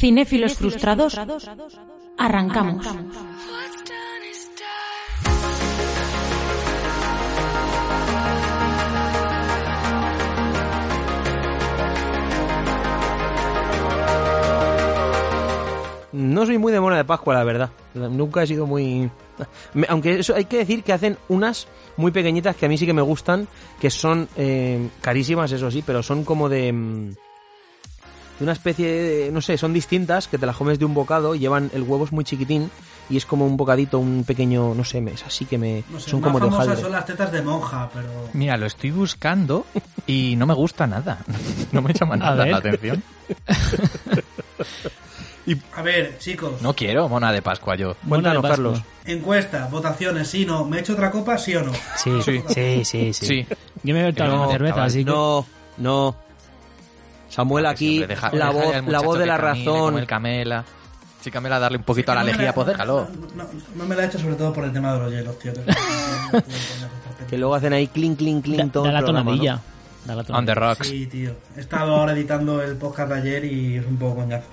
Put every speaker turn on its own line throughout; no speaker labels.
Cinéfilos frustrados, arrancamos.
No soy muy de mona de Pascua, la verdad. Nunca he sido muy... Me- Aunque eso hay que decir que hacen unas muy pequeñitas que a mí sí que me gustan, que son eh, carísimas, eso sí, pero son como de... mm, de una especie de... no sé, son distintas, que te las comes de un bocado, y llevan el huevo es muy chiquitín y es como un bocadito, un pequeño, no sé, me- es así que me...
No sé,
son
más
como de
famosas
hojaldre.
son las tetas de monja, pero...
Mira, lo estoy buscando y no me gusta nada. No me llama nada
ver.
la atención.
A ver, chicos,
No quiero mona de Pascua yo.
Mona de
Cuéntanos,
Pascua.
Carlos.
encuesta, votaciones, sí, no. ¿Me he hecho otra copa, sí o no?
Sí, sí, sí, sí.
Sí.
Yo me he abierto
Que no,
alguna cerveza,
chaval,
así que...
No, no. Samuel
Hombre,
aquí,
siempre deja-
la,
deja
voz,
ya al
la voz
muchacho
de
que
la
camine, como
razón.
el camela. Sí, camela, darle un poquito a la
No me
lejía, pues déjalo.
No, no me la he hecho sobre todo por el tema de los hielos, tío. que no- no puedo
Que luego hacen ahí clink, clink,
Da,
clink todo
da
el
la
programa, ¿no?
tonadilla. Da la
On the
tonadilla.
rocks.
Sí, tío. He estado ahora editando el podcast de ayer y es un poco coñazo.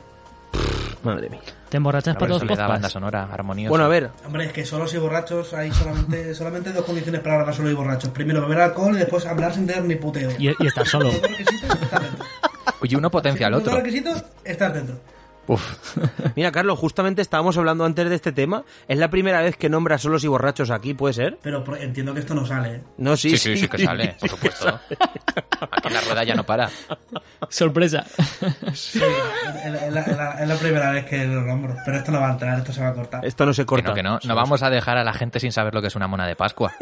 Madre mía.
Te emborrachas
A ver,
para dos
eso le da banda
podcasts.
sonora armoniosa.
Bueno, a ver,
Hombre, es que solos y borrachos hay solamente, solamente dos condiciones para hablar solo y borrachos. Primero beber alcohol y después hablar sin tener ni puteo.
Y, y estar solo.
Todos los requisitos estás dentro.
Oye, uno potencia al
Todos los
otro.
requisitos estás dentro.
Uf.
mira, Carlos, justamente estábamos hablando antes de este tema. Es la primera vez que nombras solos y borrachos aquí, ¿puede ser?
Pero pro- entiendo que esto no sale. ¿eh?
No,
Sí,
sí.
sí, sí que sale, por supuesto. Aquí la rueda ya no para.
Sorpresa.
Es la- es la- es la- es la primera vez que lo nombro. Pero esto no va a entrar, esto se va a cortar.
Esto no se
Que
corta.
no, que no, no vamos a dejar a la gente sin saber lo que es una mona de Pascua.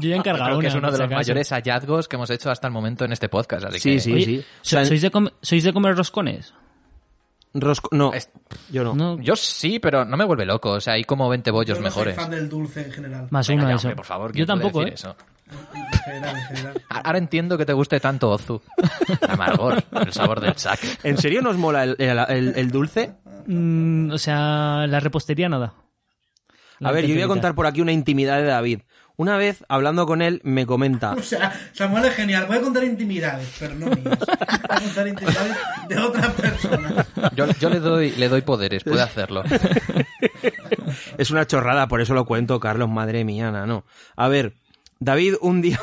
Yo ya he encargado
Creo que
una,
es uno
por
de
si
los
acaso.
mayores hallazgos que hemos hecho hasta el momento en este podcast. Así
Sí,
que-
sí,
Oye,
sí. O
so-
sea,
¿sois, de com- sois de comer roscones?
Rosco- No,
Es-
yo no.
No.
Yo sí, pero no me vuelve loco. O sea, hay como 20
Yo
bollos
no
mejores.
soy fan del dulce en general.
Más uno
Venga,
de
ya,
eso.
hombre, por favor, ¿quién
Yo tampoco,
puede
¿eh?
decir eso?
En general, en general.
A- Ahora entiendo que te guste tanto Ozu. El amargor, el sabor del saque.
¿En serio nos mola el, el- el- el dulce?
Mm, o sea, la repostería nada. La
A ver, yo voy a
tercerita.
contar por aquí una intimidad de David. Una vez, hablando con él, me comenta...
O sea, Samuel es genial. Voy a contar intimidades, pero no mías. Voy a contar intimidades de otras personas.
Yo, yo le doy le doy poderes, puede hacerlo.
Es una chorrada, por eso lo cuento, Carlos, madre mía, no. A ver, David un día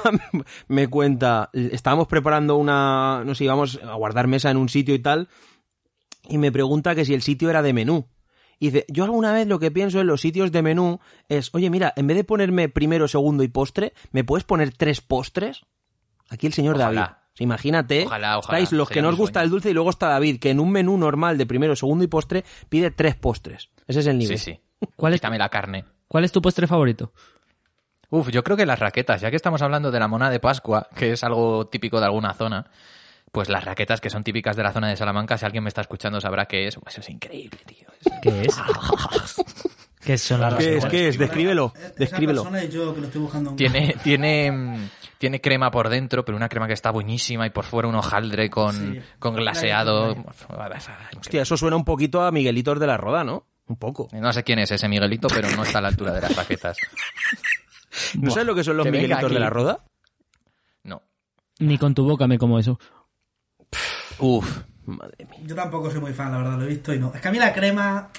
me cuenta, estábamos preparando una, no sé, íbamos a guardar mesa en un sitio y tal, y me pregunta que si el sitio era de menú. Y dice, yo alguna vez lo que pienso en los sitios de menú es, oye, mira, en vez de ponerme primero, segundo y postre, ¿me puedes poner tres postres? Aquí el señor
Ojalá.
David. Imagínate,
Ojalá, ojalá,
estáis los que
sería
no
mi
os gusta
sueño.
el dulce y luego está David, que en un menú normal de primero, segundo y postre pide tres postres. Ese es el nivel.
Sí, sí.
¿Cuál es,
Quítame la carne.
¿Cuál es tu postre favorito?
Uf, yo creo que las raquetas, ya que estamos hablando de la mona de Pascua, que es algo típico de alguna zona, pues las raquetas que son típicas de la zona de Salamanca, si alguien me está escuchando sabrá qué es. Eso es increíble, tío. Es-
¿Qué es? ¿Qué son las
¿Qué es?
roscones?
¿Qué es? Descríbelo.
Esa
Descríbelo.
persona y yo que lo estoy buscando. en Google.
Tiene, tiene, mm, tiene crema por dentro, pero una crema que está buenísima y por fuera un hojaldre con,
Sí.
con glaseado.
Hostia, eso suena un poquito a Miguelitos de la Roda, ¿no? Un poco.
No sé quién es ese Miguelito, pero no está a la altura de las raquetas.
¿No sabes lo que son los
que venga
Miguelitos
aquí.
de la Roda?
No.
Ni con tu boca me como eso.
Uf, madre mía.
Yo tampoco soy muy fan, la verdad, lo he visto y no. Es que a mí la crema.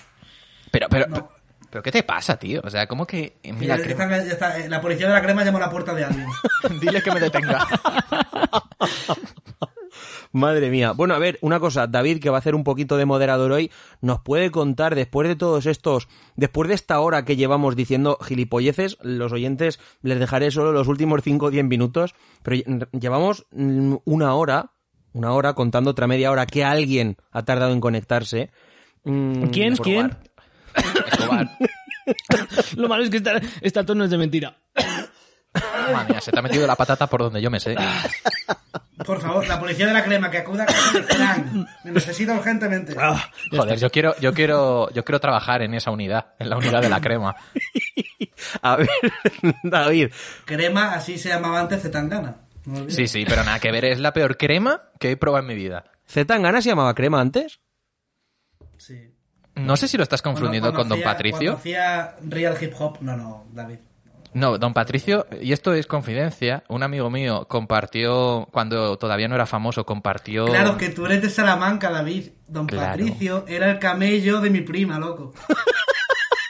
Pero, pero,
No.
pero, ¿qué te pasa, tío? O sea, ¿cómo que en la
Mira,
crema?
esta- esta- eh, la policía de la crema llamó a la puerta de alguien.
Dile que me detenga.
Madre mía. Bueno, a ver, una cosa, David, que va a hacer un poquito de moderador hoy, nos puede contar, después de todos estos, después de esta hora que llevamos diciendo gilipolleces, los oyentes les dejaré solo los últimos 5 o 10 minutos, pero lle- llevamos mm, una hora, una hora contando otra media hora que alguien ha tardado en conectarse. Mm,
¿Quién?
por
¿Quién?
Bar.
Escobar.
Lo malo es que esta, esta tos no es de mentira.
Madre mía, se te ha metido la patata por donde yo me sé.
Por favor, la policía de la crema que acuda a casa de Fran. Me necesita urgentemente.
Ah.
Joder, yo quiero, yo quiero, yo quiero trabajar en esa unidad, en la unidad de la crema.
A ver, David,
Crema, así se llamaba antes Zetangana. No lo olvides.
Sí, sí, pero nada que ver, es la peor crema que he probado en mi vida.
¿Zetangana se llamaba crema antes?
Sí.
No sé si lo estás
Cuando-
confundiendo
cuando
con Don
hacía-
Patricio.
Cuando hacía real hip hop. No, no, David.
No, don Patricio, y esto es confidencia, un amigo mío compartió, cuando todavía no era famoso, compartió...
Claro, que tú eres de Salamanca, David. Don
Oh. Claro.
Patricio era el camello de mi prima, loco.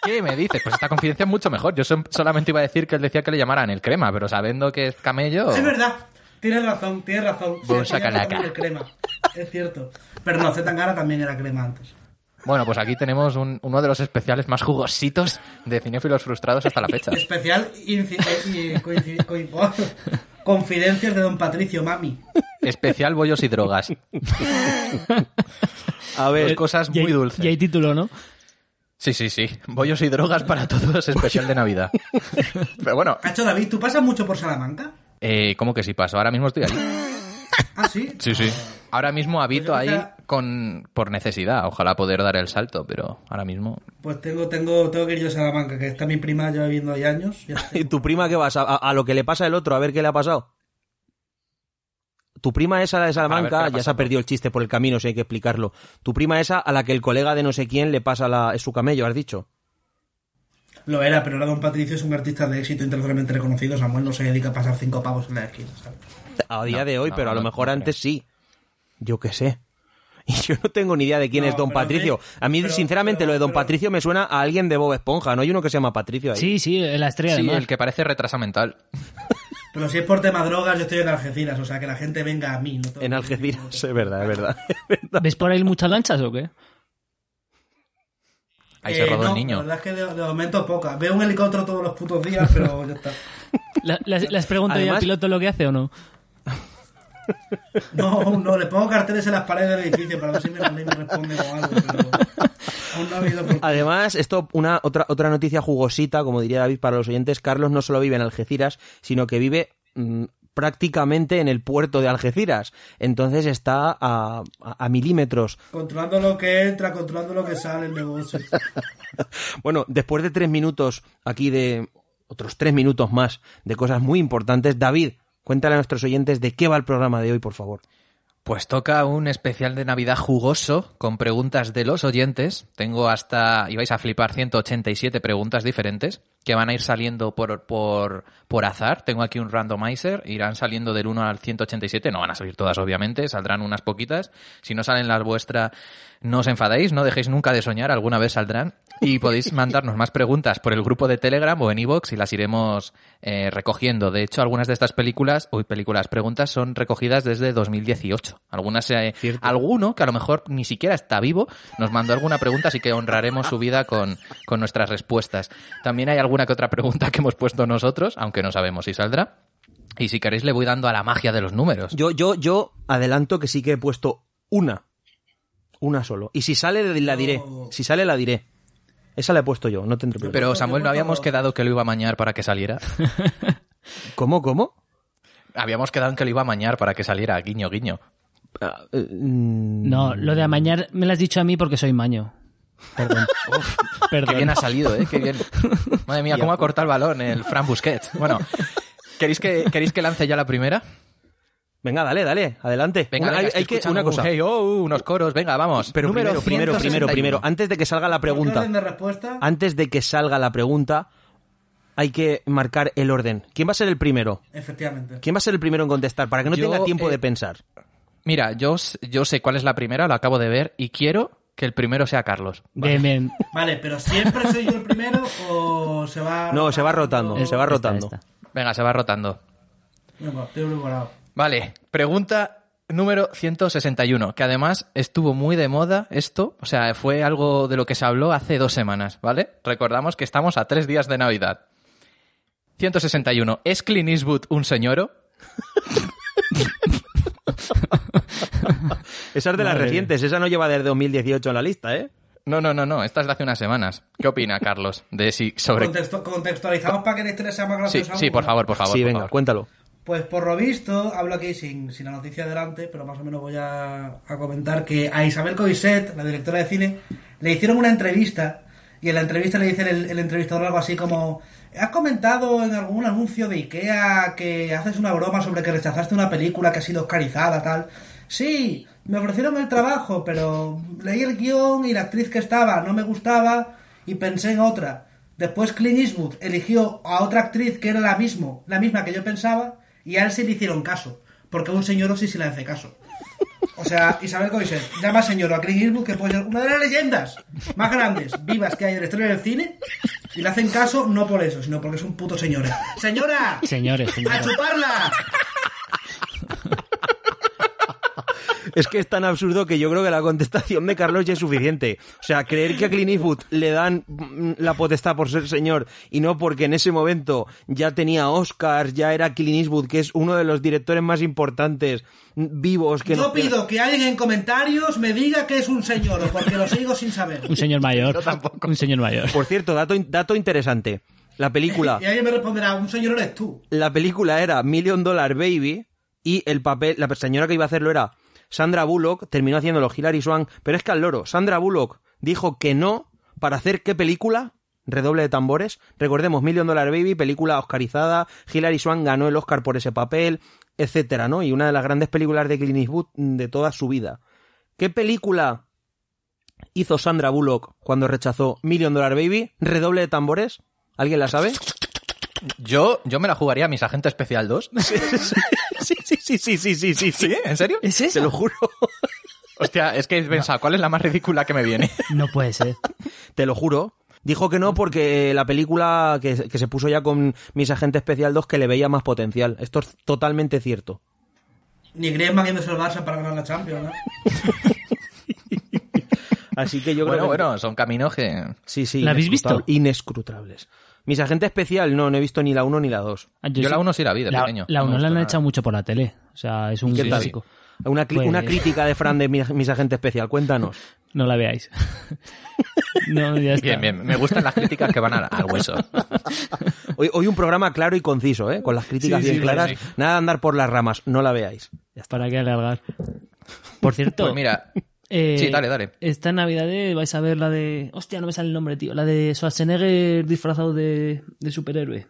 ¿Qué me dices? Pues esta confidencia es mucho mejor. Yo son- solamente iba a decir que él decía que le llamaran el crema, pero sabiendo que es camello...
Es verdad. Tienes razón, tienes razón.
Bon
Sí,
sacalaca.
era también el crema. Es cierto. Pero no, Zetangana también era crema antes.
Bueno, pues aquí tenemos un- uno de los especiales más jugositos de cinéfilos frustrados hasta la fecha.
Especial inci- eh, eh, coinci- coi- oh, Confidencias de Don Patricio, mami.
Especial bollos y drogas.
A
Dos
ver,
cosas
Eh, Y hay-
muy dulces.
Y hay título, ¿no?
Sí, sí, sí. Bollos y drogas para todos, especial de Navidad. Pero bueno,
Cacho David, ¿tú pasas mucho por Salamanca?
eh, ¿cómo que sí paso? Ahora mismo estoy allí.
Ah, sí.
Sí, sí. Ahora mismo habito
Pues yo
ahí
quizá-
con, por necesidad. Ojalá poder dar el salto, pero ahora mismo.
Pues tengo, tengo, tengo que ir yo a Salamanca, que está mi prima ya viviendo ahí años. Ya está.
¿y tu prima qué vas? A, a- a lo que le pasa al otro, a ver qué le ha pasado. Tu prima esa, la de
qué le ha
Salamanca, ya se ha
pasado.
perdido el chiste por el camino, si hay que explicarlo. Tu prima esa a la que el colega de no sé quién le pasa la, es su camello, has dicho.
Lo era, pero ahora Don Patricio es un artista de éxito internacionalmente reconocido. Samuel no se dedica a pasar cinco pavos en la esquina, ¿sabes?
A día
No,
de hoy,
no,
pero a
no,
lo
no
mejor
creo.
antes sí. Yo qué sé. Y yo no tengo ni idea de quién
No,
es Don
pero
Patricio.
sí,
A mí,
pero-
sinceramente,
pero-
lo de Don
pero-
Patricio me suena a alguien de Bob Esponja, ¿no? Hay uno que se llama Patricio ahí.
Sí, sí, la estrella
Sí,
además.
el que parece retraso mental.
Pero si es por tema drogas, yo estoy en Algeciras, o sea, que la gente venga a mí. no tengo
En
ningún
Algeciras,
tipo de-
es verdad, es verdad.
¿Ves por ahí muchas lanchas o qué?
Ahí
Eh,
se rodó
no,
el niño.
La verdad es que de, de momento poca. Veo un helicóptero todos los putos días, pero ya está.
La- la- ¿Le has preguntado ya al
Además-
piloto lo que hace o no?
No, aún no, le pongo carteles en las paredes del edificio para ver si me, me responde o algo, pero aún no ha habido oportunidad.
Además, esto, una otra, otra noticia jugosita, como diría David para los oyentes, Carlos no solo vive en Algeciras, sino que vive mm, prácticamente en el puerto de Algeciras. Entonces está a, a- a milímetros.
Controlando lo que entra, controlando lo que sale el negocio.
Bueno, después de tres minutos aquí de otros tres minutos más de cosas muy importantes, David, cuéntale a nuestros oyentes de qué va el programa de hoy, por favor.
Pues toca un especial de Navidad jugoso con preguntas de los oyentes. Tengo hasta, ibais a flipar, 187 preguntas diferentes que van a ir saliendo por, por, por azar. Tengo aquí un randomizer, irán saliendo del 1 al 187, no van a salir todas obviamente, saldrán unas poquitas. Si no salen las vuestras, no os enfadéis, no dejéis nunca de soñar, alguna vez saldrán. Y podéis mandarnos más preguntas por el grupo de Telegram o en iVoox y las iremos eh, recogiendo. De hecho, algunas de estas películas, uy, películas, preguntas, son recogidas desde 2018. Algunas se-
Cierto.
alguno que a lo mejor ni siquiera está vivo nos mandó alguna pregunta, así que honraremos su vida con, con nuestras respuestas. También hay alguna que otra pregunta que hemos puesto nosotros, aunque no sabemos si saldrá. Y si queréis le voy dando a la magia de los números.
Yo, yo, yo adelanto que sí que he puesto una. Una solo. Y si sale, la diré.
No.
Si sale, la diré. Esa la he puesto yo, no tendré problema.
Pero Samuel, no habíamos quedado que lo iba a mañar para que saliera.
¿Cómo, cómo?
Habíamos quedado en que lo iba a mañar para que saliera, guiño, guiño.
Ah, eh, mm,
No, lo de amañar me lo has dicho a mí porque soy maño. Perdón. Perdón.
Qué bien ha salido, ¿eh? Qué bien. Madre mía, cómo ha cortado el balón el Fran Busquets. Bueno, ¿queréis que, ¿queréis que lance ya la primera?
Venga, dale, dale, adelante.
Venga,
Una-
venga,
hay,
estoy
hay que
escuchando
una
un
cosa.
hey, oh, uh, unos coros, venga, vamos.
Pero
Número
primero, primero, primero,
161.
primero, antes de que salga la
¿Qué
pregunta,
orden de respuesta?
antes de que salga la pregunta, hay que marcar el orden. ¿Quién va a ser el primero?
Efectivamente.
¿Quién va a ser el primero en contestar para que no
Yo,
tenga tiempo
eh,
de pensar?
Mira, yo, s- yo sé cuál es la primera, lo acabo de ver, y quiero que el primero sea Carlos.
Bien, bien.
Vale, pero ¿siempre soy yo el primero o se va.?
No, se va rotando, se va
Esta,
rotando.
esta.
Venga, se va rotando.
Venga, pues, estoy preparado.
Vale, pregunta número 161, que además estuvo muy de moda esto, o sea, fue algo de lo que se habló hace dos semanas, ¿vale? Recordamos que estamos a tres días de Navidad. 161, ¿es Clint Eastwood un señoro?
Esa es de las
Madre
recientes, esa no lleva desde 2018 en la lista, ¿eh?
No, no, no, no, esta es de hace unas semanas. ¿Qué opina, Carlos, de si sobre...
Contexto- contextualizamos para que la historia sea más
Sí,
graciosa.
sí,
aún,
por
¿no?
favor, por favor.
sí,
por
venga,
favor.
cuéntalo.
Pues por lo visto, hablo aquí sin, sin la noticia delante, pero más o menos voy a, a comentar que a Isabel Coixet, la directora de cine, le hicieron una entrevista y en la entrevista le dice el, el entrevistador algo así como ¿Has comentado en algún anuncio de Ikea que haces una broma sobre que rechazaste una película que ha sido oscarizada, tal? Sí, me ofrecieron el trabajo, pero leí el guión y la actriz que estaba no me gustaba y pensé en otra. Después Clint Eastwood eligió a otra actriz que era la misma, la misma que yo pensaba, y a él sí le hicieron caso, porque a un señor sí se le hace caso. O sea, Isabel Coixet llama señor a Clint Eastwood, que puede ser una de las leyendas más grandes, vivas que hay en la historia del cine, y le hacen caso no por eso, sino porque es un puto señor. ¡Señora!
Señores,
¡A
señora.
chuparla!
Es que es tan absurdo que yo creo que la contestación de Carlos ya es suficiente. O sea, creer que a Clint Eastwood le dan mm, la potestad por ser señor y no porque en ese momento ya tenía Oscars, ya era Clint Eastwood, que es uno de los directores más importantes mm, vivos que
Yo pido que alguien en comentarios me diga que es un señor, porque lo sigo sin saber.
Un señor mayor. Un señor mayor.
Por cierto, dato, in- dato interesante. La película,
Y alguien me responderá, un señor eres tú.
la película era Million Dollar Baby y el papel, la señora que iba a hacerlo era Sandra Bullock, terminó haciéndolo Hilary Swank, pero es que al loro, Sandra Bullock dijo que no para hacer qué película, redoble de tambores, recordemos Million Dollar Baby, película oscarizada, Hilary Swank ganó el Oscar por ese papel, etcétera, ¿no? Y una de las grandes películas de Clint Eastwood de toda su vida. ¿Qué película hizo Sandra Bullock cuando rechazó Million Dollar Baby? Redoble de tambores. ¿Alguien la sabe?
Yo, yo me la jugaría a mis agentes especial 2.
Sí, sí, sí, sí, sí, sí, sí.
¿Sí? ¿En serio?
¿Es
Te lo juro.
Hostia, es que he pensado, ¿cuál es la más ridícula que me viene?
No puede ser.
Te lo juro. Dijo que no porque la película que, que se puso ya con Mis Agentes Especial 2 que le veía más potencial. Esto es totalmente cierto.
Ni Griezmann yéndose al Barça para ganar la Champions, ¿no?
Así que yo creo
Bueno,
que...
bueno, son caminos que...
Sí, sí.
¿La habéis visto?
inescrutab- Inescrutables. Mis Agentes Especial no, no he visto ni la 1 ni la 2.
Ah,
Yo la
sí-
uno sí la vi de
la,
pequeño.
La
No me
1 la
gustó
han
nada.
echado mucho por la tele. O sea, es un
qué tal?
clásico.
Una, cri-
Pues-
una crítica de Fran de Mis, Mis Agentes Especial, cuéntanos.
No la veáis. no, ya está.
Bien, bien, me gustan las críticas que van al, al hueso.
Hoy, hoy un programa claro y conciso, ¿eh? Con las críticas
Sí,
bien
sí,
claras.
sí, sí.
Nada de andar por las ramas, no la veáis.
¿Para qué alargar? Por cierto,
Pues mira,
eh,
sí, dale, dale.
Esta Navidad vais a ver la de. Hostia, no me sale el nombre, tío. La de Schwarzenegger disfrazado de, de superhéroe.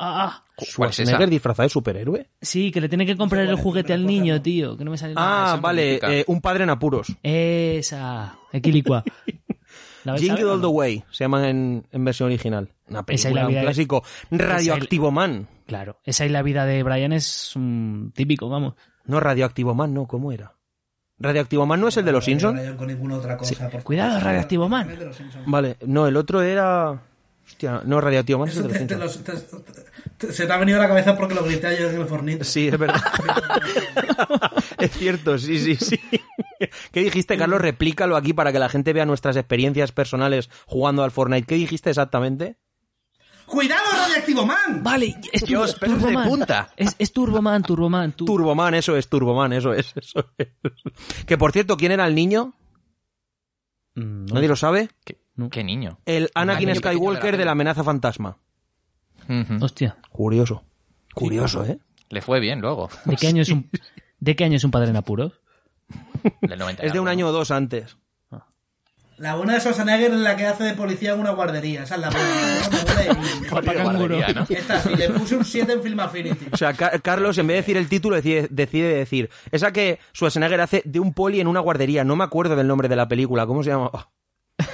Ah,
¿Cuál es esa?
¿Schwarzenegger disfrazado de superhéroe?
sí, que le tiene que comprar el juguete al niño, tío. Que no me sale el
Ah,
eso
vale.
significa-
eh, un padre en apuros.
nombre. Esa, Equilicua. ¿La vais a
Jingle
ver o
All the
no?
Way se llaman en, en versión original. Una
Esa y la
película, un
vida de-
clásico. Radioactivo Man.
Claro, esa y la vida de Brian es un típico, vamos.
No, Radioactivo Man, no, ¿cómo era? Radioactivo Man no es el de los
No
Simpsons.
voy a con ninguna otra cosa. por
Cuidado,
favor.
Radioactivo Man.
Es de los Simpsons.
Vale, no, el otro era. Hostia, no, Radioactivo Man es el
Eso
de los
te- te
Simpsons.
los- te- te- se te ha venido a la cabeza porque lo grité ayer en el Fornito.
Sí, es verdad. es cierto, sí, sí, sí. ¿Qué dijiste, Carlos? Replícalo aquí para que la gente vea nuestras experiencias personales jugando al Fortnite. ¿Qué dijiste exactamente?
¡Cuidado, Radioactivo Man!
Vale, es
Dios,
Tur-
pelos de
Turboman.
punta.
Es, es Turboman, Turboman. tu-
Turboman, eso es, Turboman, eso es, eso es. Que por cierto, ¿quién era el niño?
Mm, no.
¿Nadie lo sabe?
¿Qué, qué niño?
El Anakin
Anakin
Skywalker
pequeño
de la
de la
amenaza fantasma.
Ujú.
Hostia,
Curioso. Curioso, ¿eh?
Le fue bien luego.
¿de qué año es un, ¿de qué año es un padre en apuros?
Del 90 y
Es de un
algo,
año o dos antes.
La buena de Schwarzenegger es la que hace de policía en una guardería. Esa es la buena.
¿no?
Una buena
Guardería,
canguro.
¿no?
y- Esta sí, le puse un 7 en Film Affinity.
O sea, Ca- Carlos, en vez de decir el título, decide, decide decir. Esa que Schwarzenegger hace de un poli en una guardería. No me acuerdo del nombre de la película. ¿Cómo se llama? Ah,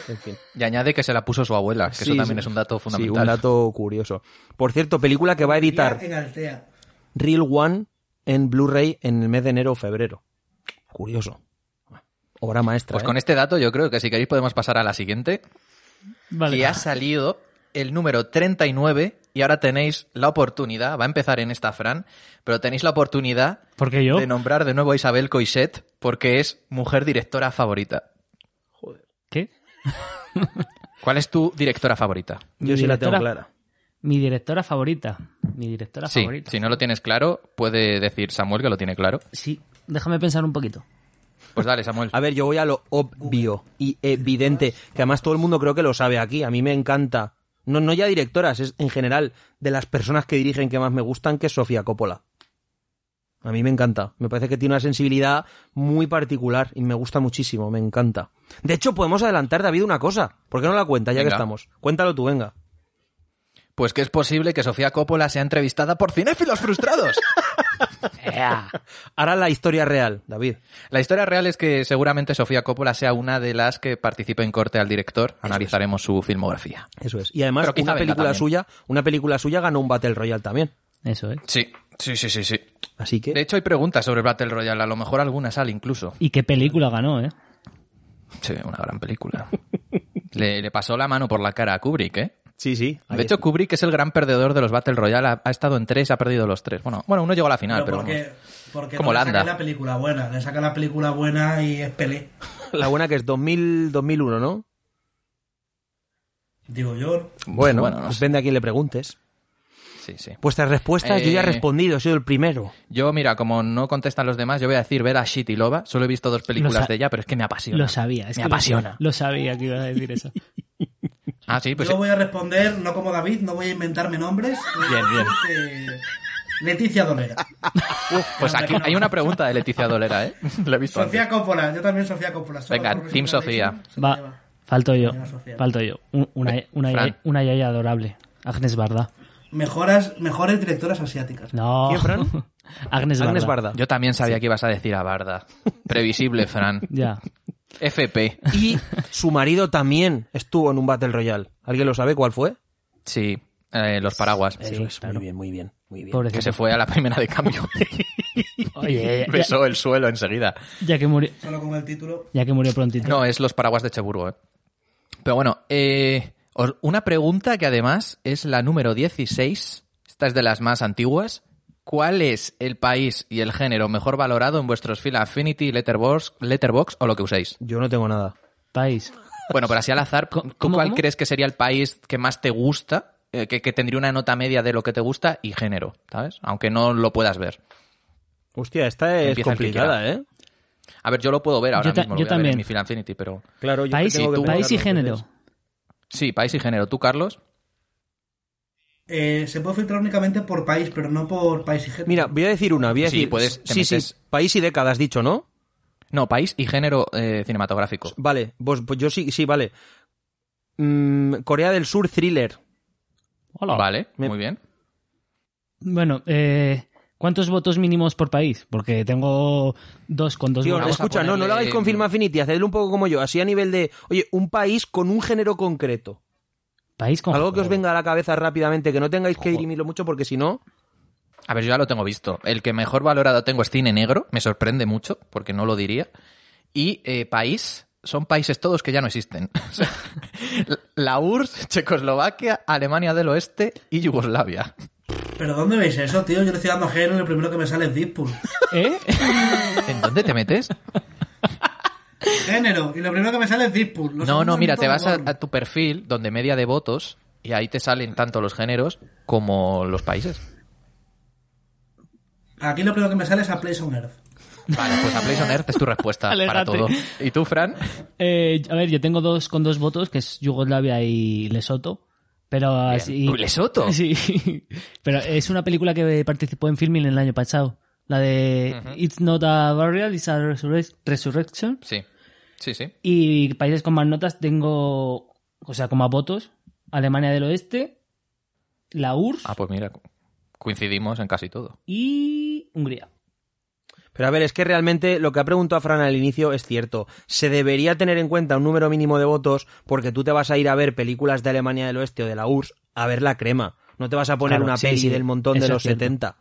En fin.
Y añade que se la puso su abuela, que
Sí,
eso también
sí.
es un dato
Sí,
fundamental.
un dato curioso. Por cierto, película que va a editar
En Altea.
Real One en Blu-ray en el mes de enero o febrero. Curioso. Obra maestra.
Pues
¿eh?
con este dato yo creo que si queréis podemos pasar a la siguiente,
Vale.
que ha salido el número 39 y ahora tenéis la oportunidad, va a empezar en esta Fran, pero tenéis la oportunidad
¿Por qué yo?
de nombrar de nuevo a Isabel Coixet porque es mujer directora favorita.
¿Qué?
¿Cuál es tu directora favorita?
Yo sí la tengo
Directora.
clara.
Mi directora favorita. Mi directora
sí,
favorita.
si no lo tienes claro, puede decir Samuel que lo tiene claro.
Sí, déjame pensar un poquito.
Pues dale, Samuel.
A ver, yo voy a lo obvio y evidente, que además todo el mundo creo que lo sabe aquí. A mí me encanta. No, no ya directoras, es en general de las personas que dirigen que más me gustan, que es Sofía Coppola. A mí me encanta. Me parece que tiene una sensibilidad muy particular y me gusta muchísimo, me encanta. De hecho, podemos adelantar, David, una cosa. ¿Por qué no la cuenta ya
Venga.
que estamos? Cuéntalo tú, venga.
Pues que es posible que Sofía Coppola sea entrevistada por cinéfilos frustrados. Ea.
Ahora la historia real, David.
La historia real es que seguramente Sofía Coppola sea una de las que participe en corte al director. Analizaremos su filmografía.
Eso es. Y además,
Pero quizá
una
venga
película,
también.
suya, una película suya ganó un Battle Royale también.
Eso es.
Sí, sí, sí, sí, sí.
Así que.
De hecho, hay preguntas sobre Battle Royale, a lo mejor alguna sale incluso.
Y qué película ganó, ¿eh?
Sí, una gran película. Le, le pasó la mano por la cara a Kubrick, ¿eh?
sí, sí. ahí
De hecho,
está.
Kubrick es el gran perdedor de los Battle Royale. Ha, ha estado en tres, ha perdido los tres. Bueno, bueno uno llegó a la final, pero,
porque,
vamos.
porque
Como
no le
Landa.
sacan la película buena, le sacan la película buena y es Pelé.
la buena que es 2000, 2001, ¿no?
Digo yo,
Bueno,
Bueno, no sé.
depende a quién le preguntes.
Sí, sí.
Vuestras respuestas, yo ya he
Eh.
respondido, he sido el primero.
Yo, mira, como no contestan los demás, yo voy a decir Vera Shitilova. Solo he visto dos
Lo
películas
sa-
de ella, pero es que me apasiona.
Lo sabía. Es
Me
que lo-
apasiona.
Lo sabía que ibas a decir eso.
Ah, sí, pues
yo voy a responder, no como David, no voy a inventarme nombres.
Bien, bien.
Eh, Leticia Dolera.
Pues aquí hay una pregunta de Leticia Dolera, ¿eh? La he visto
Sofía Coppola, yo también Sofía Coppola. solo
Venga,
por
Team
representar
Sofía.
a México, se lo
Va,
lleva.
falto yo.
Venga, Sofía.
Falto yo. Un- Una, una,
Fran.
una yaya adorable. Agnes Barda.
Mejoras, mejores directoras asiáticas.
No.
¿Quién, Fran?
Agnes Barda.
Agnes Barda.
antes. Yo también sabía que ibas a decir a Barda. Previsible, Fran.
Ya.
FP.
Y su marido también estuvo en un Battle Royale. ¿Alguien lo sabe cuál fue?
Sí, eh, los paraguas.
Eso es. Muy bien, muy bien, muy bien.
Pobrecito.
Que se fue a la primera de cambio.
Oye, ya,
Besó el suelo enseguida.
ya que murió,
Solo con el título.
ya que murió prontito.
No, es los paraguas de Cheburgo, ¿eh? Pero bueno, eh, os- una pregunta que además es la número 16. Esta es de las más antiguas. ¿Cuál es el país y el género mejor valorado en vuestros fila Affinity, Letterboxd Letterbox o lo que uséis?
Yo no tengo nada.
País.
Bueno, pero así al azar, ¿tú
cómo,
cuál
cómo?
crees que sería el país que más te gusta, eh, que, que tendría una nota media de lo que te gusta y género, ¿sabes? Aunque no lo puedas ver.
Hostia, esta es
Empieza el que
complicada, ¿eh?
A ver, yo lo puedo ver ahora
Yo ta-
mismo, lo
yo
voy a ver
también.
en mi fila Affinity, pero...
Claro,
País,
tengo que
país y
pensarlo,
género.
entonces.
Sí, país y género. ¿Tú, Carlos?
Eh, se puede filtrar únicamente por país, pero no por país y género.
Mira, voy a decir una, voy a
Sí,
decir.
puedes- te
sí, sí,
metes-
país y década, has dicho, ¿no?
No, país y género eh, cinematográfico.
Vale, vos, pues yo sí, sí, vale. Mm, Corea del Sur, thriller.
Hola.
Vale,
Me-
muy bien.
Bueno, eh, ¿cuántos votos mínimos por país? Porque tengo dos con dos
Tío,
votos.
vamos a
escucha, no, no lo
ponerle-
hagáis con Film Affinity, hacedlo un poco como yo, así a nivel de, oye, un país con un género concreto.
País con
Algo que os venga a la cabeza rápidamente, que no tengáis que dirimirlo mucho porque si no,
A ver, yo ya lo tengo visto. El que mejor valorado tengo es cine negro. Me sorprende mucho, porque no lo diría. Y eh, país, son países todos que ya no existen. O sea, la URSS, Checoslovaquia, Alemania del Oeste y Yugoslavia.
¿Pero dónde veis eso, tío? Yo le estoy dando a género y lo primero que me sale es Deadpool.
¿Eh?
¿En dónde te metes?
Género, y lo primero que me sale es Deadpool. Lo
No,
segundo
no,
es
mira,
todo
te vas a,
porno.
a tu perfil, donde media de votos, y ahí te salen tanto los géneros como los países.
Aquí lo primero que me sale es A Place on Earth.
Vale, pues a Place on Earth es tu respuesta para
Aléjate.
todo. ¿Y tú, Fran?
Eh, a ver, yo tengo dos con dos votos, que es Yugoslavia y Lesoto. Pero así.
Uy, Lesoto.
Ah, Sí. Pero es una película que participó en filming el año pasado. La de It's Not a Burial, It's a Resurre- Resurrection.
Sí, sí, sí.
Y países con más notas tengo, o sea, con más votos, Alemania del Oeste, la URSS
Ah, pues mira, co- coincidimos en casi todo.
y Hungría.
Pero a ver, es que realmente lo que ha preguntado Fran al inicio es cierto. Se debería tener en cuenta un número mínimo de votos porque tú te vas a ir a ver películas de Alemania del Oeste o de la URSS a ver la crema. No te vas a poner
Claro,
una
sí,
peli
sí,
del montón de
eso es
los
cierto.
70.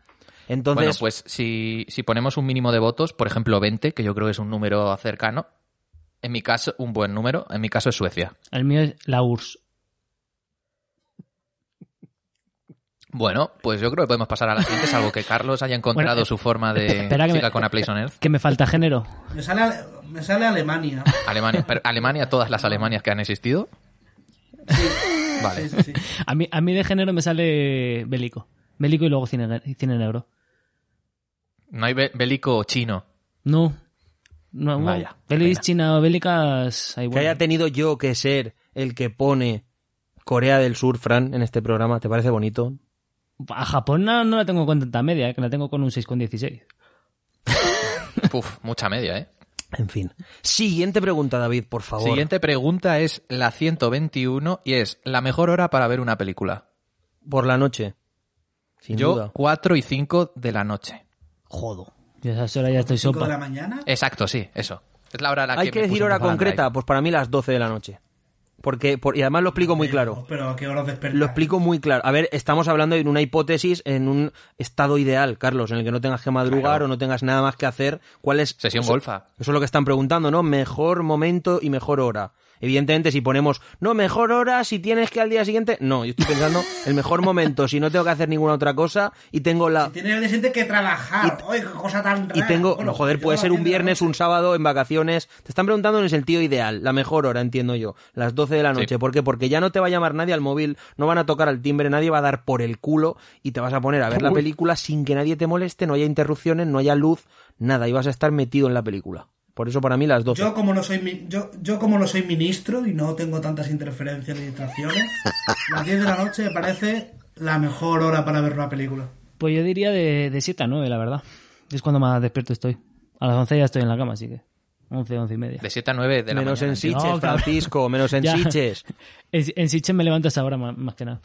Entonces,
bueno, pues si, si ponemos un mínimo de votos, por ejemplo 20, que yo creo que es un número cercano, en mi caso, un buen número, en mi caso es Suecia.
El mío es la URSS.
Bueno, pues yo creo que podemos pasar a la siguiente, salvo que Carlos haya encontrado
Bueno,
su forma de
espera que
chica
me-
con A Place on Earth.
Que me falta género.
Me sale, Ale- me sale Alemania.
Alemania, pero Alemania, todas las Alemanias que han existido.
Sí,
Vale.
sí, sí.
A mí, a mí de género me sale bélico. Bélico y luego cine, cine negro.
No hay be- bélico chino.
No. No, no.
Vaya,
Pelis
pena.
china o bélicas hay
que
pues, bueno.
haya tenido yo que ser el que pone Corea del Sur, Fran, en este programa, ¿te parece bonito?
A Japón no, no la tengo con tanta media, eh, que la tengo con un 6,16.
Uf, mucha media, ¿eh?
En fin. Siguiente pregunta, David, por favor.
Siguiente pregunta es la 121 y es la mejor hora para ver una película.
por la noche. Sin
Yo,
duda.
4 y 5 de la noche.
Jodo. Ya a esa hora ya estoy
5 de la
sopa.
mañana.
Exacto, sí, eso. Es la hora a la
Hay
que
que
me
decir
puse
hora
Mulholland Drive.
concreta, pues para mí las 12 de la noche. Porque, por- y además lo explico muy claro.
Eh, Pero a qué hora os despertáis.
Lo explico muy claro. A ver, estamos hablando de una hipótesis en un estado ideal, Carlos, en el que no tengas que madrugar
Claro.
o no tengas nada más que hacer. ¿Cuál es?
Sesión
eso-
golfa.
Eso es lo que están preguntando, ¿no? Mejor momento y mejor hora. Evidentemente, si ponemos, no, mejor hora si tienes que al día siguiente. No, yo estoy pensando, el mejor momento si no tengo que hacer ninguna otra cosa y tengo la.
Tienes el gente que trabajar. ¡Ay, qué cosa tan rara!
Y tengo,
Bueno,
joder,
yo
puede
a
ser
las
un
10 de la
viernes,
noche.
un sábado, en vacaciones. Te están preguntando en el sentido ideal, la mejor hora, entiendo yo, las 12 de la
Sí.
noche. ¿Por qué? Porque ya no te va a llamar nadie al móvil, no van a tocar al timbre, nadie va a dar por el culo y te vas a poner a ver la película sin que nadie te moleste, no haya interrupciones, no haya luz, nada, y vas a estar metido en la película. Por eso para mí las 12.
Yo como, no soy, mi- yo, yo como no soy ministro y no tengo tantas interferencias ni distracciones, las 10 de la noche me parece la mejor hora para ver una película.
Pues yo diría de, de 7 a 9, la verdad. Es cuando más despierto estoy. A las 11 ya estoy en la cama, así que. 11, 11 y media.
De 7 a 9 de la
menos
mañana.
en
entiendo.
Siches,
No, claro.
Francisco, menos en
Ya.
Siches.
En, en Sitges me levanto a esa hora más, más que nada.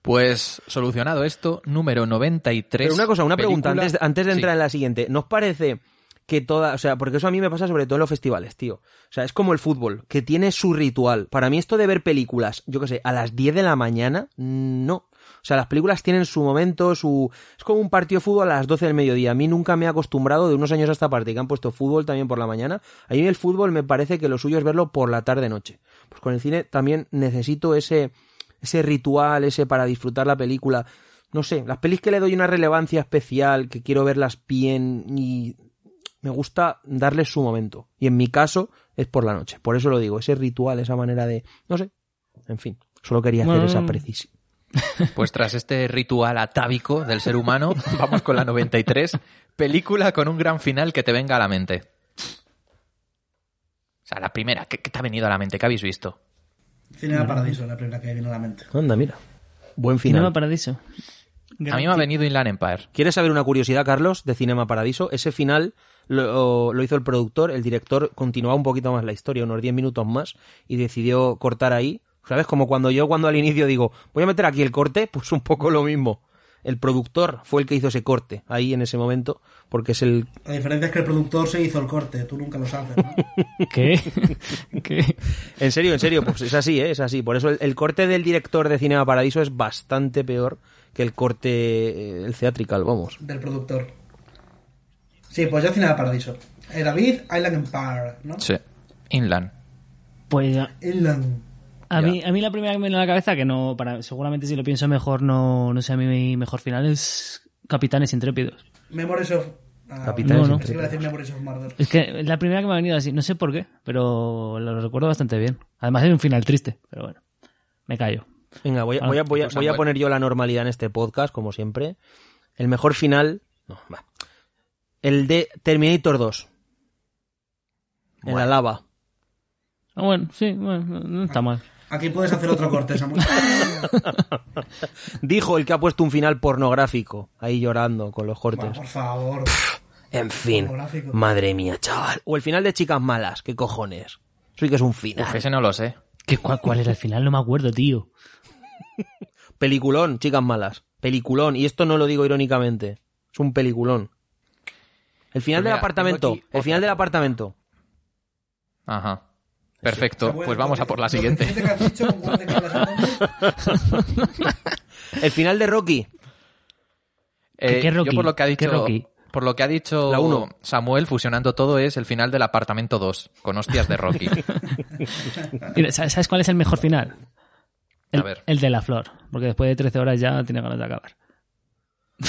Pues solucionado esto, número 93.
Pero una cosa, una pregunta
película-
antes de, antes de
Sí.
entrar en la siguiente. ¿Nos parece que toda, o sea, porque eso a mí me pasa sobre todo en los festivales, tío. O sea, es como el fútbol, que tiene su ritual. Para mí esto de ver películas, yo qué sé, a las 10 de la mañana, no. O sea, las películas tienen su momento, su... Es como un partido de fútbol a las 12 del mediodía. A mí nunca me he acostumbrado, de unos años hasta parte, que han puesto fútbol también por la mañana. A mí el fútbol me parece que lo suyo es verlo por la tarde-noche. Pues con el cine también necesito ese, ese ritual, ese para disfrutar la película. No sé, las pelis que le doy una relevancia especial, que quiero verlas bien y me gusta darles su momento. Y en mi caso es por la noche. Por eso lo digo, ese ritual, esa manera de... No sé, en fin, solo quería hacer
Bueno.
esa precisión.
Pues tras este ritual atávico del ser humano, vamos con la 93. Película con un gran final que te venga a la mente. O sea, la primera, ¿qué, qué te ha venido a la mente? ¿Qué habéis visto?
Cine del Paradiso es la primera que me viene a la mente.
Anda, mira. Buen final.
Cinema Paradiso.
A mí me ha venido Inland Empire.
¿Quieres saber una curiosidad, Carlos, de Cinema Paradiso? Ese final lo, lo hizo el productor, el director continuaba un poquito más la historia, unos 10 minutos más, y decidió cortar ahí. ¿Sabes? Como cuando yo, cuando al inicio digo, voy a meter aquí el corte, pues un poco lo mismo. El productor fue el que hizo ese corte ahí en ese momento, porque es el.
La diferencia es que el productor se hizo el corte, tú nunca lo sabes, ¿no?
¿Qué? ¿Qué?
En serio, en serio, pues es así, ¿eh? es así. Por eso el, el corte del director de Cinema Paradiso es bastante peor que el corte, eh, el theatrical, vamos.
Del productor. Sí, pues yo Cine del Paradiso. Eh, David, Island Empire, ¿no?
Sí. Inland.
Pues a,
Island.
a
Ya.
mí, a mí la primera que me viene a la cabeza, que no, para, seguramente si lo pienso mejor, no, no sé, a mí mi mejor final es Capitanes Intrépidos.
Memories of... ah,
Capitanes
No, no.
es que iba a decir Memories of Murder.
Es que es la primera que me ha venido así, no sé por qué, pero lo recuerdo bastante bien. Además es un final triste, pero bueno, me callo.
Venga, voy a,
Ah,
voy a- voy a-
pues
voy a
Samuel.
poner yo la normalidad en este podcast, como siempre. El mejor final. No, va. El de Terminator 2. En la
Bueno.
lava.
Ah, bueno, sí, bueno, no- no está mal.
Aquí puedes hacer otro corte, Samuel.
Dijo el que ha puesto un final pornográfico. Ahí llorando con los
Bueno,
cortes.
por favor.
En fin.
Pornográfico.
Madre mía, chaval. O el final de Chicas Malas. ¿Qué cojones? Eso sí que es un
Uf,
final.
ese no lo sé.
¿Qué, cuál, ¿Cuál era el final? No me acuerdo, tío.
Peliculón, Chicas Malas. Peliculón. Y esto no lo digo irónicamente. Es un peliculón. El final
Pues
del
mira,
apartamento.
tengo aquí
El final
otra.
del apartamento.
Ajá. Perfecto.
Samuel,
Pues vamos a por la
lo que-
siguiente.
lo que has dicho, pues, ¿con cuál te quedas, Samuel?
El final de Rocky.
¿Qué- qué
Eh, yo
Rocky?
por lo que ha
¿Qué
dicho,
Rocky?
por lo que ha dicho
La uno.
Samuel, fusionando todo, es el final del apartamento 2, con hostias de Rocky.
Mira, ¿sa- ¿Sabes cuál es el mejor final? El,
A ver.
el de la flor, porque después de 13 horas ya tiene ganas de acabar.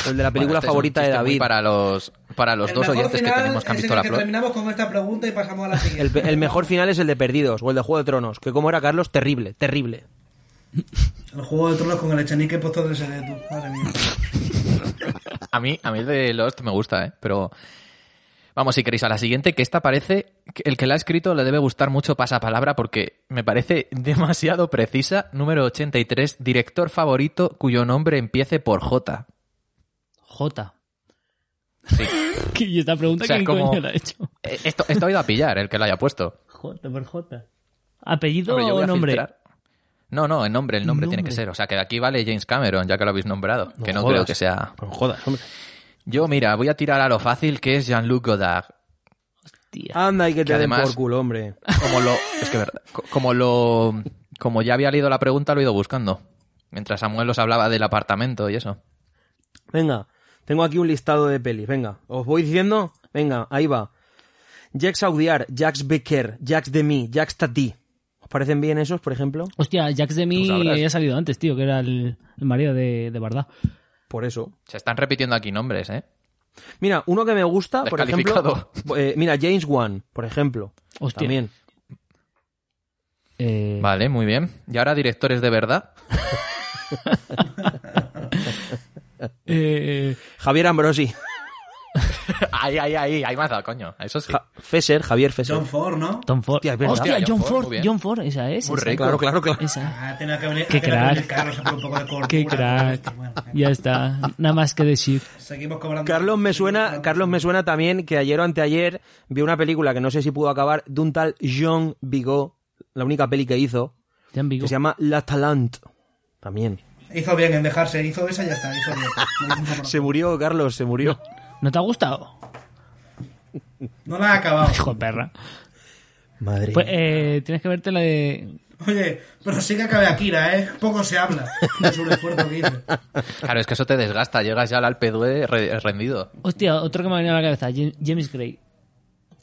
El de la película
Bueno, este es un
favorita de
chiste muy
David.
para los, para los
El
dos
mejor
oyentes que
final
tenemos que han
es
visto
en
la
el que
flor.
Terminamos con esta pregunta y pasamos a la
El,
siguiente.
pe- el mejor final es el de Perdidos o el de Juego de Tronos, que como era Carlos, terrible, terrible.
El juego de tronos con el echenique puesto del SD, tú. Madre mía.
A mí, a mí el de Lost me gusta, ¿eh? Pero vamos, si queréis, a la siguiente, que esta parece... que El que la ha escrito le debe gustar mucho pasapalabra porque me parece demasiado precisa. Número 83, director favorito cuyo nombre empiece por J.
J.
Sí.
Y esta pregunta
O sea,
que
como-
coño la ha hecho.
Eh, Esto, esto ha ido a pillar, el que lo haya puesto.
J por J. ¿Apellido
Hombre, yo voy
o
a
nombre?
filtrar. No, no, el nombre, el nombre, tiene que ser. O sea, que aquí vale James Cameron, ya que lo habéis nombrado. que no creo que sea.
No jodas, Pues hombre.
Yo, mira, voy a tirar a lo fácil que es Jean-Luc Godard.
Tía.
Anda, y que te
Que
den
además-
por culo, hombre.
Como lo. Es que verdad. co- Como lo. Como ya había leído la pregunta, lo he ido buscando. Mientras Samuel os hablaba del apartamento y eso.
Venga, tengo aquí un listado de pelis. Venga, os voy diciendo. Venga, ahí va. Jacques Audiard, Jacques Becker, Jacques Demy, Jacques Tati. ¿Os parecen bien esos, por ejemplo?
Hostia, Jax de
Tú sabrás.
había salido antes, tío, que era el, el marido de, de Bardá.
Por eso.
Se están repitiendo aquí nombres, ¿eh?
Mira, uno que me gusta, por ejemplo.
Descalificado.
eh, mira, James Wan, por ejemplo.
Hostia.
También.
Eh,
Vale, muy bien. Y ahora directores de verdad.
eh,
Javier Ambrosi.
Ahí, ahí, ahí, ahí me has dado, coño. Eso sí.
Ja- Fesser, Javier Fesser.
John Ford, ¿no?
Tom Ford.
Hostia,
Hostia,
es verdad.
Hostia,
John,
John Ford,
Ford.
muy bien.
John Ford, esa es.
Muy
esa.
rico.
Claro, claro, claro.
Esa.
Ah, tenía que venir,
Qué
tenía que venir
crack.
Carlos a por un poco de cordura.
Qué crack.
Bueno,
Ya está. Nada más que decir.
seguimos cobrando.
Carlos me suena,
Seguimos
Carlos me
cobrando.
suena también que ayer o anteayer vi una película que no sé si pudo acabar de un tal Jean Vigo, la única peli que hizo,
Jan Vigo.
que se llama La Talant. También.
Hizo bien en dejarse, hizo esa y ya está, hizo bien. No, hizo un poco-
Se murió, Carlos, se murió.
¿No te ha gustado?
no la ha acabado.
Hijo de perra.
Madre.
Pues eh, tienes que verte la de.
Oye, pero sí que acabe Akira, ¿eh? Poco se habla de su esfuerzo que hizo.
Claro, es que eso te desgasta. Llegas ya al Alpedue re- rendido.
Hostia, otro que me ha venido a la cabeza. Jam- James Gray.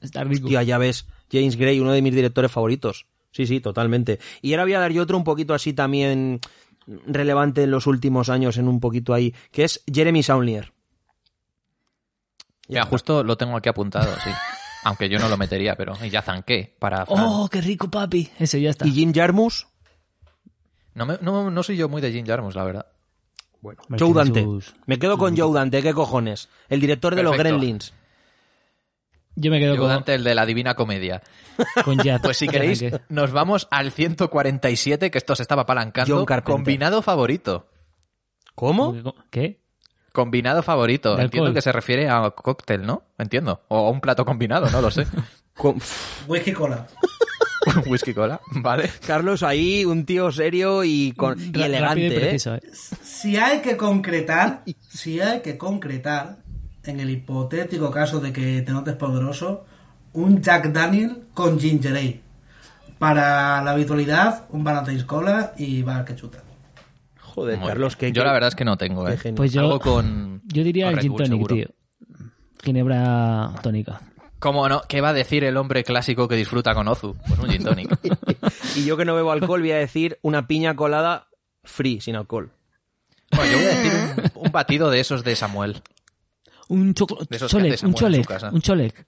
Está rico.
Tía, ya ves, James Gray, uno de mis directores favoritos. Sí, sí, totalmente. Y ahora voy a dar yo otro un poquito así también relevante en los últimos años, en un poquito ahí, que es Jeremy Saulnier.
Ya, justo lo tengo aquí apuntado, sí. Aunque yo no lo metería, pero y ya zanqué para Fran.
oh, qué rico, papi. Ese ya está.
Y Jim Jarmus,
No, me- no, no soy yo muy de Jim Jarmus, la verdad.
bueno,
Hombre,
Joe
tiene
Dante.
sus-
Me quedo con Joe Dante, ¿qué cojones? El director de los
Perfecto.
Gremlins.
Yo me quedo
Yo
con,
Dante, el de la Divina Comedia.
con Jack.
Pues si queréis,
Jack.
nos vamos al 147, que esto se estaba
John
apalancando.
Carpenter.
Combinado favorito.
¿Cómo?
¿Qué?
Combinado favorito.
De
Entiendo
alcohol.
que se refiere a cóctel, ¿no? Entiendo. O a un plato combinado, no lo sé.
Con- Pff,
Whisky cola.
Whisky cola, ¿vale?
Carlos ahí, un tío serio y, con... y
Ra-
elegante,
rápido y
¿eh?
preciso, ¿eh?
Si hay que concretar, si hay que concretar, en el hipotético caso de que te notes poderoso, un Jack Daniel con ginger ale. Para la habitualidad, un Valentine's cola y va que chuta.
Joder,
Muy
Carlos,
bien.
que...
Yo la verdad es que no tengo,
qué
¿eh?
genio.
Pues yo,
Algo con-
yo diría
con
el
Red
gin
Bull,
tonic,
seguro.
tío. Ginebra tónica.
¿Cómo no? ¿Qué va a decir el hombre clásico que disfruta con Ozu? Pues un gin tonic.
Y yo que no bebo alcohol voy a decir una piña colada free, sin alcohol.
Bueno, yo voy a decir un, un batido de esos de Samuel.
Un choco-
De esos que hace
cholec,
Samuel
un
en su
cholec,
casa.
un cholec.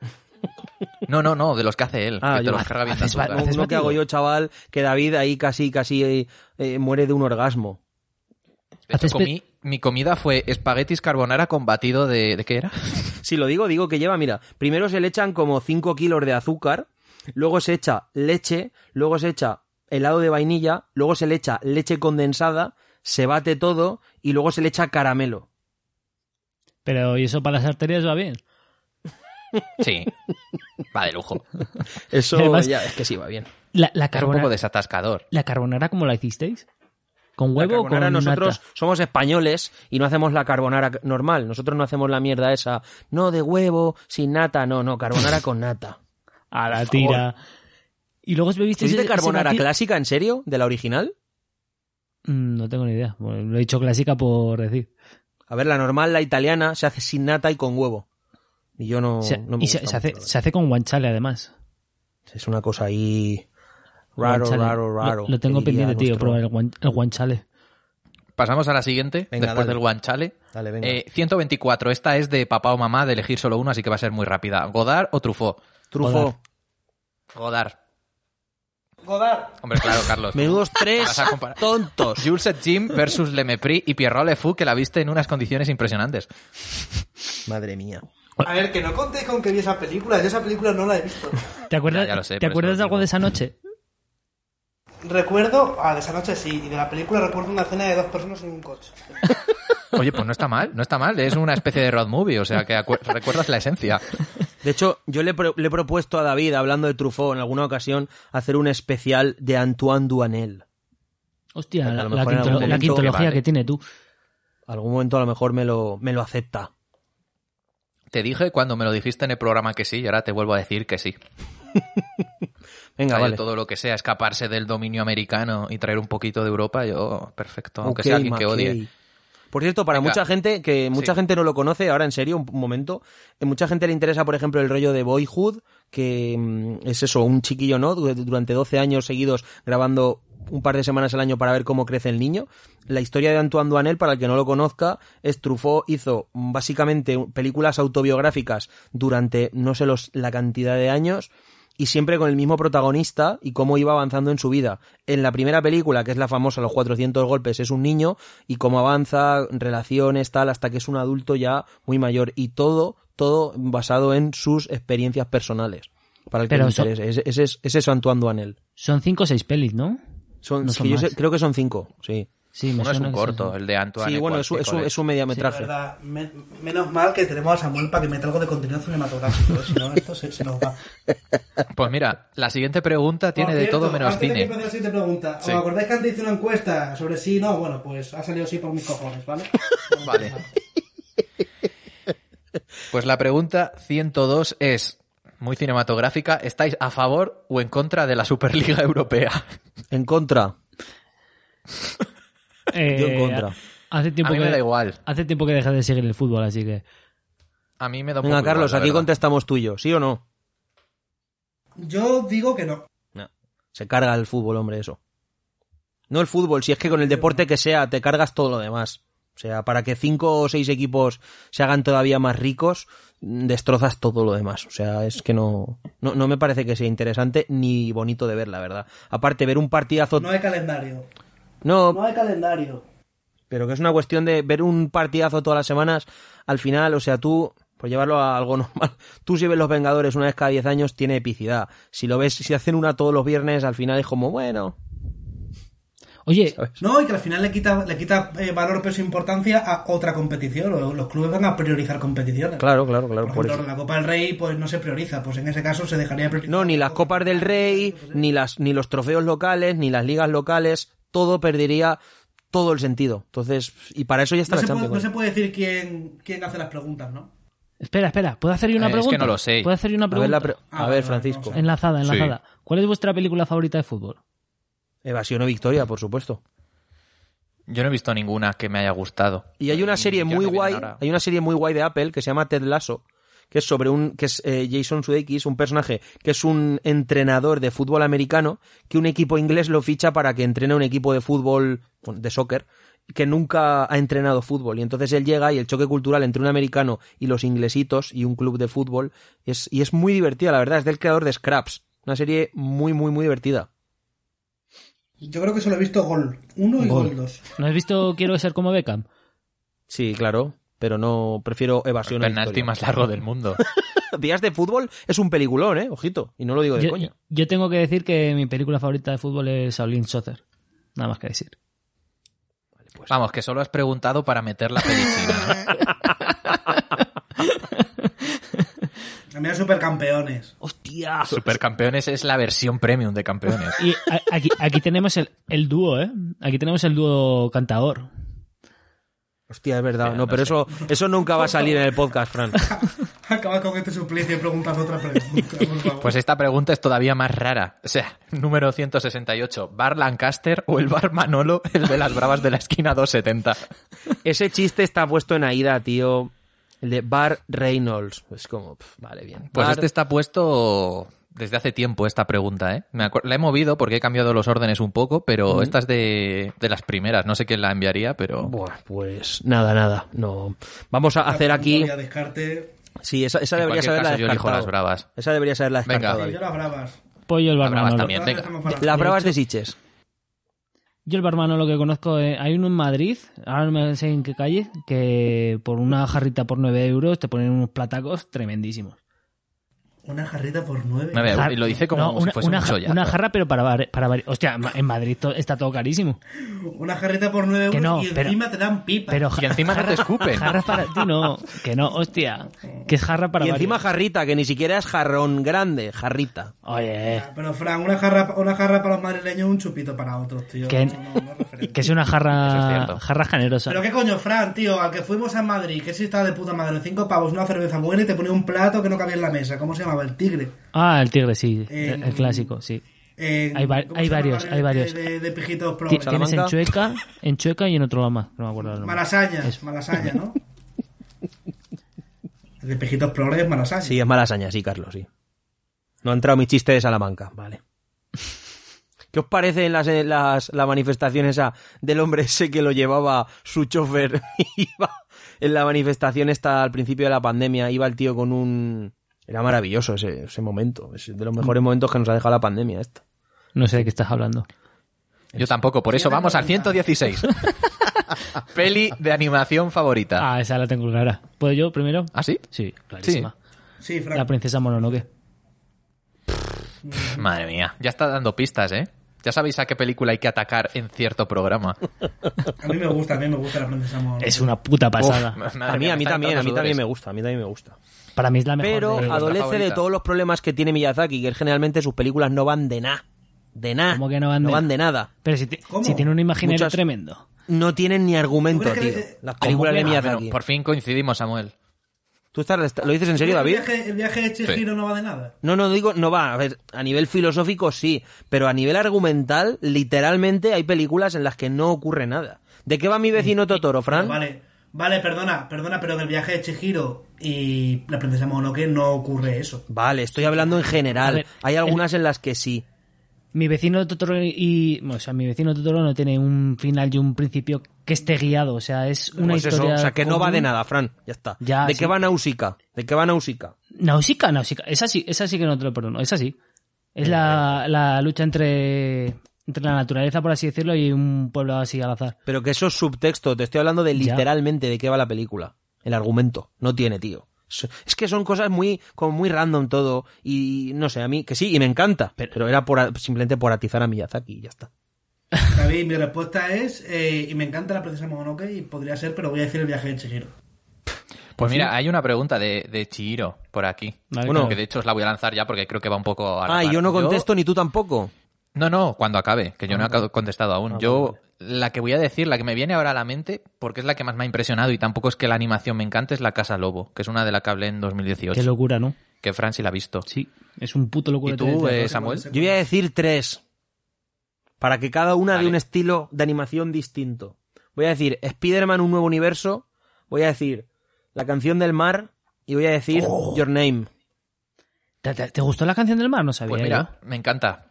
No, no, no, de los que hace él.
Ah,
que te
yo-
los carga bien de
haces ba-
azúcar.
Uno
haces-
que
batido?
hago yo, chaval, que David ahí casi, casi eh, eh, muere de un orgasmo.
De hecho,
haces pe-
comí- mi comida fue espaguetis carbonara con batido de... ¿De qué era?
Si lo digo, digo que lleva, mira, primero se le echan como 5 kilos de azúcar, luego se echa leche, luego se echa helado de vainilla, luego se le echa leche condensada, se bate todo y luego se le echa caramelo.
Pero, ¿y eso para las arterias va bien?
Sí. Va de lujo.
Eso
Además-
ya, es que sí, va bien.
La, la
Es un poco
carbonara,
desatascador.
¿La carbonara cómo la hicisteis? ¿Con
La
huevo o con
carbonara, nosotros
nata?
somos españoles y no hacemos la carbonara normal. Nosotros no hacemos la mierda esa, no de huevo, sin nata, no, no, carbonara con nata.
A la tira. ¿Y luego os bebisteis
¿Hiciste
ese-
carbonara
ese batido?
clásica, en serio? ¿De la original?
Mm, No tengo ni idea. Bueno, lo he dicho clásica por decir.
A ver, la normal, la italiana, se hace sin nata y con huevo. Y yo no,
Se-
no me
y se,
gusta
se
mucho,
hace,
la
se hace con guanchale, además.
verdad. Es una cosa ahí raro,
Guanchale.
raro, raro.
Lo, lo tengo
que diría
pendiente, tío,
nuestro-
probar el, guan- el guanchale.
Pasamos a la siguiente,
Venga,
después
dale.
del guanchale.
Dale, venga.
Eh, 124. Esta es de papá o mamá, de elegir solo uno, así que va a ser muy rápida. ¿Godard o Truffaut?
Truffaut.
Godard.
Godard.
Godard.
Hombre, claro, Carlos.
Menudos tres
Vas a comparar.
tontos.
Jules et Jim versus Lemepri y Pierrot Lefou, que la viste en unas condiciones impresionantes.
Madre mía.
A ver, que no contéis con que vi esa película, yo esa película no la he visto.
¿Te acuerdas,
Ya, ya lo sé,
¿te
por eso
acuerdas
lo
de algo
digo.
de esa noche?
Recuerdo, ah, de esa noche sí, y de la película recuerdo una cena de dos personas en un coche.
Oye, pues no está mal, no está mal. Es una especie de road movie, o sea que acu- recuerdas la esencia.
De hecho, yo le, pro- le he propuesto a David, hablando de Truffaut en alguna ocasión, hacer un especial de Antoine Duanel.
Hostia,
Porque a
la,
lo
la
mejor en
quinto-
algún
la
momento-
quintología
que
que,
vale.
tiene tú.
Algún momento a lo mejor me lo, me lo acepta.
Te dije cuando me lo dijiste en el programa que sí y ahora te vuelvo a decir que sí.
Venga,
O sea, yo
Ah, vale.
Todo lo que sea escaparse del dominio americano y traer un poquito de Europa, yo perfecto, aunque
Ok,
sea alguien que
Mackey.
odie.
Por cierto, para
Venga.
mucha gente, que mucha
Sí.
gente no lo conoce, ahora en serio, un un momento, eh, mucha gente le interesa, por ejemplo, el rollo de Boyhood, que mm, es eso, un chiquillo, ¿no? Du- Durante 12 años seguidos grabando un par de semanas al año para ver cómo crece el niño. La historia de Antoine Duanel, para el que no lo conozca, es Truffaut hizo mm, básicamente películas autobiográficas durante no sé los, la cantidad de años y siempre con el mismo protagonista y cómo iba avanzando en su vida. En la primera película, que es la famosa Los 400 golpes, es un niño y cómo avanza, relaciones, tal, hasta que es un adulto ya muy mayor y todo, todo basado en sus experiencias personales. Para el que
Pero
le
son-
interese. Ese, ese es, ese es Antoine Duanel.
Son cinco o seis pelis, ¿no?
Son,
No
es
son
que yo
más.
sé- creo que son cinco, sí.
Sí, me
Uno es
suena
un
que son-
corto, el de Antoine.
Sí, bueno, es,
Ecuas,
un- es, un-
Piccolo.
es un mediametraje.
verdad, me- menos mal que tenemos a Samuel para que meta algo de contenido cinematográfico, ¿eh? si no, esto se, se nos va.
Pues mira, la siguiente pregunta tiene
Por
de
cierto,
todo menos
antes de que
cine.
empiece la siguiente pregunta, ¿os
Sí.
acordáis que antes hice una encuesta sobre sí y no? Bueno, pues ha salido sí por mis cojones, ¿vale?
Vale. Pues la pregunta 102 es muy cinematográfica. ¿Estáis a favor o en contra de la Superliga Europea?
En contra.
Eh,
Yo en contra.
Hace
A
tiempo
mí
que
me da igual.
Hace tiempo que dejé de seguir el fútbol, así que.
A mí me da un
Venga,
poco igual,
Carlos,
la
aquí
verdad.
contestamos tuyo, ¿sí o no?
Yo digo que no.
Se carga el fútbol, hombre, eso. No el fútbol, si es que con el deporte que sea, te cargas todo lo demás. O sea, para que cinco o seis equipos se hagan todavía más ricos, mm, destrozas todo lo demás. O sea, es que no, no, no me parece que sea interesante ni bonito de ver, la verdad. Aparte, ver un partidazo...
No hay calendario.
No,
No hay calendario.
pero que es una cuestión de ver un partidazo todas las semanas, al final, o sea, tú, por llevarlo a algo normal, tú si ves Los Vengadores una vez cada 10 años, tiene epicidad. Si lo ves, si hacen una todos los viernes, al final es como, bueno,
Oye,
No, y que al final le quita, le quita eh, valor, peso e importancia a otra competición. Los, los clubes van a priorizar competiciones.
claro, claro, claro,
Por
por,
ejemplo,
eso.
la Copa del Rey pues no se prioriza, pues en ese caso se dejaría de priorizar.
No, ni las copas del rey, ni las, ni los trofeos locales, ni las ligas locales, todo perdería todo el sentido. Entonces, y para eso ya está
No
la
se, puede,
Champions.
no se puede decir quién, quién hace las preguntas, ¿no?
espera, espera. ¿Puedo hacer yo una
Eh, es que
pregunta?
no lo sé.
¿Puedo hacer yo una
a ver,
pregunta?
la pre-
Ah,
a ver,
vale,
Francisco.
vamos
Enlazada,
Sí.
enlazada. ¿Cuál es vuestra película favorita de fútbol?
Evasión o victoria, por supuesto.
Yo no he visto ninguna que me haya gustado.
Y hay una serie
ya me
muy
vienen
guay,
ahora.
hay una serie muy guay de Apple que se llama Ted Lasso, que es sobre un que es eh, Jason Sudeikis, un personaje que es un entrenador de fútbol americano que un equipo inglés lo ficha para que entrene a un equipo de fútbol bueno, de soccer que nunca ha entrenado fútbol y entonces él llega y el choque cultural entre un americano y los inglesitos y un club de fútbol es y es muy divertida, la verdad, es del creador de Scraps, una serie muy muy muy divertida.
Yo creo que solo he visto gol 1 y
Gol.
gol 2.
¿No has visto Quiero ser como Beckham?
Sí, claro, pero no prefiero Evasión o
Penalti
Victoria.
más largo del mundo.
Pues Días de fútbol es un peliculón, ¿eh? Ojito. Y no lo digo de
Yo,
coña.
yo tengo que decir que mi película favorita de fútbol es Shaolin Soccer. Nada más que decir.
Vamos, que solo has preguntado para meter la pelichina.
Pues
¿no?
A mí eran supercampeones.
¡Hostia!
Supercampeones es la versión premium de campeones.
Y a- aquí, aquí tenemos el, el dúo, ¿eh? Aquí tenemos el dúo cantador.
Hostia, es verdad.
Hostia,
no,
no
pero
sé.
eso, eso nunca va a salir en el podcast, Fran.
Acaba con este suplicio y preguntas otra pregunta, por favor.
Pues esta pregunta es todavía más rara. O sea, número 168, ¿Bar Lancaster o el Bar Manolo, el de las bravas de la esquina 270?
Ese chiste está puesto en Aida, tío. El de Bar Reynolds. Es como, pf, vale, bien.
Pues
Bar-
este está puesto desde hace tiempo, esta pregunta, ¿eh? Me acuer- la he movido porque he cambiado los órdenes un poco, pero esta es de, de las primeras. No sé quién la enviaría, pero...
Buah, pues nada, nada. No. Vamos a hacer
La
aquí.
pregunta de descarte.
Sí, esa, esa
En
debería
cualquier
saberla
caso, yo elijo
descartado.
las bravas.
Esa debería saberla
Venga.
descartado.
Sí,
David.
yo las bravas.
Pollo el
Las bravas
barmanolo.
también. Bien,
Las bravas
venga.
estamos para-
Las bravas de Siches.
Yo el barmanolo que conozco, eh, hay uno en Madrid, ahora no me sé en qué calle, que por una jarrita por 9 euros te ponen unos platacos tremendísimos.
Una jarrita por nueve.
A ver,
Jar-
y lo dice como
no,
si
una,
fuese
una
un
ja-
chollazo.
una jarra, pero para, bar- para bar- Hostia, ma- en Madrid to- está todo carísimo.
Una jarrita por nueve
Que
euros
no,
y
pero-
encima te dan pipa.
Pero
Y
ja-
encima no te escupen.
jarras para ti, no. Que no, hostia. Que es jarra para
y encima
varios.
jarrita, que ni siquiera es jarrón grande, jarrita.
Oye, eh,
Ah, Pero Fran, una jarra, una jarra para los madrileños, un chupito para otros, tío.
Que-
No, no, no es referente.
que es una
Eso es
jarra,
cierto.
jarra generosa.
Pero qué coño, Fran, tío, al que fuimos a Madrid, que si estaba de puta madre, cinco pavos, una cerveza buena y te ponía un plato que no cabía en la mesa. ¿Cómo se llamaba? El tigre.
Ah, el tigre, sí.
Eh,
el clásico, sí.
En-
Hay va-
Eh, ¿cómo
hay
se llama?
varios,
De-
hay varios.
De, de pijitos pro.
Ti-
Salamanca.
Tienes en Chueca, en Chueca y en otro lado más. No me acuerdo el nombre.
Malasaña, malasaña, ¿no? De pijitos progres, malasaña.
Sí, es malasaña, sí, Carlos, sí. No ha entrado mi chiste de Salamanca, vale. ¿Qué os parecen las, eh, las, la manifestación esa del hombre ese que lo llevaba su chofer? iba en la manifestación esta al principio de la pandemia, iba el tío con un... Era maravilloso ese, ese momento, es de los mejores momentos que nos ha dejado la pandemia esta.
No sé de qué estás hablando.
Yo tampoco, por eso vamos al 116. Peli de animación favorita.
Ah, esa la tengo clara. ¿Puedo yo primero?
¿Ah, sí?
Sí, clarísima.
Sí, Fran.
La princesa Mononoke.
Pff, Madre mía, ya está dando pistas, ¿eh? Ya sabéis a qué película hay que atacar en cierto programa.
A mí me gusta, a mí me gusta la princesa Mono.
Es una puta pasada.
Uf,
a
madre
mí,
mía,
a mí
me
también,
está
a mí
entrando
también me
sudores.
gusta, a mí también me gusta.
Para mí es la mejor.
Pero
de-
adolece de
favorita.
todos los problemas que tiene Miyazaki, que él generalmente sus películas no van de nada. De nada.
¿Cómo que no van de
de nada.
Pero si, ti-
¿Cómo?
si tiene un imaginario
Muchas-
tremendo.
no tienen ni argumento,
¿Tú
tío.
crees que-
Las
¿Cómo
películas
que
de
no?
Miyazaki.
Bueno, por fin coincidimos, Samuel.
¿Tú estás, lo dices en serio,
¿El
David?
viaje, el viaje de Chihiro no va de nada?
No, no digo, no va. A ver, a nivel filosófico sí, pero a nivel argumental, literalmente hay películas en las que no ocurre nada. ¿De qué va mi
Mm,
vecino Totoro,
pues
Fran?
Vale, vale, perdona, perdona, pero del viaje de Chihiro y la princesa Mononoke no ocurre eso.
Vale, estoy hablando en general.
A ver,
hay algunas en las que sí.
Mi vecino Totoro y. O sea, mi vecino Totoro no tiene un final y un principio que esté guiado. O sea, es una
Pues eso,
historia.
o sea, que no va de
común.
nada, Fran. Ya está.
Ya,
¿De
sí.
qué va Nausicaa? ¿De qué va Nausicaa?
Nausicaa, Nausicaa. Esa sí, esa sí que no te lo perdono. Esa sí. Es
Eh,
la, la lucha entre, entre la naturaleza, por así decirlo, y un pueblo así al azar.
Pero que eso es subtexto, te estoy hablando de
Ya.
literalmente de qué va la película. El argumento, no tiene, tío. Es es que son cosas muy, como muy random todo, y no sé, a mí, que sí, y me encanta, pero, era por, a- simplemente por atizar a Miyazaki y ya está.
David, mi respuesta es, eh, y me encanta la princesa Mononoke y podría ser, pero voy a decir el viaje de Chihiro.
Pues mira, hay una pregunta de, de Chihiro por aquí.
Vale,
bueno,
claro.
que de hecho os la voy a lanzar ya porque creo que va un poco a la
Ah, y
par.
yo no contesto ni tú tampoco.
No, no, cuando acabe, que yo no he contestado aún. yo, la que voy a decir, la que me viene ahora a la mente, porque es la que más me ha impresionado y tampoco es que la animación me encante, es La Casa Lobo, que es una de la que hablé en 2018,
Qué locura, ¿no?
que Fran sí la ha visto.
Sí. Es un puto locura.
¿Y tú, eh, Samuel?
Yo voy a decir tres, para que cada una
Vale.
de un estilo de animación distinto. Voy a decir Spider-Man, un nuevo universo, voy a decir La canción del mar, y voy a decir Your Name.
¿Te, te- te gustó la canción del mar? No sabía. ¿eh?
Pues
yo.
mira, me encanta.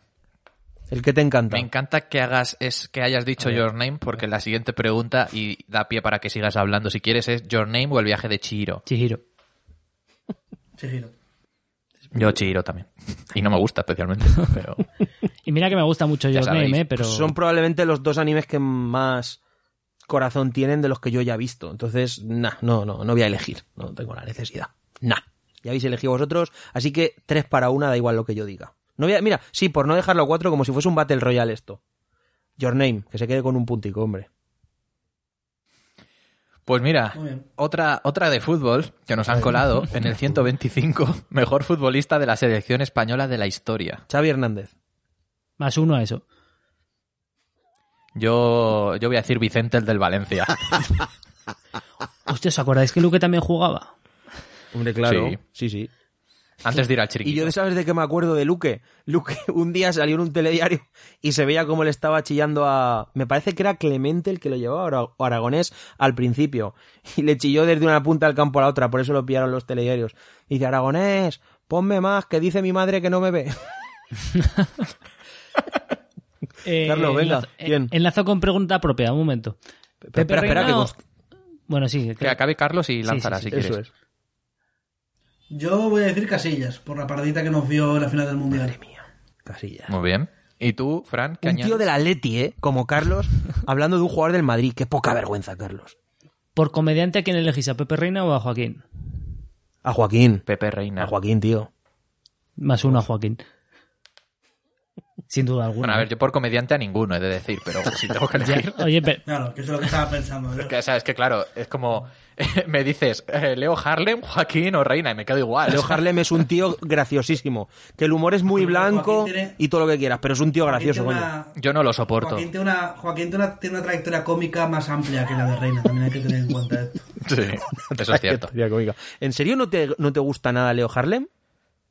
El que te encanta.
Me encanta que hagas es que hayas dicho Your Name, porque la siguiente pregunta, y da pie para que sigas hablando si quieres, es Your Name o el viaje de Chihiro.
Chihiro.
Chihiro.
Yo Chihiro también. Y no me gusta especialmente, pero...
Y mira que me gusta mucho Your
sabéis, pues
Name, ¿eh? Pero.
son probablemente los dos animes que más corazón tienen de los que yo ya he visto. Entonces, nah, no, no, no voy a elegir. No tengo la necesidad. Nah. Ya habéis elegido vosotros, así que tres para una da igual lo que yo diga. No voy a- mira, sí, por no dejarlo a cuatro como si fuese un Battle Royale esto. Your Name, que se quede con un puntico, hombre.
Pues mira,
Muy bien.
otra, otra de fútbol que nos han colado en el 125, mejor futbolista de la selección española de la historia.
Xavi Hernández.
Más uno a eso.
Yo, yo voy a decir Vicente el del Valencia. Ah.
Hostia, ¿os acordáis que Luque también jugaba?
Hombre,
claro.
Sí, sí.
Antes de ir al
Y
chiringuito.
yo de sabes de qué me acuerdo de Luque. Luque un día salió en un telediario y se veía cómo le estaba chillando a... Me parece que era Clemente el que lo llevaba Ara- o Aragonés al principio. Y le chilló desde una punta del campo a la otra, por eso lo pillaron los telediarios. Y dice, Aragonés, ponme más, que dice mi madre que no me ve. Carlos, venga,
enlazo- eh,
¿quién?
Enlazo con pregunta propia, un momento. Pepe
espera, espera, que
Reina o-
conste.
Bueno, sí.
Que acabe Carlos y lánzala
sí, sí,
si quieres.
Eso es.
Yo voy a decir Casillas, por la pardita que nos vio en la final del Mundial.
Casilla.
Muy bien. ¿Y tú, Fran? ¿Qué
Un
añades?
tío del Atleti, ¿eh? Como Carlos, hablando de un jugador del Madrid. Qué poca vergüenza, Carlos.
¿Por comediante a quién elegís? ¿A Pepe Reina o a Joaquín?
A Joaquín.
Pepe
A
Reina.
Joaquín, tío.
Más uno a Joaquín. Sin duda alguna. ¿eh?
Bueno, a ver, yo por comediante a ninguno he de decir, pero si tengo que elegir.
Ya, Oye, pero,
Claro, que eso es lo que estaba pensando. yo.
Que, o sea, es que claro, es como me dices eh, Leo Harlem, Joaquín o Reina y me quedo igual.
Leo Harlem es un tío graciosísimo. Que el humor es muy blanco
Joaquín tiene-
y todo lo que quieras, pero es un tío
Joaquín
gracioso,
tiene
coño.
una-
Yo no lo soporto.
Joaquín, tiene una, Joaquín tiene, una, tiene una trayectoria cómica más amplia que la de Reina, también hay que tener en cuenta esto.
Sí, eso es cierto.
Teoría cómica. ¿En serio no te, no te gusta nada Leo Harlem?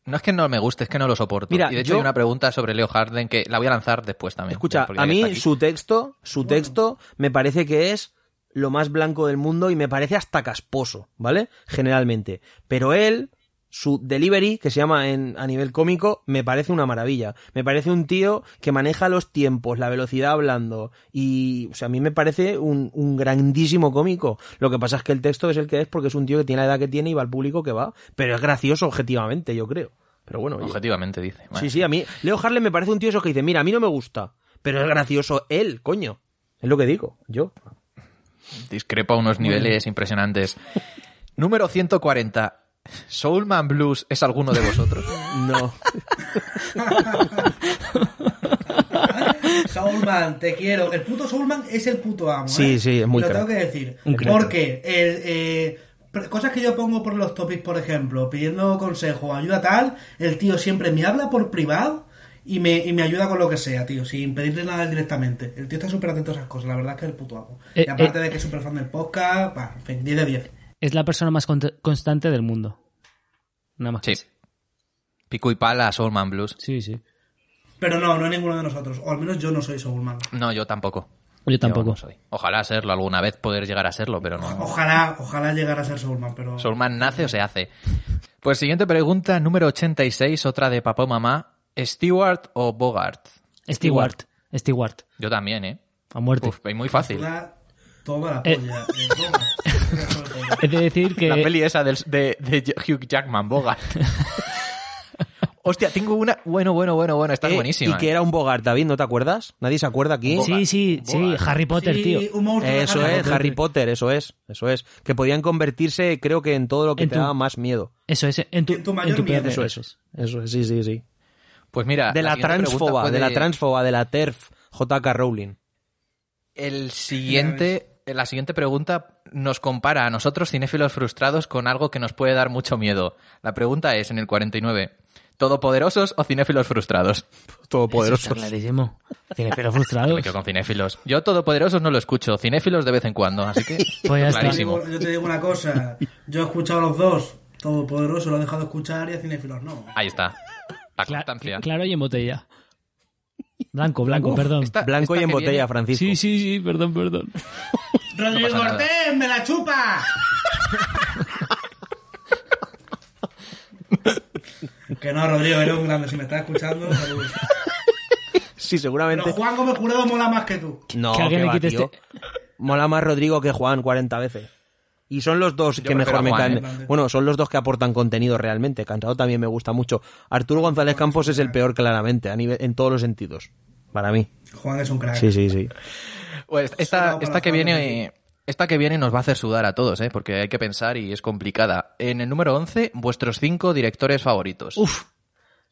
No es que no me guste, es que no lo soporto.
Mira,
y de hecho
yo-
hay una pregunta sobre Leo Harlem que la voy a lanzar después también. ¿eh?
Escucha,
porque ya
a
que está
mí
aquí.
su texto, su texto me parece que es lo más blanco del mundo y me parece hasta casposo, ¿vale? Generalmente. Pero él, su delivery, que se llama en- a nivel cómico, me parece una maravilla. Me parece un tío que maneja los tiempos, la velocidad hablando. Y, o sea, a mí me parece un, un grandísimo cómico. Lo que pasa es que el texto es el que es porque es un tío que tiene la edad que tiene y va al público que va. Pero es gracioso objetivamente, yo creo. Pero bueno, oye.
Objetivamente dice. Bueno,
Sí, sí, a mí. Leo Harlem me parece un tío eso que dice, mira, a mí no me gusta, pero es gracioso él, coño. Es lo que digo, yo.
Discrepa unos niveles impresionantes. Número 140. Soulman Blues es alguno de vosotros.
No.
Soulman, te quiero. El puto Soulman es el puto amo.
Sí,
¿eh?
sí, es muy
Lo
crack.
tengo que decir.
Un crack.
Porque el, eh, pr- cosas que yo pongo por los topics, por ejemplo, pidiendo consejo, ayuda tal, el tío siempre me habla por privado y me, y me ayuda con lo que sea, tío, sin pedirle nada directamente. El tío está súper atento a esas cosas, la verdad es que es el puto amo.
Eh,
y aparte
eh.
de que es súper fan del podcast, bah, en fin, 10 de 10.
es la persona más cont- constante del mundo. Nada más. que
Sí.
eso.
Pico y pala, Soulman Blues.
Sí, sí.
Pero no, no es ninguno de nosotros, o al menos yo no soy Soulman.
No, yo tampoco.
Yo tampoco.
no soy. Ojalá serlo alguna vez, poder llegar a serlo, pero no.
Ojalá, ojalá llegara a ser Soulman, pero...
Soulman nace o se hace. Pues siguiente pregunta, número 86, otra de papá mamá. ¿Stewart o Bogart?
Stewart. Stewart.
Yo también, ¿eh?
A muerte.
Uf, y muy fácil.
Toda- Toda la
Eh.
polla. eh, toma.
Es de decir que.
La peli esa del- de, de Hugh Jackman, Bogart. Hostia, tengo una... Bueno, bueno, bueno, bueno, esta es
Eh,
buenísima.
Y que era un Bogart, David, ¿no te acuerdas? ¿Nadie se acuerda aquí?
Sí, sí, sí.
Bogart.
Harry Potter,
Sí,
tío.
un monstruo de
Eso
Harry
es,
Potter.
Harry Potter, eso es, eso es. Que podían convertirse, creo que en todo lo que
En
te
tu-
daba más miedo.
Eso es. En tu,
En tu mayor
peor
miedo.
enemigo.
Eso es, eso es, sí, sí, sí.
Pues mira...
De la,
siguiente pregunta
transfoba,
fue
de la transfoba, de la TERF, JK Rowling.
El siguiente... La siguiente pregunta nos compara a nosotros, cinéfilos frustrados, con algo que nos puede dar mucho miedo. La pregunta es, en el 49, ¿todopoderosos o cinéfilos frustrados?
Eso está clarísimo. Tiene pelo frustrado.
pues Me quedo con cinéfilos. Yo todopoderosos no lo escucho, cinéfilos de vez en cuando, así que
Pues
Yo
ya está.
te
clarísimo.
digo- Yo te digo una cosa. Yo he escuchado a los dos. Todopoderoso lo he dejado escuchar y a Cinefilos no.
Ahí está. La
Cla-
constancia.
claro y en botella. Blanco, blanco, perdón.
Esta-
Blanco
esta
y en
que
botella,
viene-
Francisco.
Sí, sí, sí, perdón, perdón.
¡Rodrigo
pasa nada.
Cortés, me la chupa! que no, Rodrigo, eres un grande. Si me estás escuchando, saludos.
Sí,
Pero
seguramente.
Juan Gómez Jurado mola más que tú.
No,
Que alguien
qué
le
va,
quite
tío.
este-
Mola más Rodrigo que Juan 40 veces. Y son los dos que
prefiero
mejor me
a Juan,
caen.
¿eh?
Bueno, son los dos que aportan contenido realmente. Cansado también me gusta mucho. Arturo González Campos es el peor claramente, a nivel, en todos los sentidos. Para mí.
Juan es un crack.
Sí, sí, sí.
Pues esta,
Solo para
esta que
Juan
viene. eh, Esta que viene nos va a hacer sudar a todos, ¿eh? porque hay que pensar y es complicada. En el número 11, vuestros cinco directores favoritos.
Uf,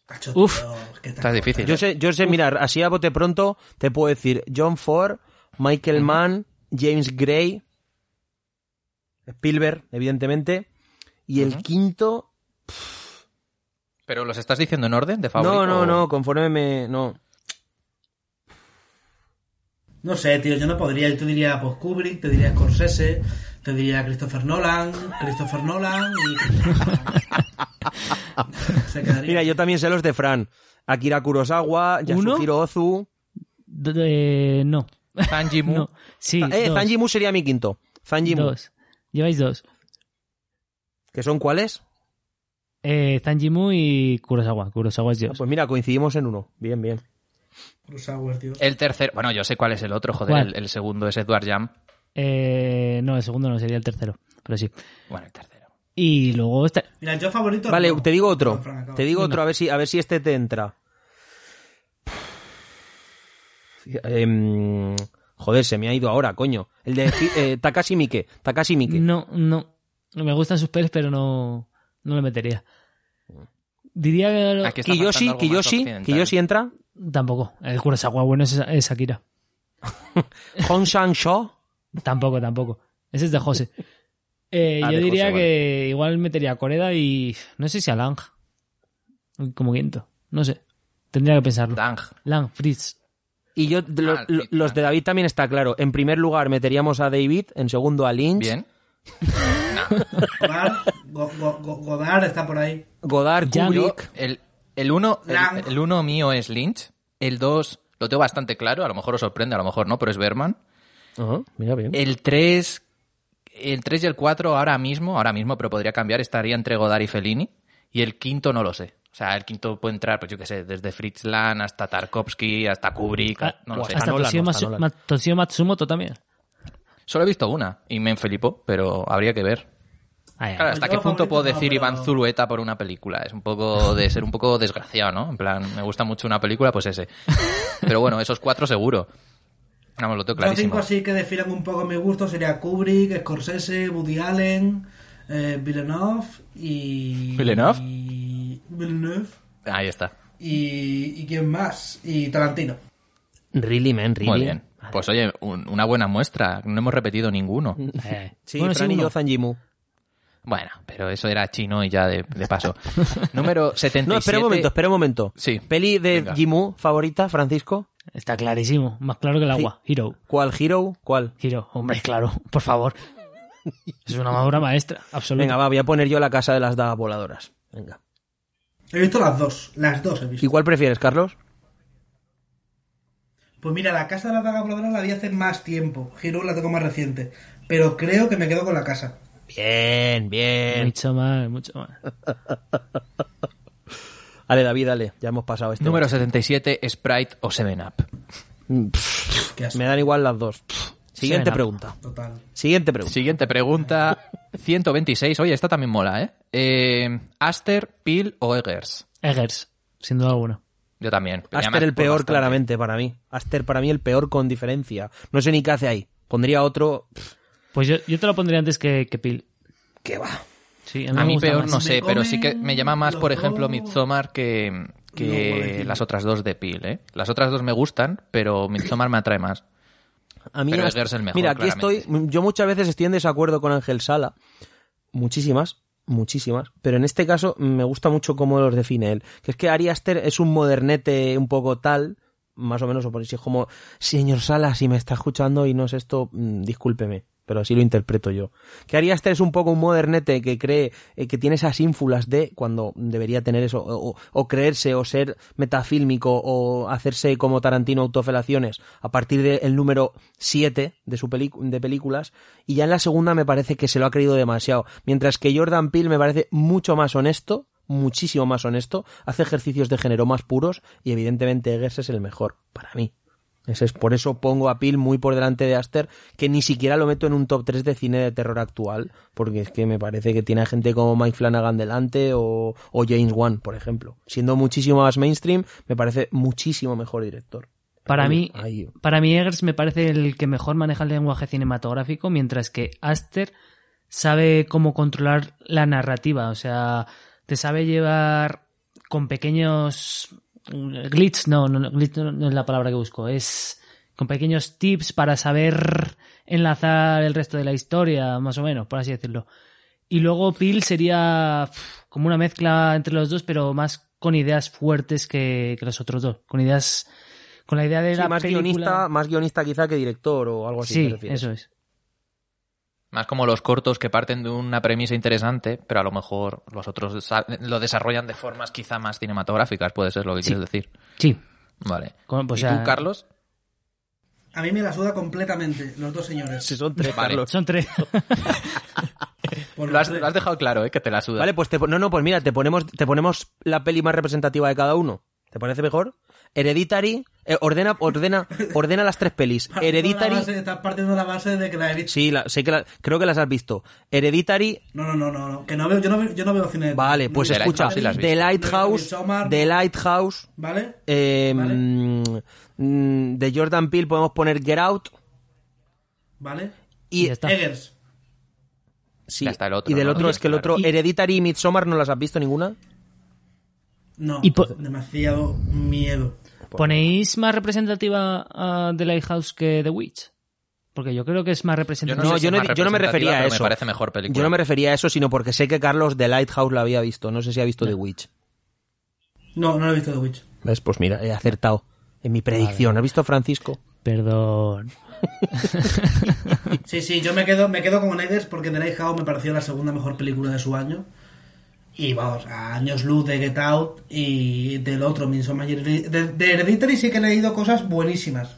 Cacho,
Uf.
tío, es que
Esta es difícil. ¿eh?
Yo sé, yo sé, mirar, así a bote pronto te puedo decir John Ford, Michael Mann, James Gray, Spielberg, evidentemente. Y el quinto.
¿Pero los estás diciendo en orden de favorito?
no, no,
o-
no, conforme me. No.
No sé, tío, yo no podría. Yo te diría pues, Kubrick, te diría Scorsese, te diría Christopher Nolan, Christopher Nolan y... Se quedaría.
Mira, yo también sé los de Fran. Akira Kurosawa,
¿Uno?
Yasuhiro Ozu.
d- d- eh, no.
Sanji Mu.
No. Sí,
Eh,
dos,
Zanjimu sería mi quinto. Zanjimu.
dos. Lleváis dos.
¿Que son cuáles?
Eh, Zanjimu y Kurosawa. Kurosawa es
Ah,
Dios.
Pues mira, coincidimos en uno. Bien, bien.
Kurosawa, tío.
El tercer. Bueno, yo sé cuál es el otro, joder.
¿Cuál?
El, el segundo es Edward Jam.
Eh, no, el segundo no, sería el tercero. Pero sí.
Bueno, el tercero.
Y luego está...
Mira, yo favorito.
Vale,
no.
te digo otro.
Fran, Fran, acaba.
Te digo otro, a ver si, a ver si este te entra. Em, joder, se me ha ido ahora, coño. El de eh, Takashi Miike. Takashi Miike.
No, no. Me gustan sus pelis, pero no, no le metería. Diría que lo-
Aquí está
Kiyoshi,
faltando algo más
Kiyoshi,
occidental.
Kiyoshi entra.
tampoco. El Kurosawa bueno es, es Akira.
Hong Shang-Sho.
Tampoco, tampoco. Ese es de José. Eh,
Ah,
yo
de
diría
José,
que igual metería a Coreda y no sé si a Lang. Uy, Como quinto. No sé. Tendría que pensarlo.
Dang.
Lang, Fritz.
Y yo, lo-
Ah,
lo-
sí,
los de David también está claro. En primer lugar meteríamos a David, en segundo a Lynch.
Bien.
Godard, Go- Go- Go- Godard está por ahí.
Godard,
Ya,
Yo,
Kubrick.
el, el, uno,
Lang.
el, el uno mío es Lynch. El dos lo tengo bastante claro. A lo mejor os sorprende, a lo mejor no, pero es Berman.
Ajá, mira bien.
El 3, el 3 y el 4 ahora mismo, ahora mismo, pero podría cambiar, estaría entre Godard y Fellini. Y el quinto no lo sé. O sea, el quinto puede entrar, pues yo qué sé, desde Fritz Lang hasta Tarkovsky, hasta Kubrick,
Ah,
no lo
pues
sé.
Hasta
Nolan,
Toshio,
hasta
Matsu-
Nolan.
Ma- Toshio Matsumoto también.
Solo he visto una y me enfelipó, pero habría que ver.
Ah, ya.
Claro, ¿hasta
Yo
qué punto
favorito
puedo
no,
decir
pero-
Iván Zulueta por una película? Es un poco de ser un poco desgraciado, ¿no? En plan, me gusta mucho una película, pues ese. Pero bueno, esos cuatro seguro. Vamos, lo tengo
Los cinco
clarísimo.
así que definan un poco mi gusto sería Kubrick, Scorsese, Woody Allen, eh, Villeneuve y...
¿Villeneuve?
y- Villeneuve.
Ahí está.
Y, y quién más? Y Tarantino.
Really, man, really.
Muy bien. Pues oye, un- una buena muestra. No hemos repetido ninguno.
Mm.
Eh.
Sí,
Bueno,
Fran y
uno.
yo, Zanjimu.
Bueno, pero eso era chino y ya de, de paso. Número 77.
No, espera un momento, espera un momento.
Sí.
Peli de
Venga.
Jimu favorita, Francisco.
Está clarísimo. Más claro que el agua. Hero.
¿Cuál Hero? ¿Cuál?
Hero. Hombre, claro. Por favor. Es una obra maestra. Absoluta.
Venga, va, voy a poner yo la casa de las dagas voladoras. Venga.
He visto las dos, las dos he
¿Y
visto.
cuál prefieres, Carlos?
Pues mira, la casa de la daga voladora la vi hace más tiempo. Giro la tengo más reciente. Pero creo que me quedo con la casa.
Bien, bien.
Mucho más, mucho más.
Dale, David, dale. Ya hemos pasado este.
Número 77, Sprite o Seven Up.
Qué asco,
Me dan igual las dos. Siguiente
up.
pregunta.
total.
Siguiente pregunta.
Siguiente pregunta, 126. Oye, esta también mola, ¿eh? Eh, Aster, Peel o Eggers?
Eggers, sin duda alguna.
Yo también. pero
Aster
además
el
por
peor,
bastante.
claramente, para mí. Aster para mí el peor con diferencia. No sé ni qué hace ahí. Pondría otro. pff,
Pues yo, yo te lo pondría antes que, que Pil.
Que va.
Sí,
A mí
me gusta
peor
más.
no
Me
sé, pero sí que
comen
me llama más,
los
por ejemplo,
dos.
Midsommar que,
No,
que
pobrecito.
las otras dos de Peel, ¿eh? Las otras dos me gustan, pero Midsommar me atrae más.
A mí
Pero
Aster-
Edgar es el mejor,
Mira, aquí
claramente.
estoy. Yo muchas veces estoy en desacuerdo con Ángel Sala. Muchísimas, muchísimas. Pero en este caso me gusta mucho cómo los define él. Que es que Ari Aster es un modernete un poco tal, más o menos, o por si es como, señor Sala, si me está escuchando y no es esto, mm, discúlpeme. Pero así lo interpreto yo. Que Ari Aster es un poco un modernete que cree eh, que tiene esas ínfulas de cuando debería tener eso, o, o- o creerse, o ser metafílmico, o hacerse como Tarantino autofelaciones a partir del número 7 de, su pelicu- de películas. Y ya en la segunda me parece que se lo ha creído demasiado. Mientras que Jordan Peele me parece mucho más honesto, muchísimo más honesto, hace ejercicios de género más puros y evidentemente Eggers es el mejor, para mí. Ese es por eso pongo a Peel muy por delante de Aster, que ni siquiera lo meto en un top 3 de cine de terror actual, porque es que me parece que tiene a gente como Mike Flanagan delante o, o James Wan, por ejemplo. Siendo muchísimo más mainstream, me parece muchísimo mejor director.
Para
Ahí-
mí,
ahí.
para mí Eggers me parece el que mejor maneja el lenguaje cinematográfico, mientras que Aster sabe cómo controlar la narrativa, o sea, te sabe llevar con pequeños mm, glitch, no, no, no, glitch no, no es la palabra que busco, es con pequeños tips para saber enlazar el resto de la historia, más o menos, por así decirlo. Y luego Peel sería pf, como una mezcla entre los dos, pero más con ideas fuertes que, que los otros dos, con ideas con la idea de
Sí,
la
más
película.
guionista, más guionista quizá que director o algo así. te
Sí,
refieres.
eso es.
Más como los cortos que parten de una premisa interesante, pero a lo mejor los otros desa- lo desarrollan de formas quizá más cinematográficas, puede ser lo que
Sí.
quieres decir.
Sí.
Vale.
Con- pues
¿Y
ya-
tú, Carlos?
A mí me la suda completamente, los dos señores.
Si son tres,
Vale.
Carlos.
Son tres.
Pues
Por
Lo
los
has,
tres.
lo has dejado claro, ¿eh? Que te la suda.
Vale, pues te, no, no, pues mira, te ponemos, te ponemos la peli más representativa de cada uno. ¿Te parece mejor? Hereditary, eh, ordena, ordena, ordena las tres pelis.
Partiendo de la base-
Hereditary,
Estás partiendo de la base de que la he visto.
sí, la- sé que la- creo que las has visto. Hereditary,
No, no, no, no, no, Que no veo, yo, no veo, yo no veo cine.
vale, pues
no,
The
escucha,
Lighthouse sí la has
The
visto.
Lighthouse,
No he visto Midsommar.
The Lighthouse,
¿Vale?
eh,
Vale.
mm, de Jordan Peele podemos poner Get Out
¿Vale?
y,
Ya está.
Eggers.
sí,
Ya está el otro,
y del
¿no?
otro es que el otro
Claro.
Hereditary y Midsommar no las has visto ninguna.
No,
Y po-
demasiado miedo.
¿Ponéis más representativa ah, de Lighthouse que The Witch? Porque yo creo que es más representativa.
no,
sé si
yo
es
no-
más
yo no me refería
representativa,
a
pero
eso.
Me parece mejor película.
Yo no me refería a eso, sino porque sé que Carlos de Lighthouse la había visto. No sé si ha visto The Witch.
No, no lo he visto de Witch.
¿Ves? Pues mira, he acertado en mi predicción. ¿Has visto Francisco?
Perdón.
Sí, sí, yo me quedo, me quedo con Neighbors porque The Lighthouse me pareció la segunda mejor película de su año. Y vamos, a años luz de Get Out y del otro, Midsommar y Hereditary. De, de Hereditary sí que he leído cosas buenísimas.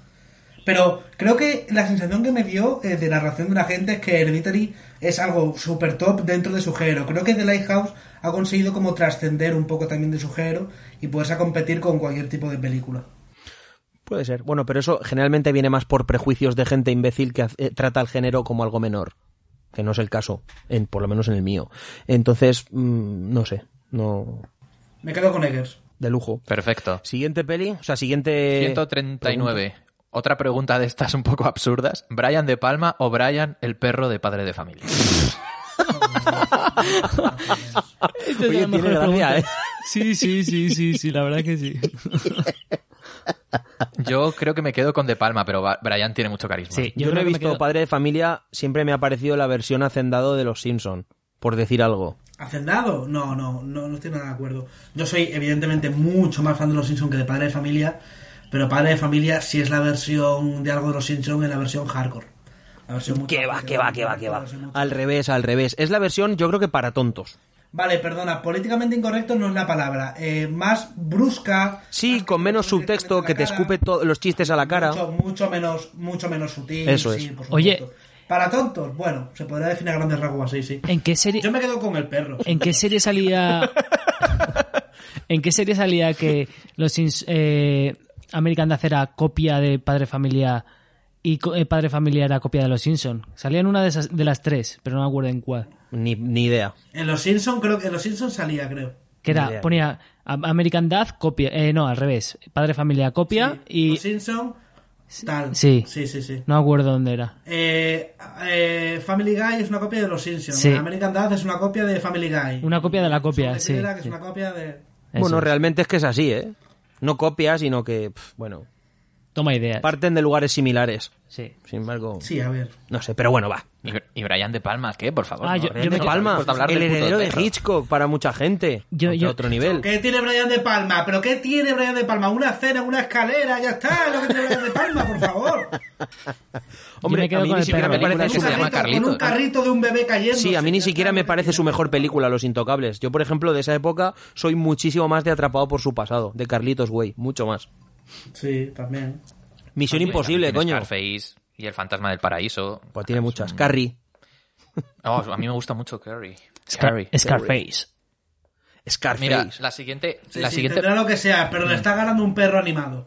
Pero creo que la sensación que me dio eh, de la reacción de la gente es que Hereditary es algo super top dentro de su género. Creo que The Lighthouse ha conseguido como trascender un poco también de su género y poderse a competir con cualquier tipo de película.
Puede ser. Bueno, pero eso generalmente viene más por prejuicios de gente imbécil que hace- eh, trata al género como algo menor. Que no es el caso, en, por lo menos en el mío. Entonces, mm, no sé. No.
Me quedo con Eggers.
De lujo.
Perfecto.
Siguiente peli, o sea, siguiente.
139. Otra pregunta de estas un poco absurdas. ¿Brian de Palma o Brian el perro de padre de familia?
Esta es
Oye,
la mejor
tiene gracia,
pregunta.
¿eh?
Sí, sí, sí, sí, sí, la verdad que sí.
Yo creo que me quedo con de Palma, pero Ba- Brian tiene mucho carisma.
Sí,
Yo,
yo,
no
creo
he
que me
visto
quedo-
Padre de Familia, siempre me ha parecido la versión hacendado de los Simpson, por decir algo.
¿Hacendado? No, no, no, no estoy nada de acuerdo. Yo soy, evidentemente, mucho más fan de los Simpsons que de Padre de Familia, pero Padre de Familia sí es la versión de algo de los Simpsons en la versión hardcore. La versión mucho
Que
más
va,
fuerte,
que va, que va, que va.
la versión mucho-
Al revés, al revés. Es la versión, yo creo que para tontos.
Vale, perdona, políticamente incorrecto no es la palabra. eh, más brusca.
Sí,
más
con menos
directamente en
subtexto,
la
que te
cara,
escupe todos los chistes a la cara.
Mucho, mucho menos, mucho menos sutil.
Eso
sí,
es.
por supuesto.
Oye.
Para tontos, bueno, se podría definir a grandes rasgos así, sí.
¿En qué serie?
Yo me quedo con el perro.
¿En qué serie salía? ¿En qué serie salía que los Sims- eh, American Dad era copia de Padre Familia y co- eh, Padre Familia era copia de los Simpson? Salía en una de, esas, de las tres, pero no me acuerdo en cuál.
Ni, ni idea.
En los Simpsons, creo que en los Simpsons salía, creo.
Que
Ni idea.
era, ponía a- American Dad copia, eh, no, al revés, Padre Familia copia
y
y
Simpson tal
Sí.
sí sí sí
no me acuerdo dónde era.
Eh, eh, Family Guy es una copia de los Simpsons
Sí.
American Dad es una copia de Family Guy
Una copia de la
Son
copia,
de
sí.
Piedra, que es una copia de
Eso
bueno,
es.
realmente es que es así, ¿eh? No copia, sino que, pf, bueno,
Toma idea.
parten de lugares similares.
Sí.
Sin embargo,
sí a ver
no sé, pero bueno, va.
¿Y, y Brian de Palma qué? Por favor.
Ah,
no,
yo-
Brian
yo me-
de
Palma,
Hemos hablar
el
del puto
heredero de
perro.
Hitchcock para mucha gente.
Yo-
Otro-
yo-
otro nivel.
¿Qué tiene Brian de Palma? ¿Pero qué tiene Brian de Palma? Una cena, una escalera, ya está, es lo que tiene Brian de Palma, por favor.
Yo
Hombre,
me quedo
a mí
con
ni
el
siquiera
perro.
me parece
Película
su
que se
mejor ¿eh?
llama
con
Carlitos.
un carrito de un bebé cayendo.
Sí, a mí ni siquiera me parece su mejor película, Los Intocables. Yo, por ejemplo, de esa época soy muchísimo más de Atrapado por su pasado, de Carlitos Way, mucho más.
Sí, también.
Misión
También
Imposible,
tiene
coño.
Scarface y el fantasma del paraíso.
Pues tiene muchas. Carrie.
Oh, a mí me gusta mucho Carrie.
Scar- Scarface.
Scarface.
Mira, la siguiente.
Sí,
la
sí,
siguiente.
Tendrá lo que sea, pero le está ganando un perro animado.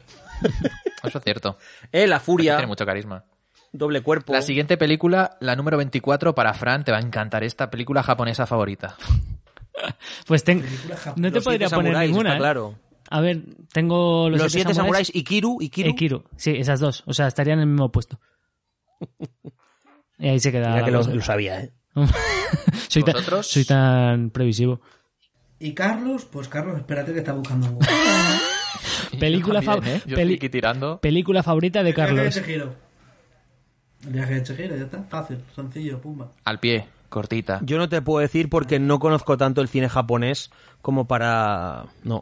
Eso es cierto.
Eh, La
Aquí
Furia.
Tiene mucho carisma.
Doble cuerpo.
La siguiente película, la número 24, para Fran, te va a encantar esta película japonesa favorita.
Pues ten- no te
Los
podría
siete
poner
samuráis,
ninguna.
está
¿eh?
claro.
A ver, tengo los,
Los, Siete Samuráis. Ikiru. Ikiru.
Eh, Kiru. Sí, esas dos. O sea, estarían en el mismo puesto. Y ahí se queda.
Mira
la
que lo,
cosa.
lo sabía, eh.
soy, tan,
¿Vosotros?
soy tan previsivo.
¿Y Carlos? Pues Carlos, espérate que está buscando un Google.
Película
Yo también,
fa-
¿eh? Yo
peli-
estoy aquí tirando.
Película favorita de
El
Carlos.
viaje de Chihiro. El viaje de Chihiro, ya está. Fácil, sencillo, pumba.
Al pie, cortita.
Yo no te puedo decir porque no conozco tanto el cine japonés como para. No.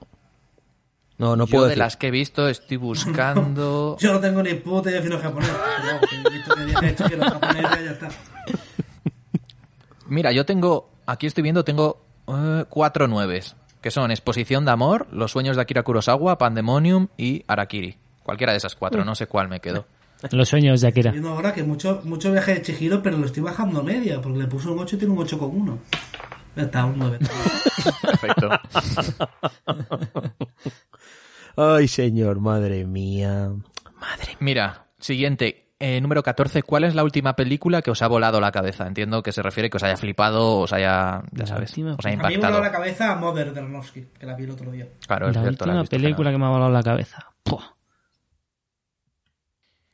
No, no
Yo
puedo
de
decir.
las que he visto estoy buscando...
Yo no tengo ni puta idea de cine japonés. No, que he visto que el viaje de Chihiro es japonés, ya está.
Mira, yo tengo... Aquí estoy viendo, tengo eh, cuatro nueves, que son Exposición de Amor, Los Sueños de Akira Kurosawa, Pandemonium y Arakiri. Cualquiera de esas cuatro, no sé cuál me quedo.
Los sueños de Akira.
Viendo ahora que mucho, mucho viaje de Chihiro, pero lo estoy bajando a media, porque le puse un 8 y tiene un 8,1. Ya está, un 9.
Perfecto.
Ay, señor, madre mía. Madre
Mira, siguiente. eh, número 14. ¿Cuál es la última película que os ha volado la cabeza? Entiendo que se refiere que os haya flipado, os haya... Ya
La
sabes,
última-
os haya
A mí me voló
impactado.
la cabeza a Mother de Aronofsky, que la vi el otro día.
Claro, es
la
cierto, la has
última
visto,
película
claro.
que me ha volado la cabeza. Puah.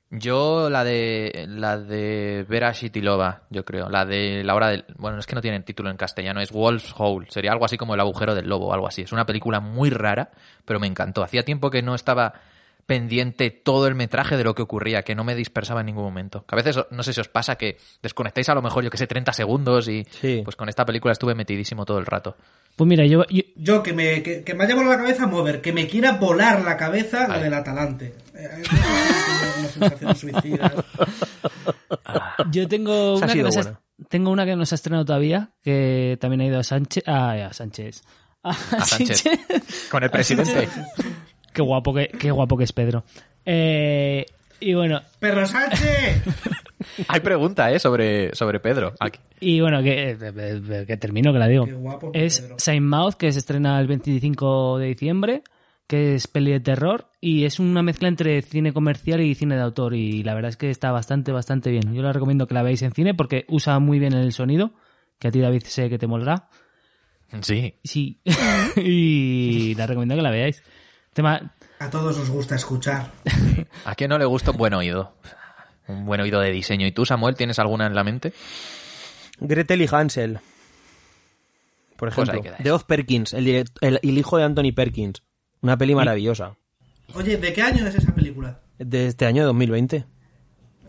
Yo la de la de Vera Shitilova, yo creo, la de la hora del bueno, es que no tiene título en castellano, es Wolf's Hole, sería algo así como El agujero del lobo, algo así. Es una película muy rara, pero me encantó. Hacía tiempo que no estaba pendiente todo el metraje de lo que ocurría, que no me dispersaba en ningún momento. Que a veces no sé si os pasa que desconectáis a lo mejor yo que sé 30 segundos y
Sí.
pues con esta película estuve metidísimo todo el rato.
Pues mira, yo, yo-
Yo, que me, que, que me ha llevado la cabeza Mover, que me quiera volar la cabeza la
Ahí.
del Atalante. Eh, eh, una sensación suicida.
yo tengo
Esa ha
una que
sido
no se ha-
buena.
tengo una que no se ha estrenado todavía, que también ha ido a Sánchez. Ah, a Sánchez. A,
Sánchez.
Sánchez.
Con el presidente.
Qué guapo que, qué guapo que es Pedro. Eh, y bueno,
¡Perro Sánchez!
Hay pregunta, ¿eh? Sobre, sobre Pedro. Aquí.
y bueno, que, eh, eh, que termino, que la digo.
Qué guapo,
Es
Pedro.
Saint Mouth, que se estrena el 25 de diciembre, que es peli de terror y es una mezcla entre cine comercial y cine de autor y la verdad es que está bastante, bastante bien. Yo la recomiendo que la veáis en cine porque usa muy bien el sonido, que a ti David sé que te molará.
Sí.
Sí, y la recomiendo que la veáis. Tema,
A todos os gusta escuchar.
¿A quién no le gusta un buen oído? Un buen oído de diseño. ¿Y tú, Samuel, tienes alguna en la mente?
Gretel y Hansel. Por
Pues ahí
ejemplo,
queda eso.
de Oz Perkins, el, direct- el- el hijo de Anthony Perkins. Una peli maravillosa.
Oye, ¿de qué año es esa película?
De este año 2020.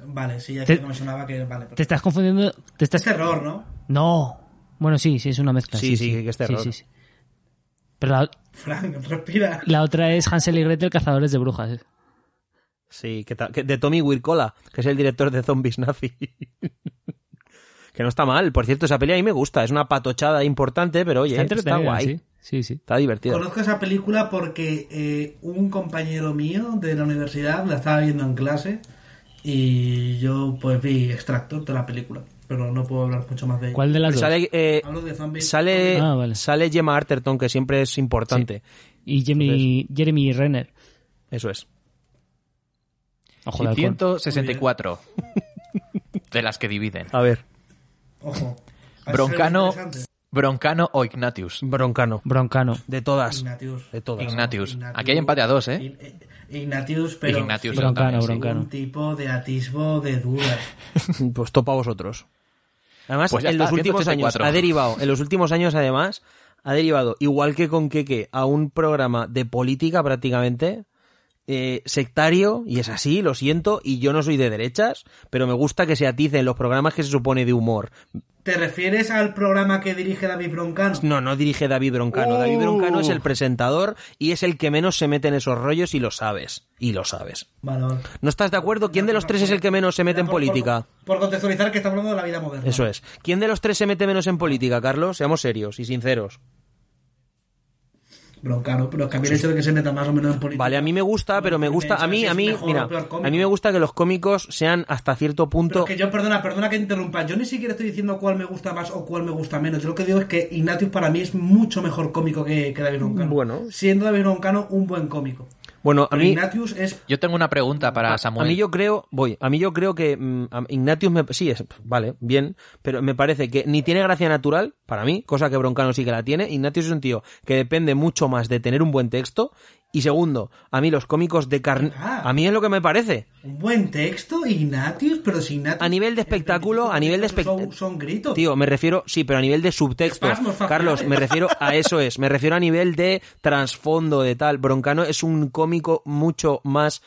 Vale, sí, ya
Te-
que no me sonaba que... Vale,
te estás confundiendo, te
Es
estás...
terror, ¿no?
No. Bueno, sí, sí, es una mezcla.
Sí,
Sí,
sí, que es terror.
sí, sí. Pero la,
Frank, respira.
la otra es Hansel y Gretel, cazadores de brujas.
Sí, que ta- que- de Tommy Wirkola, que es el director de Zombies Nazi. que no está mal. Por cierto, esa peli a mí me gusta. Es una patochada importante, pero oye, está,
entretenida,
guay.
sí. Sí, sí.
Está divertida.
Conozco esa película porque eh, un compañero mío de la universidad la estaba viendo en clase y yo pues vi extractos de la película, pero no puedo hablar mucho más de ella.
¿Cuál de las dos?
Sale, eh,
Hablo de zombies.
sale,
Ah, vale.
sale Gemma Arterton, que siempre es importante.
Y Jeremy, Jeremy Renner.
Eso es.
Ojo de
Y
halcón.
164. De las que dividen.
A ver,
Ojo. Parece
Broncano,
ser interesante.
Broncano o Ignatius.
Broncano.
Broncano.
De todas.
Ignatius.
De todas.
Ignatius.
Ignatius.
Aquí hay empate a dos, ¿eh?
Ign- eh, Ignatius, pero
Ignatius
sin
Broncano,
también, sí.
broncano.
ningún tipo de atisbo de duda.
Pues topa vosotros. Además,
Pues ya
en
está,
los últimos años
184.
ha derivado, en los últimos años además, ha derivado, igual que con Keke, a un programa de política prácticamente, eh, sectario, y es así, lo siento, y yo no soy de derechas, pero me gusta que se aticen los programas que se supone de humor.
¿Te refieres al programa que dirige David Broncano?
Pues No, no dirige David Broncano. David Broncano es el presentador y es el que menos se mete en esos rollos y lo sabes. Y lo sabes.
Vale, vale.
¿No estás de acuerdo? ¿Quién de los tres es el que menos se mete en
Por- por-
política?
Por, contextualizar que estamos hablando de la vida moderna.
Eso es. ¿Quién de los tres se mete menos en política, Carlos? Seamos serios y sinceros.
Broncano, pero es que a mí el hecho de que se meta más o menos en política.
Vale, a mí me gusta, pero me gusta, a mí, a mí, mira, a mí me gusta que los cómicos sean hasta cierto
Pero
punto.
es que yo, perdona, perdona que interrumpa. Yo ni siquiera estoy diciendo cuál me gusta más o cuál me gusta menos. Yo lo que digo es que Ignatius para mí es mucho mejor cómico que, que David Broncano.
Bueno.
Siendo David Broncano un buen cómico.
Bueno, a
Pero
mí,
Ignatius es.
Yo tengo una pregunta para
a
Samuel.
mí yo creo, voy, a mí yo creo que mm, a- Ignatius me, sí es, vale, bien, pero me parece que ni tiene gracia natural para mí, cosa que Broncano sí que la tiene. Ignatius es un tío que depende mucho más de tener un buen texto y segundo, a mí los cómicos de carne,
Ah.
a mí es lo que me parece.
Un buen texto, Ignatius, pero si Ignatius.
A nivel de espectáculo, a nivel de
Son,
espectáculo.
son gritos.
Tío, me refiero, sí, pero a nivel de subtexto.
Espasmos faciales.
Carlos, me refiero a eso es. Me refiero a nivel de trasfondo, de tal. Broncano es un cómico mucho más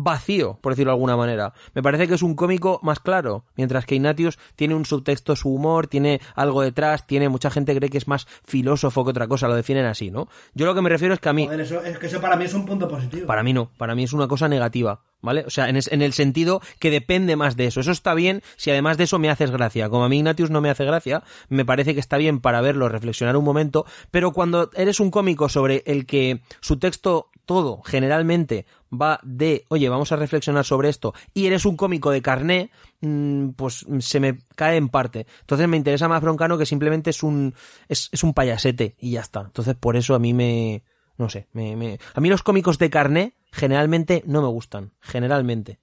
vacío, por decirlo de alguna manera. Me parece que es un cómico más claro, mientras que Ignatius tiene un subtexto, su humor, tiene algo detrás, tiene mucha gente cree que es más filósofo que otra cosa, lo definen así, ¿no? Yo lo que me refiero es que a mí
Joder, eso, es que eso para mí es un punto positivo.
para mí no, para mí es una cosa negativa, ¿vale? O sea, en, es- en el sentido que depende más de eso. Eso está bien si además de eso me haces gracia. Como a mí Ignatius no me hace gracia, me parece que está bien para verlo, reflexionar un momento, pero cuando eres un cómico sobre el que su texto todo generalmente va de, oye, vamos a reflexionar sobre esto, y eres un cómico de carné, mm, pues mm, se me cae en parte. Entonces me interesa más Broncano que simplemente es un, es, es un payasete y ya está. Entonces por eso a mí me, no sé, me, me- a mí los cómicos de carné generalmente no me gustan, generalmente.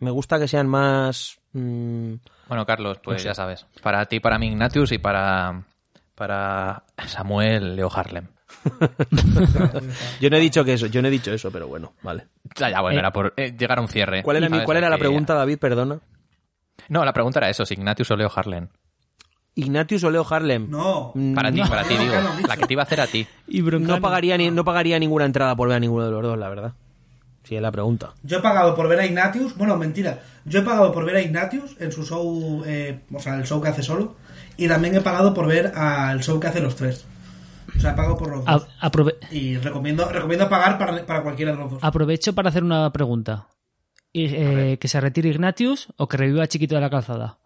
Me gusta que sean más... mm,
Bueno, Carlos, pues ya sabes. Para ti, para mí, Ignatius y para, para Samuel Leo Harlem.
Yo no he dicho que eso, yo no he dicho eso, pero bueno, vale.
Ya, ya, bueno, era por eh, llegar a eh, un cierre.
¿Cuál era, mi-
¿Sabes?
cuál era la
Que-
pregunta, David? Perdona.
No, la pregunta era eso, si Ignatius o Leo Harlan.
Ignatius o Leo Harlem.
No.
Mm,
Para ti, para ti, digo.
Ya lo he dicho.
La que te iba a hacer a ti.
Y
no pagaría ni, no pagaría ninguna entrada por ver a ninguno de los dos, la verdad. Sí, es la pregunta.
Yo he pagado por ver a Ignatius, bueno, mentira, yo he pagado por ver a Ignatius en su show, eh, o sea, el show que hace solo, y también he pagado por ver al show que hacen los tres. O sea, pago por los
A-
dos.
aprove-
Y recomiendo, recomiendo pagar para, para cualquiera de los dos.
aprovecho para hacer una pregunta. Y, eh, ¿Que se retire Ignatius o que reviva Chiquito de la Calzada?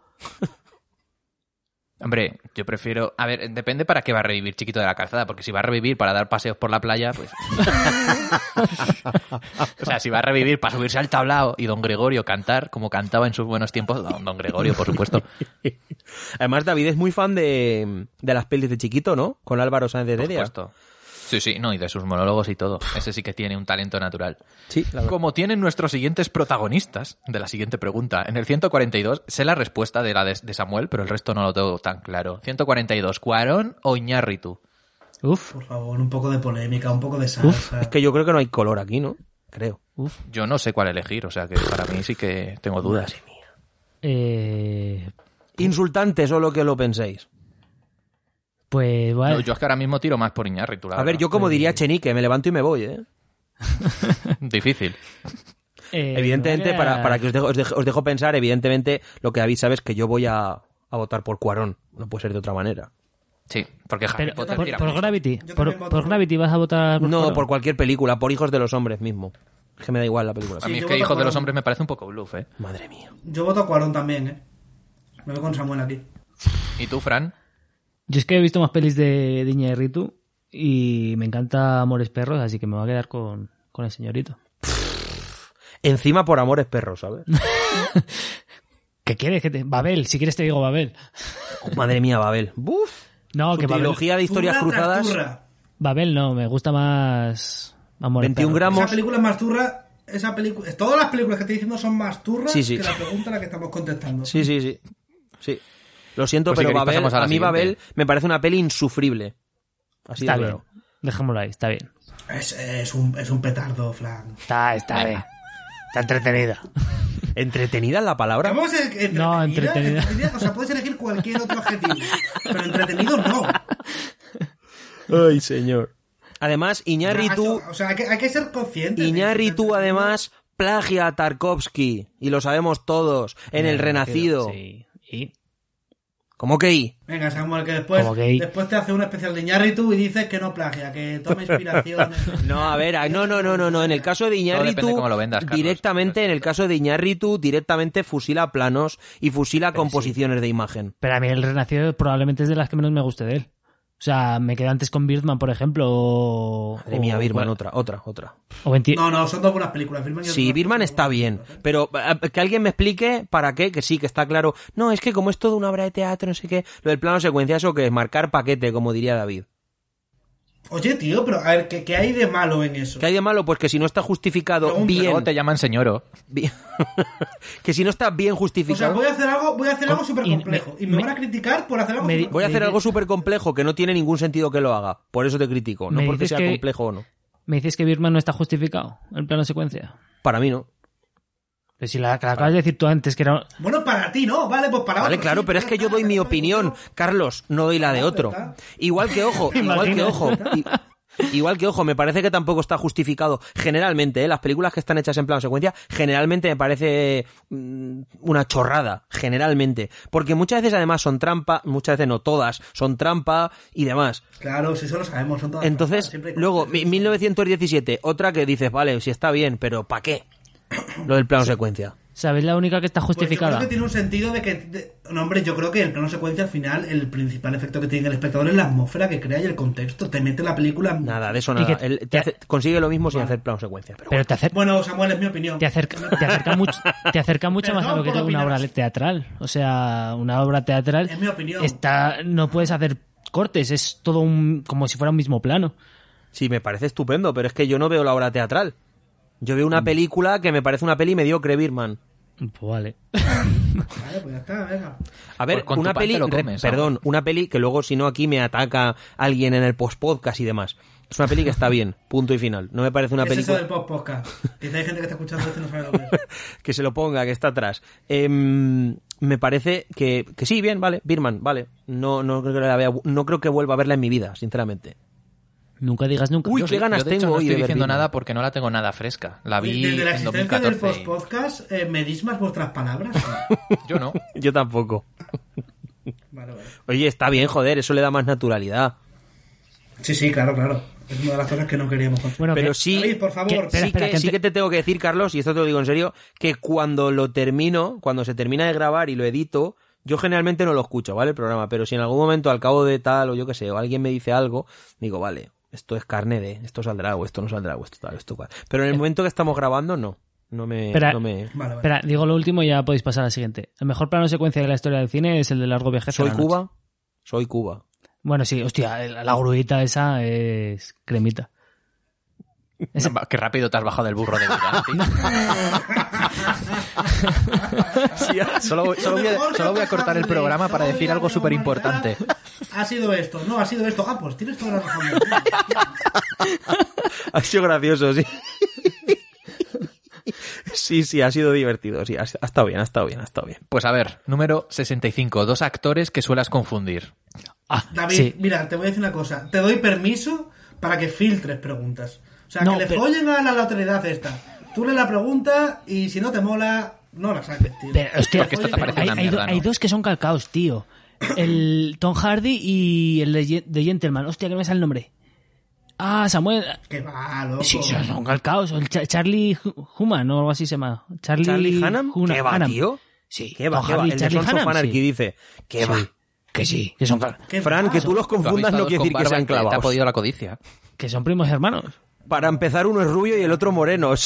Hombre, yo prefiero. A ver, depende para qué va a revivir Chiquito de la Calzada, porque si va a revivir para dar paseos por la playa, pues. o sea, si va a revivir para subirse al tablao y don Gregorio cantar, como cantaba en sus buenos tiempos, don, don Gregorio, por supuesto.
Además, David es muy fan de, de las pelis de chiquito, ¿no? Con Álvaro Sáenz de
Por
Heredia.
supuesto. Sí, sí, no, y de sus monólogos y todo. Ese sí que tiene un talento natural.
Sí, la verdad.
Como tienen nuestros siguientes protagonistas de la siguiente pregunta. En el 142, sé la respuesta de la de, de Samuel, pero el resto no lo tengo tan claro. 142, ¿Cuarón o Iñárritu?
Uf,
Por favor, un poco de polémica, un poco de salsa.
Es que yo creo que no hay color aquí, ¿no? Creo.
uf.
Yo no sé cuál elegir, o sea que para mí sí que tengo dudas.
Eh,
Insultante, solo que lo penséis.
pues vale.
No, yo es que ahora mismo tiro más por Iñárritu, la
A ver,
verdad.
yo como diría Chenique, me levanto y me voy, ¿eh?
Difícil.
Eh,
Evidentemente,
no
para,
era-
para que os dejo, os, dejo, os dejo pensar, evidentemente, lo que David sabe es que yo voy a, a votar por Cuarón. No puede ser de otra manera.
Sí, porque Harry
Pero-
Potter
por,
tira
por
mucho.
Gravity.
Yo
Por,
también voto
por
por-
Gravity vas a votar. por
No,
Cuarón?
por cualquier película, por Hijos de los Hombres mismo. Es que me da igual la película.
A
Sí,
mí es
yo
que
voto
Hijos de
por-
los Hombres me parece un poco bluff, ¿eh?
Madre mía.
Yo voto a Cuarón también, ¿eh? Me voy con Samuel aquí.
¿Y tú, Fran?
Yo es que he visto más pelis de Diña y Ritu y me encanta Amores Perros, así que me voy a quedar con, con el señorito.
Encima por amores perros, ¿sabes?
¿Qué quieres? que te- Babel, si quieres te digo Babel.
Oh, madre mía, Babel. Buf.
No,
Su
que Babel,
trilogía de historias
Turra tras
cruzadas.
turra.
Babel no, me gusta más Amores
21
Perros.
gramos.
Esa película es más turra. Esa película, todas las películas que estoy diciendo son más turras
Sí, sí.
que la pregunta a la que estamos contestando.
Sí, sí, sí. Sí. Lo siento,
Pues si
pero
queréis
Babel,
pasamos a
a,
la
mí
siguiente.
Babel me parece una peli insufrible. Así
Está
de
bien,
claro.
dejémoslo ahí, está bien.
Es, es un, es un petardo, Flan.
Está, está bien. Está entretenida.
Entretenida es la palabra.
¿Cómo es el- entretenida?
No, entretenida.
O sea, puedes elegir cualquier otro adjetivo, pero entretenido no.
Ay, señor. Además, Iñárritu,
O sea, hay que, hay que ser consciente.
Iñárritu además plagia a Tarkovsky. Y lo sabemos todos. En El Renacido.
Sí. Y
¿Cómo que I?
Venga, Samuel, que después,
Como gay.
después te hace un especial de Iñárritu y dices que no plagia, que toma inspiración.
No, a ver, a- no, no, no, no, no. En el caso de Iñárritu,
depende cómo lo vendas, Carlos.
directamente, en el caso de Iñárritu, directamente fusila planos y fusila composiciones de imagen.
Pero a mí el Renacido probablemente es de las que menos me guste de él. O sea, me quedé antes con Birdman, por ejemplo, o...
Madre mía,
o-
Birman, otra, otra, otra.
O 20
No, no, son dos buenas películas. Birman y
Sí,
otro-
Birman está bien, pero eh, que alguien me explique para qué, que sí, que está claro. No, es que como es todo una obra de teatro, no sé qué, lo del plano secuencia, eso que es marcar paquete, como diría David.
Oye, tío, pero a ver, ¿qué, qué hay de malo en eso?
¿Qué hay de malo? Pues que si no está justificado
Pregunta,
bien...
Luego te llaman señoro.
bien- que si no está bien
O sea,
justificado...
voy a hacer algo, voy a hacer algo súper complejo.
me-
Y me
me-
van a criticar por hacer algo
me di-
supercomplejo.
Voy a hacer algo súper complejo que no tiene ningún sentido que lo haga. Por eso te critico, no
Me
porque sea
dices que-
complejo o no.
¿Me dices que Birdman no está justificado en plano secuencia?
Para mí no.
Pero si la, que la acabas de decir tú antes, que era...
Bueno, para ti no, vale, pues para
Ah, Vale,
otro,
claro,
sí,
pero es
ya
que yo
está,
doy mi
ya está,
opinión, Carlos, no doy la de
Ah,
otro.
¿verdad?
Igual que ojo, igual que
imaginas?
ojo. i- Igual que ojo, me parece que tampoco está justificado. Generalmente, ¿eh? las películas que están hechas en plano secuencia, generalmente me parece mm, una chorrada, generalmente. Porque muchas veces además son trampa, muchas veces no todas, son trampa y demás.
Claro, si eso lo sabemos. Son todas
Entonces,
trampas, siempre hay
luego,
cosas.
mi- 1917, otra que dices, vale, si está bien, pero ¿para qué? Lo del plano secuencia.
¿Sabéis la única que está
Pues yo creo
justificada?
que tiene un sentido de que. de- no, hombre, yo creo que el plano secuencia al final, el principal efecto que tiene el espectador es la atmósfera que crea y el contexto. Te mete la película.
Nada, de eso
Y
nada.
que-
Él te hace- consigue lo mismo sin hacer plano secuencia. Pero
Pero te, acer-
Bueno, Samuel, es mi opinión.
te acerca, te acerca mucho, te acerca mucho más a lo que
Perdón por
una obra
opinar.
teatral. O sea, una obra teatral
Es mi opinión.
está, no puedes hacer cortes, es todo un, como si fuera un mismo plano.
Sí, me parece
Mm.
estupendo, pero es que yo no veo la obra teatral. Yo veo una película que me parece una peli mediocre, Birman.
Pues vale.
Vale, pues ya está, venga.
A ver,
Por- Pues con tu
una
pan te
peli,
lo comes,
re- perdón, una peli que luego si no aquí me ataca alguien en el post podcast y demás. Es una peli que está bien, punto y final. No me parece una
es
película
eso del post podcast. Dice, hay gente que está escuchando esto y no sabe lo que es.
que se lo ponga, que está atrás. Em, me parece que, que sí, bien, vale, Birman, vale. No, no creo que la vea- no creo que vuelva a verla en mi vida, sinceramente.
Nunca digas nunca.
Uy,
Yo
qué
sí-
ganas
yo, de hecho,
tengo
no
hoy de
estoy
ver
diciendo
Birman.
nada porque no la tengo nada fresca. La vi
Desde la
en
existencia del
2014.
post
y-
podcast, eh, medís más vuestras palabras.
Yo no.
Yo tampoco.
vale, vale.
Oye, está bien, joder, eso le da más naturalidad.
Sí, sí, claro, claro. Es una de las cosas que no queríamos conseguir.
Bueno,
Pero
que-
sí,
David, por favor.
que-
sí,
espera, espera,
que,
que
sí
ante-
que te tengo que decir, Carlos, y esto te lo digo en serio, que cuando lo termino, cuando se termina de grabar y lo edito, yo generalmente no lo escucho, ¿vale? El programa, pero si en algún momento al cabo de tal o yo qué sé, o alguien me dice algo, digo, vale, esto es carne de, esto saldrá o esto no saldrá o esto tal, esto cual. Pero en el momento que estamos grabando, no. No me...
Espera.
no me-
Vale, vale.
Espera, digo lo último y ya podéis pasar al siguiente. El mejor plano secuencia de la historia del cine es el de largo viaje. hacia
¿Soy
la noche.
Cuba? Soy Cuba.
Bueno, sí, hostia, la la gruita esa es cremita. Ese-
Va, Qué rápido te has bajado del burro de vida. tío. solo, solo voy a, solo voy a cortar el programa para decir algo súper importante.
Ha sido esto, no, ha sido esto. Ah, pues tienes toda la razón.
Ha sido gracioso, sí. Sí, sí, ha sido divertido, sí, ha, ha estado bien, ha estado bien, ha estado bien.
Pues a ver, número 65. Dos actores que suelas confundir.
Ah,
David,
sí.
mira, te voy a decir una cosa. Te doy permiso para que filtres preguntas. O sea,
No,
que le
pero-
follen a la lateralidad esta. Tú le la pregunta y si no te mola, no la saques, tío.
Pero, hostia,
Porque esto te
pero
parece
hay,
una
hay do-
mierda, ¿no?
hay dos que son calcaos, tío. El Tom Hardy y el de Gen- de Gentleman. Hostia, que no me sale el nombre. Ah, Samuel.
Que va, loco.
Sí, sí, son calcaos. O El Cha- Charlie Hu- Human o algo así se llama. Charlie,
¿Charlie Hannam?
Huna-
¿Qué va,
Hunnam.
tío?
Sí,
¿Qué va?
Tom
¿Qué va?
Hardy y
El de
Charlie
Sons of
Hunnam,
Anarchy
sí.
dice, ¿qué
Sí,
va?
Que sí, que son, cal-
Qué
Fran,
va,
que tú los
Tú has visto
confundas
a
no
dos
quiere
con
decir que
barba y
sean
te- Te ha
clavados.
podido la codicia.
que son primos hermanos.
Para empezar, uno es rubio y el otro moreno.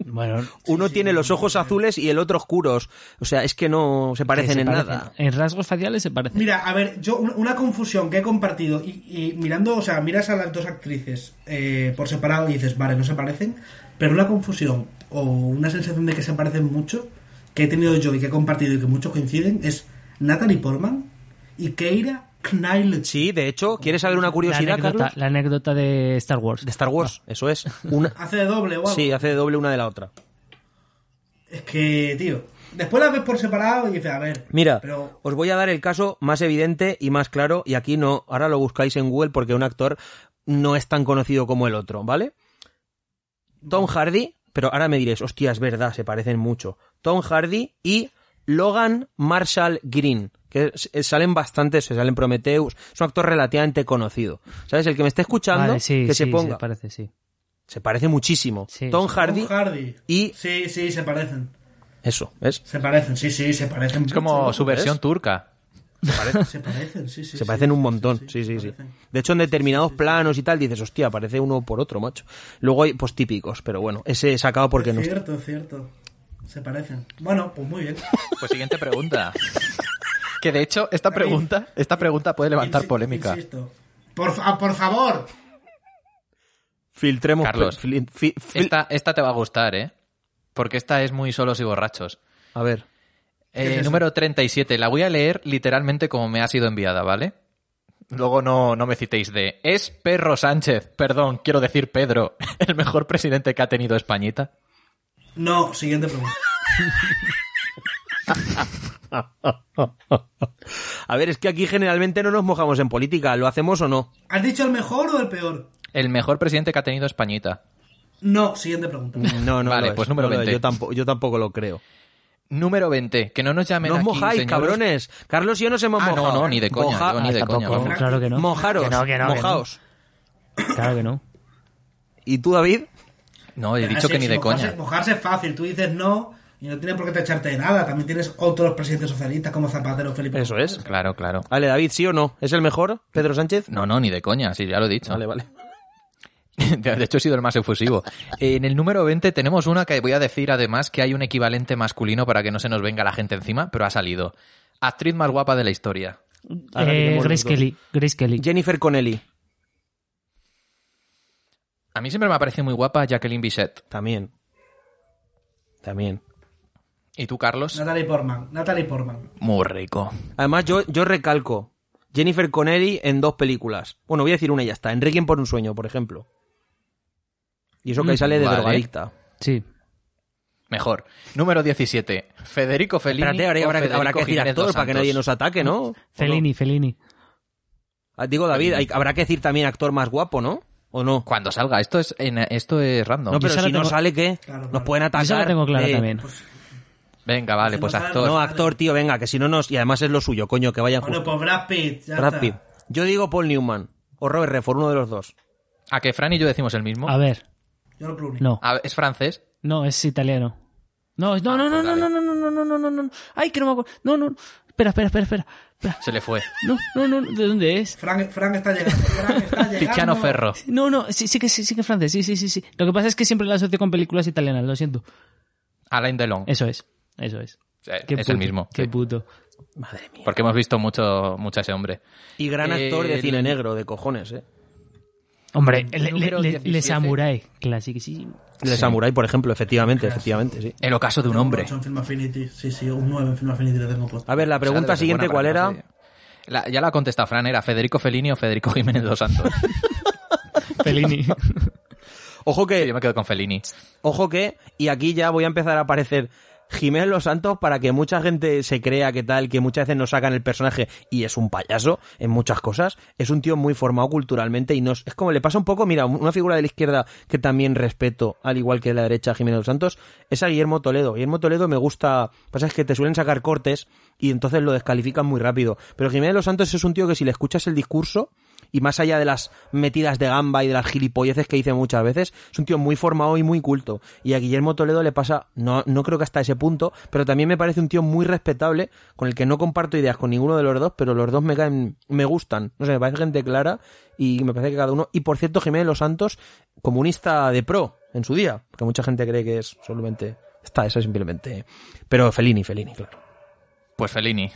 O sea,
Bueno,
uno tiene los ojos azules y el otro oscuros. O sea, es que no se parecen
que se
en
parecen.
nada.
En rasgos faciales se parecen.
Mira, a ver, yo un- una confusión que he compartido y, y mirando, o sea, miras a las dos actrices eh, por separado y dices, vale, no se parecen, pero una confusión o una sensación de que se parecen mucho que he tenido yo y que he compartido y que muchos coinciden es Natalie Portman y Keira Knightley.
Sí, de hecho, ¿quieres saber una curiosidad,
la anécdota,
Carlos?
la Ah. anécdota de Star Wars.
De Star Wars, eso es. Una...
Hace de doble, guau.
Sí, hace de doble una de la otra.
Es que, tío, después las ves por separado y dices, a ver,
Mira,
pero
os voy a dar el caso más evidente y más claro, y aquí no, ahora lo buscáis en Google porque un actor no es tan conocido como el otro, ¿vale? Tom Hardy, pero ahora me diréis, hostia, es verdad, se parecen mucho. Tom Hardy y Logan Marshall Green, que s- eh, salen bastantes, se salen Prometheus, es un actor relativamente conocido. ¿Sabes? El que me está escuchando,
Vale, sí,
que
sí,
se ponga.
sí, parece, sí.
se parece muchísimo.
Sí,
Tom
sí.
Hardy,
Tom Hardy.
y-
Sí, sí, se parecen.
eso, ¿ves?
Se parecen, sí, sí, se parecen.
Es como su versión turca.
Se parecen, sí, sí.
se
sí,
parecen un
sí,
montón. Sí, sí,
se
sí.
parecen.
De hecho, en determinados planos y tal dices, hostia, parece uno por otro, macho. Luego hay, pues, típicos, pero bueno, ese he sacado porque
Eh,
es
no.
cierto, es cierto. Se parecen. Bueno, pues muy bien.
Pues siguiente pregunta. Que de hecho, esta pregunta, esta pregunta puede levantar
Insi-
polémica.
Insisto. Por, fa- por favor.
Filtremos.
Carlos,
fil- fil- fil-
Esta, esta te va a gustar, ¿eh? Porque esta es muy solos y borrachos.
A ver.
Eh,
es eso?
número 37. La voy a leer literalmente como me ha sido enviada, ¿vale? Luego no, no me citéis de... Es Perro Sánchez, perdón, quiero decir Pedro, el mejor presidente que ha tenido Españita.
No, siguiente pregunta.
A ver, es que aquí generalmente no nos mojamos en política, ¿lo hacemos o no?
¿Has dicho el mejor o el peor?
El mejor presidente que ha tenido Españita.
No, siguiente pregunta.
No, no.
Vale,
lo es,
pues número
no lo es,
20.
Yo tampoco, yo tampoco lo creo.
Número 20. Que no nos llamen
No os
aquí,
mojáis,
señores.
cabrones. Carlos y yo nos hemos
Ah,
mojado. ¿eh?
no, no, ni de coña,
Moja-
yo ni de
Ah,
coña.
Tampoco,
vamos.
claro que no.
Mojaros.
Que no, que no, que no.
mojaos.
Claro que no.
¿Y tú, David?
No, he
Ah,
dicho
sí,
que ni
sí,
de
mojarse-
coña.
Mojarse es fácil. Tú dices no y no tiene por qué te echarte de nada. También tienes otros presidentes socialistas como Zapatero, Felipe.
Eso es.
Claro, claro.
Vale, David, ¿sí o no? ¿Es el mejor, Pedro Sánchez?
No, no, ni de coña, sí, ya lo he dicho.
Vale, vale.
De hecho, he sido el más efusivo. Eh, En el número 20 tenemos una que voy a decir además que hay un equivalente masculino para que no se nos venga la gente encima, pero ha salido. Actriz más guapa de la historia.
Ahora
Eh,
tenemos los
Grace
dos.
Kelly. Grace Kelly.
Jennifer Connelly.
A mí siempre me ha parecido muy guapa Jacqueline Bisset.
También. También.
¿Y tú, Carlos?
Natalie Portman. Natalie Portman.
Muy rico.
Además, yo, yo recalco Jennifer Connelly en dos películas. Bueno, voy a decir una y ya está. En Requiem por un sueño, por ejemplo. Y eso que ahí
Mm,
sale de
vale.
drogadicta.
Sí.
Mejor. Número 17. Federico Fellini.
Espérate, ahora
o
habrá, que-
Federico
habrá que decir
Jiménez
a todos
dos
para que
Santos.
nadie nos ataque, ¿no? ¿O no?
Fellini, Fellini.
Ah, Digo, David, hay- habrá que decir también actor más guapo, ¿no? ¿O no?
Cuando salga, esto es, en- esto es random.
No, pero
esa
si
la
no
tengo-
sale, ¿qué?
Claro,
Nos
claro.
pueden
Yo
atacar.
esa la tengo clara
eh,
también.
Venga, vale, pues
Si no sale,
actor.
No,
Vale.
actor, tío, venga, que si no nos... Y además es lo suyo, coño, que vayan
Bueno,
justo.
pues Brad Pitt. Ya
Brad
está.
Pitt. Yo digo Paul Newman o Robert Redford, uno de los dos.
A que Fran y yo decimos el mismo.
A ver,
George Clooney.
no.
A ver, ¿Es francés?
No, es italiano. No, no, no, no,
pues
no, no,
dale.
no, no, no, no, no, no, no. Ay, que no me acuerdo. No, no. Espera, espera, espera, espera. espera.
Se le fue.
No, no, no. ¿De dónde es?
Frank, Frank está llegando. Frank está llegando.
Tiziano Ferro.
No, no, sí, sí que sí, sí que es francés, sí, sí, sí, sí. Lo que pasa es que siempre la asocio con películas italianas, lo siento.
Alain Delon.
Eso es, eso es.
Eh,
Qué
es el
puto,
mismo.
Qué
sí.
puto.
Madre mía.
Porque hemos visto mucho, mucho a ese hombre.
Y gran actor de
Eh, El-
cine negro, de cojones, ¿eh?
Hombre, le, le,
Número
le-
17.
le samurai, clasiquísimo.
El de Samurai, por ejemplo, efectivamente, efectivamente, sí.
El ocaso de un hombre.
Ocho en Film Affinity. Sí, sí, un 9 en Film Affinity le tengo puesto.
A ver, la
O sea,
pregunta
de
siguiente,
buena
¿cuál
para
era?
la comedia. La- ya la ha contestado Fran, era Federico Fellini o Federico Jiménez dos Santos.
Fellini.
Ojo
Yo
que,
me quedo con Fellini.
ojo que, y aquí ya voy a empezar a aparecer Jiménez Los Santos para que mucha gente se crea que tal, que muchas veces nos sacan el personaje y es un payaso en muchas cosas. Es un tío muy formado culturalmente y nos, es como le pasa un poco, mira, una figura de la izquierda que también respeto, al igual que de la derecha Jiménez Los Santos, es a Guillermo Toledo. Guillermo Toledo me gusta, pasa es que te suelen sacar cortes y entonces lo descalifican muy rápido. Pero Jiménez Los Santos es un tío que si le escuchas el discurso, y más allá de las metidas de gamba y de las gilipolleces que dice muchas veces, es un tío muy formado y muy culto. Y a Guillermo Toledo le pasa, no, no creo que hasta ese punto, pero también me parece un tío muy respetable, con el que no comparto ideas con ninguno de los dos, pero los dos me caen, me gustan. No sé, me parece gente clara y me parece que cada uno. Y por cierto, Jiménez Los Santos, comunista de pro en su día, porque mucha gente cree que es solamente. Está, eso simplemente. Pero Felini, Felini, claro.
Pues Fellini.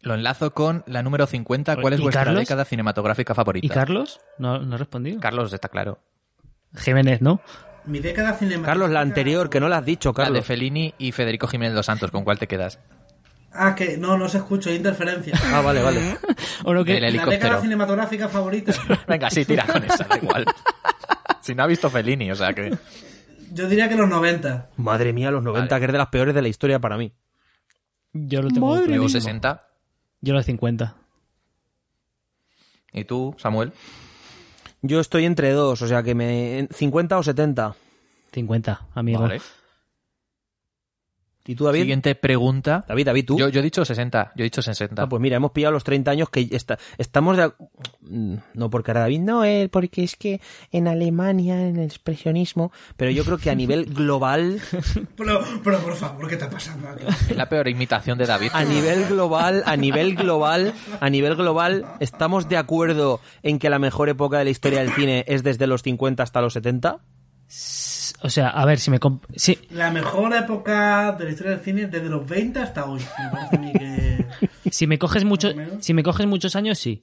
Lo enlazo con la número 50. ¿Cuál es
¿Y
vuestra
Carlos?
década cinematográfica favorita?
¿Y Carlos? No, no ha respondido.
Carlos está claro.
Jiménez, ¿no?
Mi década cinematográfica.
Carlos, la anterior, que no la has dicho,
La de
Carlos.
Fellini y Federico Jiménez dos Santos. ¿Con cuál te quedas?
Ah, que no, no se escucha, hay interferencia.
Ah, vale, vale.
O lo que...
Del
La década
helicóptero.
cinematográfica favorita.
Venga, sí, tira con esa, da igual. Si no ha visto Fellini, o sea que.
Yo diría que los 90.
Madre mía, los 90,
Vale.
que es de las peores de la historia para mí.
Yo lo tengo claro.
Luego 60.
Yo los 50.
¿Y tú, Samuel?
Yo estoy entre dos, o sea que me. 50 o 70.
50, amigo.
Vale.
¿Y tú, David?
Siguiente pregunta.
David, David, tú.
Yo, yo he dicho 60. Yo he dicho 60.
Ah, pues mira, hemos pillado los 30 años que está- estamos de. ac- Mm, No, porque ahora David no es, porque es que en Alemania, en el expresionismo. Pero yo creo que a nivel global,
Pero, pero por favor, ¿qué está pasando aquí?
Es la peor imitación de David.
a nivel global, a nivel global, a nivel global, estamos de acuerdo en que la mejor época de la historia del cine es desde los 50 hasta los 70.
O sea, a ver, si me... comp- Sí,
La mejor época de la historia del cine desde los 20 hasta hoy. Me parece a mí que.
si me coges mucho,
menos.
si me coges muchos años, sí.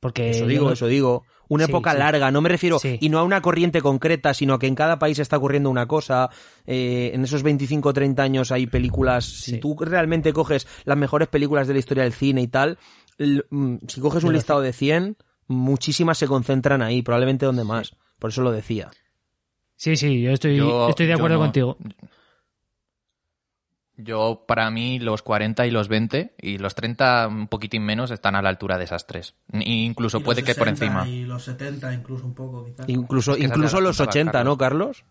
Porque...
Eso
Eh,
yo
digo,
lo-
eso digo. Una
Sí,
época
sí.
larga, no me refiero,
Sí.
y no a una corriente concreta, sino que en cada país está ocurriendo una cosa. eh, en esos 25 o 30 años hay películas. Si
Sí.
tú realmente coges las mejores películas de la historia del cine y tal, l- mm, si coges un
Pero
listado de 100, muchísimas se concentran ahí, probablemente donde más. Por eso lo decía.
Sí, sí, yo estoy,
Yo-
estoy de
yo
acuerdo
no.
contigo.
Yo, para mí, los 40 y los 20 y los 30, un poquitín menos, están a la altura de esas tres. Ni- incluso
y
puede
los
que por
60
encima.
Y los 70, incluso un poco, quizás.
Incluso,
Ah. Es que esa
incluso
te la
los
apuntaba,
80, ¿no, Carlos?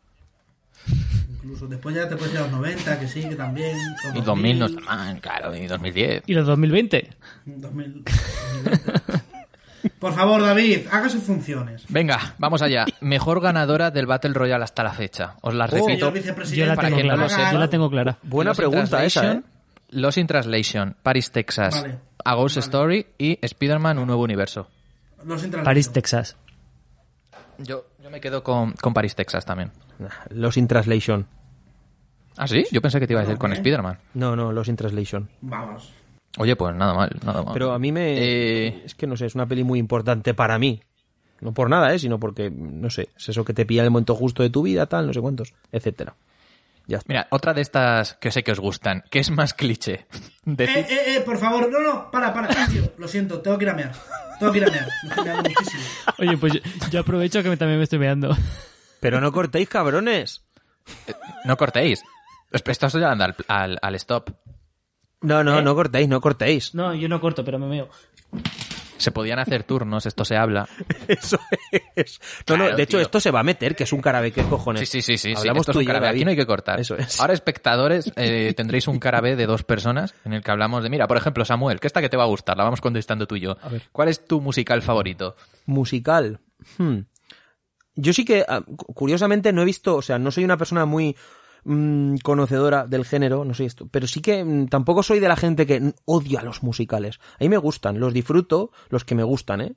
Incluso después ya te puedes ir a los 90, que sí, que también. los
Y 2000 no está mal, claro, y 2010.
¿Y los 2020?
2000. Por favor, David, haga sus funciones.
Venga, vamos allá. Mejor ganadora del Battle Royale hasta la fecha. Os la
Oh,
repito.
Señor vicepresidente,
Yo la
para
tengo
quien no
clara.
lo sepa.
yo la tengo clara.
Buena
Los in
pregunta esa, ¿eh?
Translation, Los in Translation, Paris, Texas,
Vale.
A Ghost Story y Spider-Man, Un Nuevo Universo.
Los intransitos.
París, Texas.
Yo, yo me quedo con, con Paris, Texas también.
Nah, Los in translation.
¿Ah, sí? Yo pensé que te iba a decir con Spider-Man.
No, no, los in translation.
Vamos.
Oye, pues nada mal, nada mal.
Pero a mí me.
Eh,
Es que no sé, es una peli muy importante para mí. No por nada, ¿eh? Sino porque, no sé, es eso que te pilla en el momento justo de tu vida, tal, no sé cuántos, etcétera. Ya está.
Mira, otra de estas que sé que os gustan, que es más cliché.
Eh,
Decid-
eh, eh, por favor, no, no, para, para, tío, lo siento, tengo que ir a mear. Tengo que ir a mear, me estoy meando muchísimo.
Oye, pues yo, yo aprovecho que me- también me estoy meando.
Pero no cortéis, cabrones.
No cortéis. Os- Estás llegando al, al, al stop.
No, no, no cortéis, no cortéis.
No, yo no corto, pero me meo.
Se podían hacer turnos, esto se habla.
Eso es. No, no,
Claro,
de hecho,
tío.
esto se va a meter, que es un carabe, ¿qué cojones?
Sí, sí, sí, sí. sí.
Hablamos
Esto es
tú
un
y yo,
cara B.
David.
Aquí no hay que cortar.
Eso es.
Ahora, espectadores, eh, tendréis un cara B de dos personas en el que hablamos de, mira, por ejemplo, Samuel, que esta que te va a gustar, la vamos contestando tú y yo. ¿Cuál es tu musical favorito?
Musical. Hmm. Yo sí que, ah, cu- curiosamente, no he visto, o sea, no soy una persona muy mm, conocedora del género, no soy esto, pero sí que mm, tampoco soy de la gente que mm, odia los musicales. A mí me gustan, los disfruto, los que me gustan, ¿eh?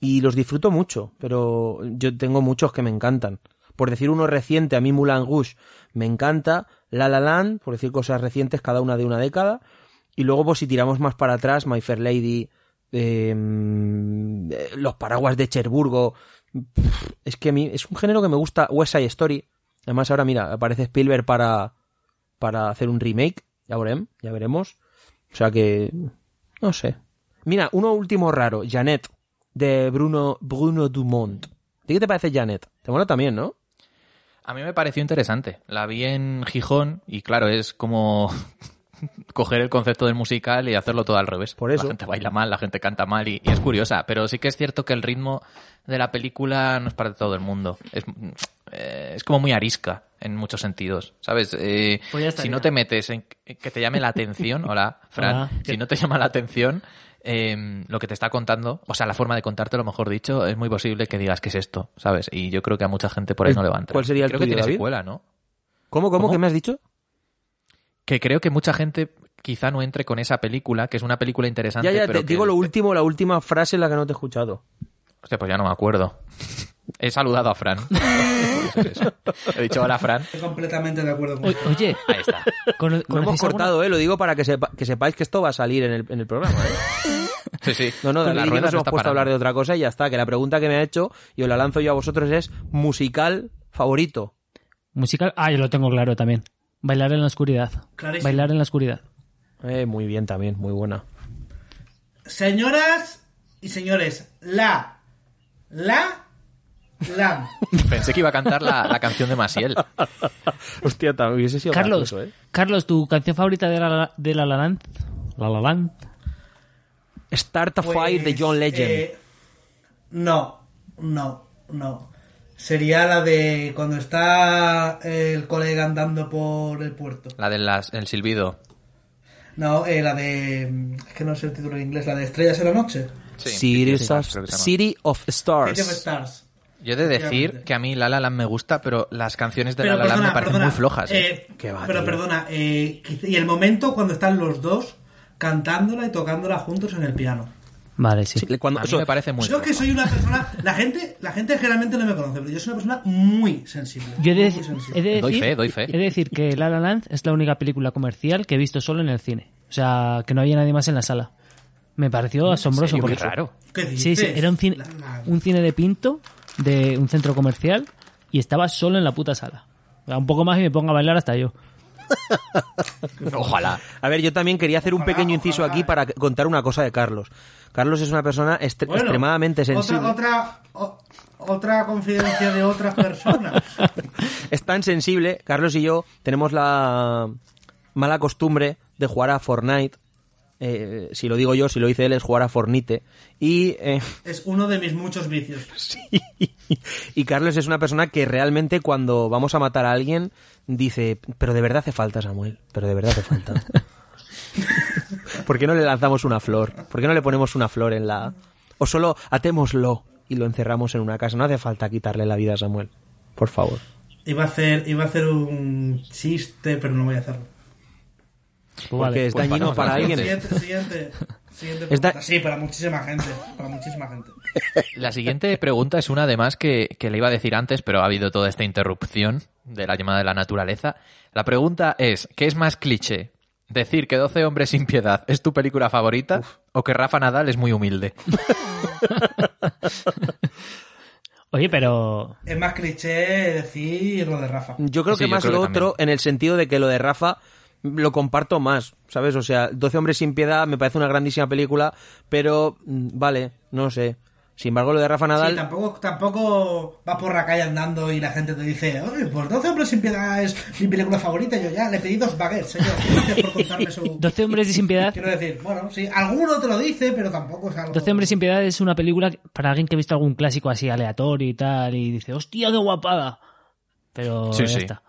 Y los disfruto mucho, pero yo tengo muchos que me encantan. Por decir uno reciente, a mí Moulin Rouge me encanta, La La Land, por decir cosas recientes, cada una de una década, y luego, pues si tiramos más para atrás, My Fair Lady, eh, mm, eh, Los Paraguas de Cherburgo. Pff, Es que a mí es un género que me gusta. West Side Story. Además, ahora mira, aparece Spielberg para, para hacer un remake. Ya veremos, ya veremos. O sea que. No sé. Mira, uno último raro. Janet, de Bruno, Bruno Dumont. ¿De qué te parece Janet? Te mola también, ¿no?
A mí me pareció interesante. La vi en Gijón y, claro, es como coger el concepto del musical y hacerlo todo al revés.
Por eso.
La gente baila mal, la gente canta mal y, y es curiosa. Pero sí que es cierto que el ritmo de la película no es para todo el mundo. Es, eh, es como muy arisca en muchos sentidos, ¿sabes? Eh,
Pues ya
si
estaría.
no te metes en que te llame la atención, hola, Fran,
Hola.
si no te llama la atención eh, lo que te está contando, o sea, la forma de contártelo, mejor dicho, es muy posible que digas que es esto, ¿sabes? Y yo creo que a mucha gente por ahí
El-
no le va a entrar.
¿cuál sería el
Creo
tuyo,
que tiene
David?
secuela, ¿no?
¿Cómo, cómo,
¿Cómo?
qué me has dicho?
Que creo que mucha gente quizá no entre con esa película, que es una película interesante.
Ya, ya,
pero
te
que-
digo lo último, la última frase en la que no te he escuchado.
Hostia, pues ya no me acuerdo. He saludado a Fran. Puede ser eso. He dicho hola, Fran.
Estoy completamente de acuerdo con
O- oye,
Ahí está.
cono-
No hemos
¿conocéis alguna-
cortado, ¿eh? Lo digo para que, sepa- que sepáis que esto va a salir en el, en el programa. ¿eh?
Sí, sí.
No, no,
Con
David y yo
rueda
nos
no
hemos puesto
está
a
parando.
hablar de otra cosa y ya está. Que la pregunta que me ha hecho, y os la lanzo yo a vosotros, es musical favorito.
Musical. Ah, yo lo tengo claro también. Bailar en la oscuridad.
Clarísimo.
Bailar en la oscuridad.
Eh, muy bien también, muy buena.
Señoras y señores, la, la, la.
Pensé que iba a cantar la, la canción de Masiel.
Hostia, también hubiese sido
Carlos,
gracioso, ¿eh?
Carlos, tu canción favorita de la de la La Land. La La Land.
Start a Fire de
Pues,
John Legend.
eh, no, no, no. Sería la de cuando está eh, el colega andando por el puerto.
La del las- el silbido.
No, eh, la de. mm, Es que no sé el título en inglés, la de Estrellas en la Noche.
Sí,
City,
sí, sí,
of,
creo que se llama.
City of
City of
Stars.
Stars.
Yo he de decir
Efectivamente.
que a mí La La Land me gusta, pero las canciones de
Pero
La La Land
perdona,
me parecen
perdona,
muy flojas. ¿eh?
eh,
Qué va,
pero
tío.
perdona, eh, quiz- y el momento cuando están los dos cantándola y tocándola juntos en el piano.
Vale, sí.
Sí, cuando-
a mí
eso-
me parece muy
yo que
floja.
soy una persona, la gente, la gente generalmente no me conoce, pero yo soy una persona muy sensible.
Yo he de,
muy
dec-
sensible.
he de decir,
Doy fe, doy fe.
he de decir que La La Land es la única película comercial que he visto solo en el cine. O sea, que no había nadie más en la sala. Me pareció
¿En
asombroso.
serio?
por
Qué
eso.
raro.
¿Qué
Sí, sí,
dices?
era un cine,
La- la-
un cine de pinto de un centro comercial y estaba solo en la puta sala. Un poco más y me pongo a bailar hasta yo.
Ojalá.
A ver, yo también quería hacer un
Ojalá,
pequeño inciso
ojalá,
aquí
eh.
para contar una cosa de Carlos. Carlos es una persona estre-
Bueno,
extremadamente sensible.
Otra, otra, o- otra confidencia de otras personas.
es tan sensible, Carlos y yo tenemos la mala costumbre de jugar a Fortnite. Eh, si lo digo yo, si lo dice él, es jugar a Fornite. Y, eh,
Es uno de mis muchos vicios.
y Carlos es una persona que realmente cuando vamos a matar a alguien dice, pero de verdad hace falta, Samuel, pero de verdad hace falta. ¿Por qué no le lanzamos una flor? ¿Por qué no le ponemos una flor en la... O solo atémoslo y lo encerramos en una casa? No hace falta quitarle la vida a Samuel, por favor.
Iba a hacer, iba a hacer un chiste, pero no voy a hacerlo.
Pues
Porque
vale.
es
pues
dañino
pasamos
para
al
alguien.
Siguiente, siguiente, siguiente
Esta-
pregunta. Sí, para muchísima gente. Para muchísima gente.
La siguiente pregunta es una además que, que le iba a decir antes, pero ha habido toda esta interrupción de la llamada de la naturaleza. La pregunta es, ¿qué es más cliché? ¿Decir que 12 hombres sin piedad es tu película favorita o que Rafa Nadal es muy humilde?
Oye, pero.
Es más cliché decir lo de Rafa.
Yo creo
Sí,
que
yo
más lo
creo que
otro, en el sentido de que lo de Rafa lo comparto más, ¿sabes? O sea, 12 hombres sin piedad me parece una grandísima película, pero mm, vale, no sé. Sin embargo, lo de Rafa
Sí,
Nadal...
tampoco, tampoco vas por la calle andando y la gente te dice, oye, pues 12 hombres sin piedad es mi película favorita. Y yo ya, le pedí dos baguettes, señor. Gracias por contarme su...
12 hombres de sin piedad.
Quiero decir, bueno, sí, alguno te lo dice, pero tampoco es algo...
12 hombres sin piedad es una película que- para alguien que ha visto algún clásico así aleatorio y tal y dice, hostia, qué guapada. Pero
Sí,
ya
sí.
está.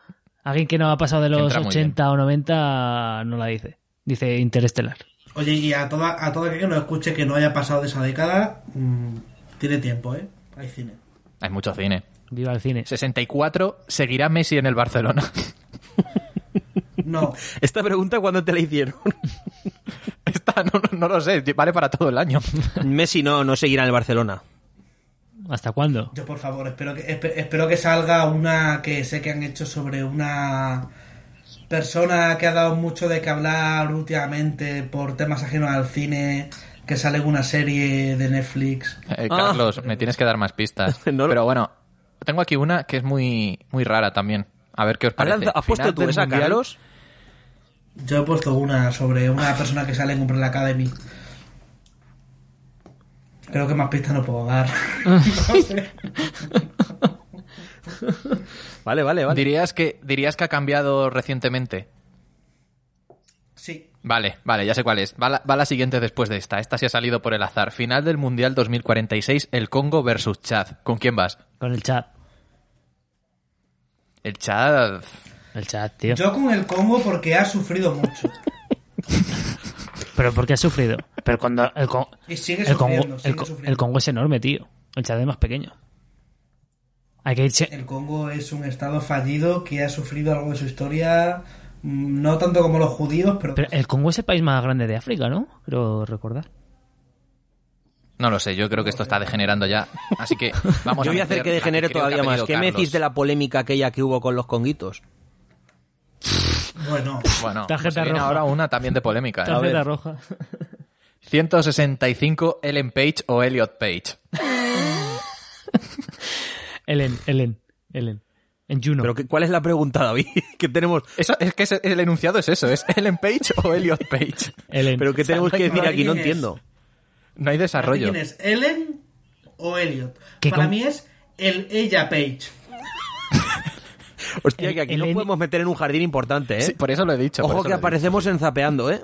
Alguien que no ha pasado de los
Entra muy
80 o 90 no la dice. Dice Interestelar.
Oye, y a toda, a todo aquel que nos escuche que no haya pasado de esa década, mm, tiene tiempo, ¿eh? Hay cine.
Hay mucho cine.
Viva el cine.
64, ¿seguirá Messi en el Barcelona?
No,
Esta pregunta, ¿cuándo te la hicieron?
Esta no, no- no lo sé, vale para todo el año.
Messi no, no seguirá en el Barcelona.
¿Hasta cuándo?
yo por favor, espero que, espe- espero que salga una que sé que han hecho sobre una persona que ha dado mucho de que hablar últimamente por temas ajenos al cine, que sale en una serie de Netflix.
Eh,
Ah.
Carlos, me tienes que dar más pistas.
No lo-
Pero bueno, tengo aquí una que es muy, muy rara también. A ver qué os
¿Has,
parece.
lanzado- has
Final
puesto tú
del
esa,
Mundial.
Carlos?
Yo he puesto una sobre una persona que sale en Umbrella Academy. Creo que más pistas no puedo dar. No sé.
Vale, vale, vale.
¿Dirías que, ¿Dirías que ha cambiado recientemente?
Sí.
Vale, vale, ya sé cuál es. Va la, va la siguiente después de esta. Esta sí ha salido por el azar. Final del Mundial 2046, el Congo versus Chad. ¿Con quién vas?
Con el chat.
El Chad.
El chat, tío.
Yo con el Congo porque ha sufrido mucho.
Pero porque ha sufrido. Pero cuando el, Con-
Y sigue
el Congo,
sufriendo, sigue
el, Co-
sufriendo.
el Congo es enorme, tío. El chat es más pequeño. Hay que irse.
El Congo es un estado fallido que ha sufrido algo de su historia, mm, no tanto como los judíos, pero,
Pero el Congo es el país más grande de África, ¿no? Creo recordar.
No lo sé, yo creo que esto está degenerando ya. Así que vamos
Yo
a
voy a hacer que
la
degenere
creo
todavía
ha
más.
pedido
¿Qué me
Carlos.
decís de la polémica aquella que hubo con los conguitos?
bueno,
Bueno,
Tarjeta
pues se viene
roja.
ahora una también de polémica. ¿eh?
Tarjeta roja.
165 Ellen Page o Elliot Page.
Ellen, Ellen, Ellen. En Juno.
¿Pero qué- cuál es la pregunta, David? ¿Qué tenemos,
Eso- es que ese- el enunciado es eso, es Ellen Page o Elliot Page.
Ellen.
¿Pero qué tenemos que
no hay
decir aquí? No
quién es.
entiendo.
No hay
¿para ti
desarrollo.
¿quién es? ¿Ellen o Elliot?
¿Qué
Para
con-
mí es el ella Page.
Hostia, que aquí
el
nos
N-
podemos meter en un jardín importante, ¿eh?
Sí, por eso lo he dicho. por
Ojo
eso
que
lo he dicho.
aparecemos en Zapeando, ¿eh?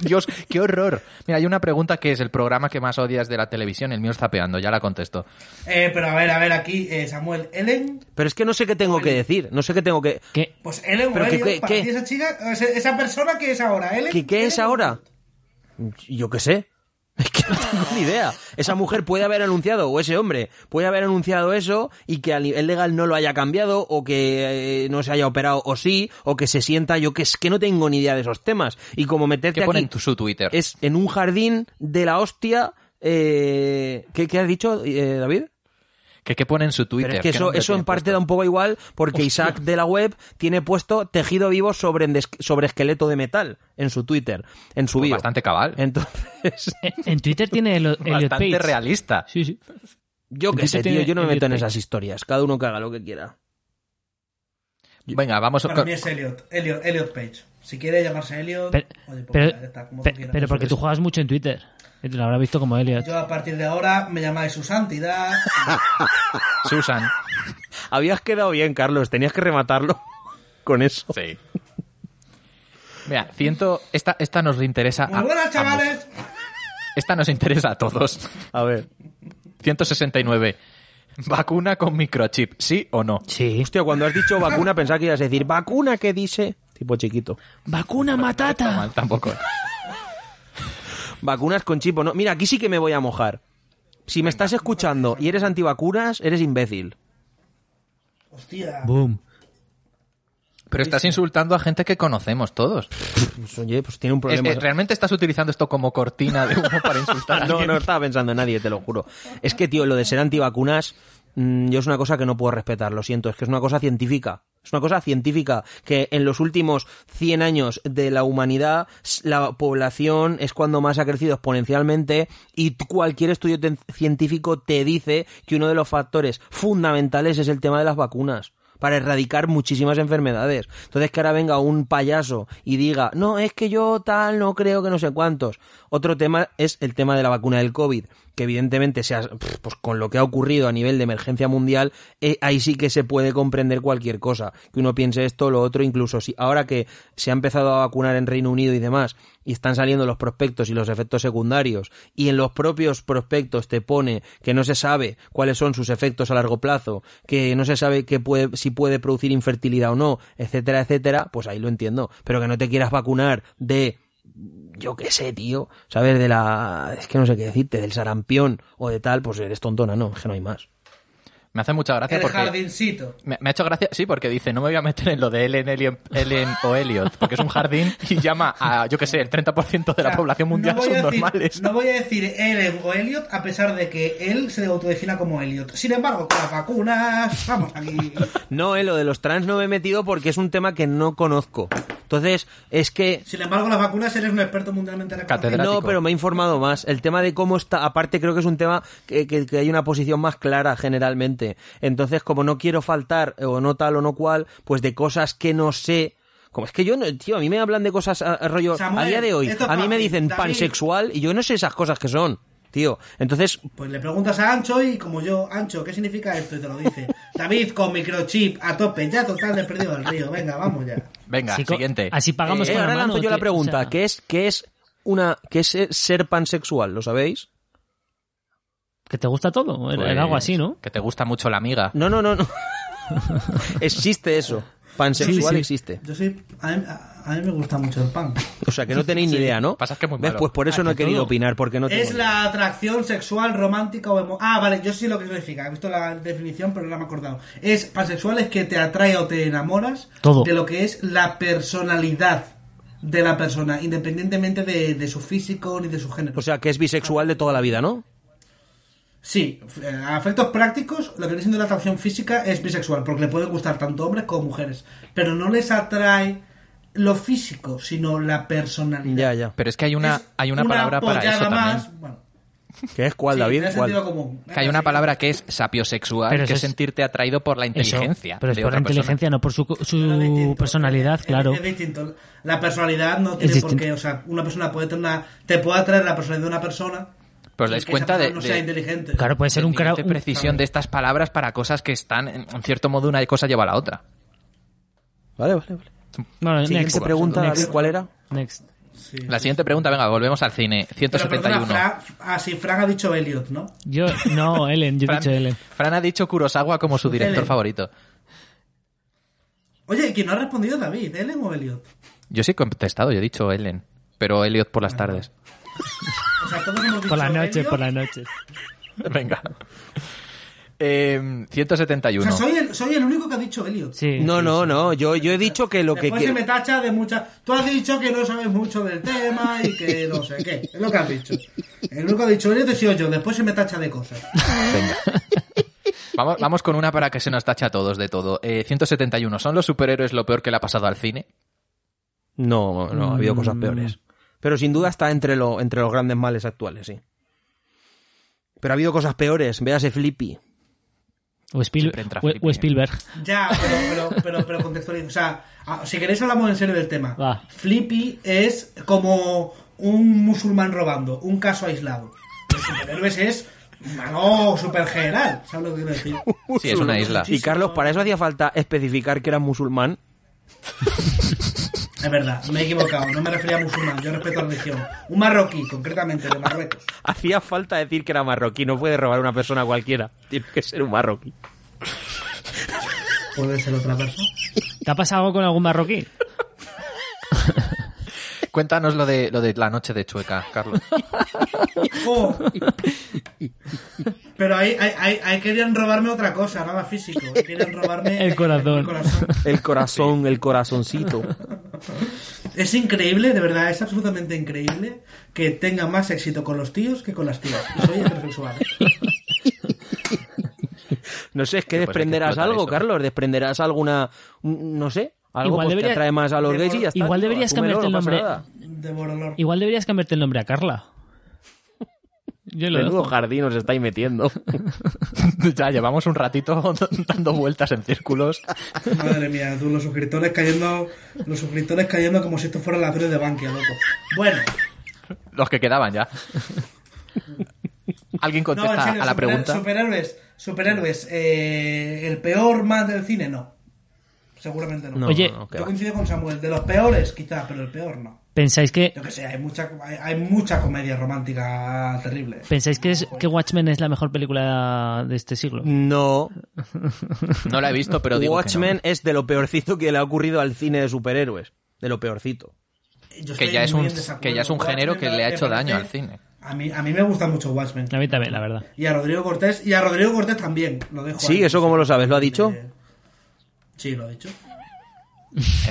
Dios, qué horror. Mira, hay una pregunta que es el programa que más odias de la televisión. El mío es zapeando, ya la contesto.
Eh, pero a ver, a ver, aquí, eh, Samuel, Ellen,
Pero es que no sé qué tengo que decir. No sé qué tengo que...
¿Qué?
pues Ellen o
Pero que-
Elliot,
que-
para
que-
ti esa chica, esa- esa persona que es ahora, Ellen.
¿Qué, qué es
Ellen o
ahora? Yo qué sé. Es que no tengo ni idea. Esa mujer puede haber anunciado, o ese hombre, puede haber anunciado eso y que a nivel legal no lo haya cambiado, o que eh, no se haya operado, o sí, o que se sienta, yo que es que no tengo ni idea de esos temas. Y como meterte
¿Qué pone
Este aquí
en tu, su Twitter?
es en un jardín de la hostia, eh, ¿qué, qué has dicho, eh, David?
¿Qué, qué pone en su Twitter?
Pero es que
¿Qué
eso,
nombre
eso en
tiene
parte
puesto?
da un poco igual porque Isaac de la web tiene puesto tejido vivo sobre, endes- sobre esqueleto de metal en su Twitter, en su
Pues
bio.
bastante cabal.
Entonces,
En, eh, en Twitter tiene el, Elliot
bastante
Page.
realista.
Sí, sí.
yo qué
Entonces
sé, tío,
tiene
yo no me meto en
Elliot Page.
esas historias. Cada uno que haga lo que quiera.
Venga, vamos
Para
con...
mí es Elliot, Elliot, Elliot Page. Si quiere llamarse Elliot,
Pero,
oye, pues
pero,
mira, ya está, como
pe-
tú quieras.
pero porque tú juegas mucho en Twitter. Que te lo habrás visto como Elliot.
Yo a partir de ahora me llamáis su santidad.
Susan.
Habías quedado bien, Carlos, tenías que rematarlo con eso.
Sí. Mira, ciento... Esta, esta nos interesa a...
Muy buenas,
a ambos.
chavales.
Esta nos interesa a todos.
A ver.
169. ¿Vacuna con microchip? ¿Sí o no?
Sí.
Hostia, cuando has dicho vacuna pensaba que ibas a decir vacuna que dice tipo chiquito.
¡Vacuna
Está
matata!
mal, tampoco.
Vacunas con chip o no. Mira, aquí sí que me voy a mojar. Si me estás escuchando y eres antivacunas, eres imbécil.
Hostia.
¡Boom!
Pero estás insultando a gente que conocemos todos.
Pues, oye, pues tiene un
Es-
problema.
es- Eh, ¿Realmente estás utilizando esto como cortina de humo para insultar a
No,
alguien?
no estaba pensando en nadie, te lo juro. Es que, tío, lo de ser antivacunas mm, yo es una cosa que no puedo respetar, lo siento, es que es una cosa científica. Es una cosa científica que en los últimos 100 años de la humanidad s- la población es cuando más ha crecido exponencialmente y t- cualquier estudio ten- científico te dice que uno de los factores fundamentales es el tema de las vacunas para erradicar muchísimas enfermedades. Entonces que ahora venga un payaso y diga, no, es que yo tal, no creo que no sé cuántos. Otro tema es el tema de la vacuna del COVID, que evidentemente se ha- pf, pues con lo que ha ocurrido a nivel de emergencia mundial, eh, ahí sí que se puede comprender cualquier cosa. Que uno piense esto, lo otro, incluso si ahora que se ha empezado a vacunar en Reino Unido y demás, y están saliendo los prospectos y los efectos secundarios, y en los propios prospectos te pone que no se sabe cuáles son sus efectos a largo plazo, que no se sabe que puede, si puede producir infertilidad o no, etcétera, etcétera, pues ahí lo entiendo. Pero que no te quieras vacunar de yo qué sé, tío, ¿sabes? De la... es que no sé qué decirte, del sarampión o de tal, pues eres tontona, no, es que no hay más.
Me hace mucha gracia
El
porque...
jardincito.
Me, me ha hecho gracia, sí, porque dice, no me voy a meter en lo de Ellen, Eliot- Ellen o Elliot, porque es un jardín y llama a, yo qué sé, el 30% de
O
la
sea,
población mundial
no voy
son
a decir-
normales.
No voy a decir Ellen o Elliot, a pesar de que él se autodefina como Elliot. Sin embargo, con las vacunas, vamos aquí.
No, eh, lo de los trans no me he metido porque es un tema que no conozco. Entonces, es que
Sin embargo, las vacunas eres un experto mundialmente reconocido.
Catedrático.
No, pero me he informado más. El tema de cómo está, aparte creo que es un tema que, que- que hay una posición más clara generalmente. Entonces, como no quiero faltar eh, o no tal o no cual, pues de cosas que no sé. Como es que yo, no, tío, a mí me hablan de cosas a, a rollo
Samuel,
a día de hoy.
esto es
A mí me
fácil,
dicen
David.
pansexual y yo no sé esas cosas que son, tío. Entonces,
Pues le preguntas a Ancho y como yo, Ancho, ¿qué significa esto? Y te lo dice. David con microchip a tope, ya total desperdido del río. Venga, vamos ya.
Venga,
Así co-
siguiente.
Así pagamos
eh,
con la
ahora
mano,
lanzo yo la
tío.
pregunta,
O sea,
¿qué es qué es una qué es ser pansexual? ¿Lo sabéis?
¿Que te gusta todo? Era-
Pues,
Era algo así, ¿no? Mm.
Que te gusta mucho la amiga.
No, no, no, no. existe eso. Pansexual
Sí, sí.
existe.
Yo soy. A mí, a- a mí me gusta mucho el pan.
O sea, que no tenéis ni idea, ¿no?
Pasa es que es muy
¿Ves?
malo.
Pues por eso
Ah,
no he
que
querido
todo.
opinar, porque no tengo
Es
ni idea.
la atracción sexual, romántica o emo- Ah, vale, yo sí lo que significa. He visto la definición, pero no me he acordado. Es pansexual es que te atrae o te enamoras
Todo.
de lo que es la personalidad de la persona, independientemente de, de su físico ni de su género.
O
Pues
sea, que es bisexual de toda la vida, ¿no?
sí, eh, a efectos prácticos, lo que viene siendo la atracción física es bisexual, porque le pueden gustar tanto hombres como mujeres, pero no les atrae lo físico, sino la personalidad.
Ya, ya.
Pero es que hay una,
Es
hay una, palabra para
pollada
eso
más.
también.
Bueno,
¿Qué es cuál,
sí,
David?
tiene
¿Cuál?
sentido común.
Que hay una palabra que es sapiosexual,
Pero eso
que es
es-
sentirte atraído por la
Eso,
inteligencia.
pero es
de
por la
otra persona.
inteligencia, no por su, su
Pero es distinto.
personalidad,
Es-
claro.
Es, distinto. La personalidad no tiene por
distinto.
qué. O sea, una persona puede tener una. Te puede atraer la personalidad de una persona.
Pero
y
Pues os dais
que esa
cuenta de-
persona No sea
de-
inteligente.
Claro, pues, puede ser
El
un
nivel
cara.
de
un-
precisión de estas palabras para cosas que están, en en cierto modo, una cosa lleva a la otra.
Vale, vale, vale.
Bueno,
Siguiente
next.
pregunta,
next,
David, ¿cuál era?
next.
Sí.
La siguiente pregunta, venga, volvemos al cine.
Pero perdona,
171.
Fra- así, Frank ah, ha dicho Elliot, ¿no?
Yo, no, Ellen, yo he
Fran,
dicho Ellen.
Fran ha dicho Kurosawa como su director
Ellen.
favorito.
Oye, ¿y quién no ha respondido David? ¿Ellen o Elliot?
Yo sí he contestado, yo he dicho Ellen, pero Elliot por las tardes.
O sea, todos hemos dicho
Por las noches,
Elliot.
por las noches.
Venga. Em,
O
171.
sea, soy el, soy el único que ha dicho Elliot.
Sí.
No, no, no. Yo, yo he dicho que lo que
Después se me
quiero.
tacha de muchas. Tú has dicho que no sabes mucho del tema y que no sé qué. Es lo que has dicho. El único que ha dicho Elliot he sido yo. Después se me tacha de cosas.
Vamos, vamos con una para que se nos tache a todos de todo. Eh, 171. ¿Son los superhéroes lo peor que le ha pasado al cine?
No, no, ha habido
Mm.
cosas peores. Pero sin duda está entre, lo, entre los grandes males actuales, sí. Pero ha habido cosas peores. Véase Flippy.
O, Spiel-
Siempre entra
o- o
Felipe.
Spielberg.
Ya, pero, pero, pero, pero contextualizo. O sea, a- si queréis hablamos en serio del tema.
Va.
Flippy es como un musulmán robando, un caso aislado. Los superhéroes es humano super general. ¿Sabes lo que quiero decir?
Sí, es una isla.
Y Carlos, para eso hacía falta especificar que era musulmán.
Es verdad, me he equivocado. No me refería a musulmán, yo respeto la religión. Un marroquí, concretamente, de Marruecos.
Hacía falta decir que era marroquí. No puede robar una persona cualquiera. Tiene que ser un marroquí.
Puede ser otra persona.
¿Te ha pasado algo con algún marroquí?
Cuéntanos lo de, lo de la noche de Chueca, Carlos.
Oh. Pero ahí, ahí, ahí- ahí querían robarme otra cosa, nada físico. Querían robarme
El corazón.
el corazón.
El corazón, el corazoncito.
Es increíble, de verdad, es absolutamente increíble que tenga más éxito con los tíos que con las tías. Y soy heterosexual.
No sé, es que
Pues hay que
desprenderás
explotar
algo,
eso.
Carlos. Desprenderás alguna. un- No sé. Algo
Igual
pues,
debería-
que atrae más a los gays y ya está.
Igual
tío,
deberías
asúmelo,
cambiarte el
no pasa
nombre.
nada.
de Borolor.
Igual deberías cambiarte el nombre a Carla. Yo lo
Menudo
dejo.
jardín os estáis metiendo.
ya llevamos un ratito dando vueltas en círculos.
Madre mía, tú, los suscriptores cayendo, los suscriptores cayendo como si esto fueran las redes de Bankia, loco. Bueno,
Los que quedaban ya. ¿Alguien
no, en
contesta
serio,
a la
superher-
pregunta?
superhéroes, superhéroes, eh, el peor más del cine, no. Seguramente no.
No,
Oye,
no, no, que
Yo
va.
coincido con Samuel, de los peores quizás, pero el peor no.
¿Pensáis que,
Yo que sé, hay mucha, hay, hay mucha comedia romántica terrible.
¿pensáis que, es, que Watchmen es la mejor película de este siglo?
No,
No la he visto, pero digo. que no.
Watchmen es de lo peorcito que le ha ocurrido al cine de superhéroes. De lo peorcito.
Yo
Que
estoy
ya es
muy
un-
en desacuerdo.
que ya es un
Watchmen
género que
me-
le ha
me
hecho daño
parece-
al cine.
A mí, a mí me gusta mucho Watchmen.
A mí también, la verdad.
Y a Rodrigo Cortés, y a Rodrigo Cortés también, lo dejo
Sí,
ahí.
¿eso cómo lo sabes? ¿Lo ha dicho?
Eh, Sí, lo he dicho.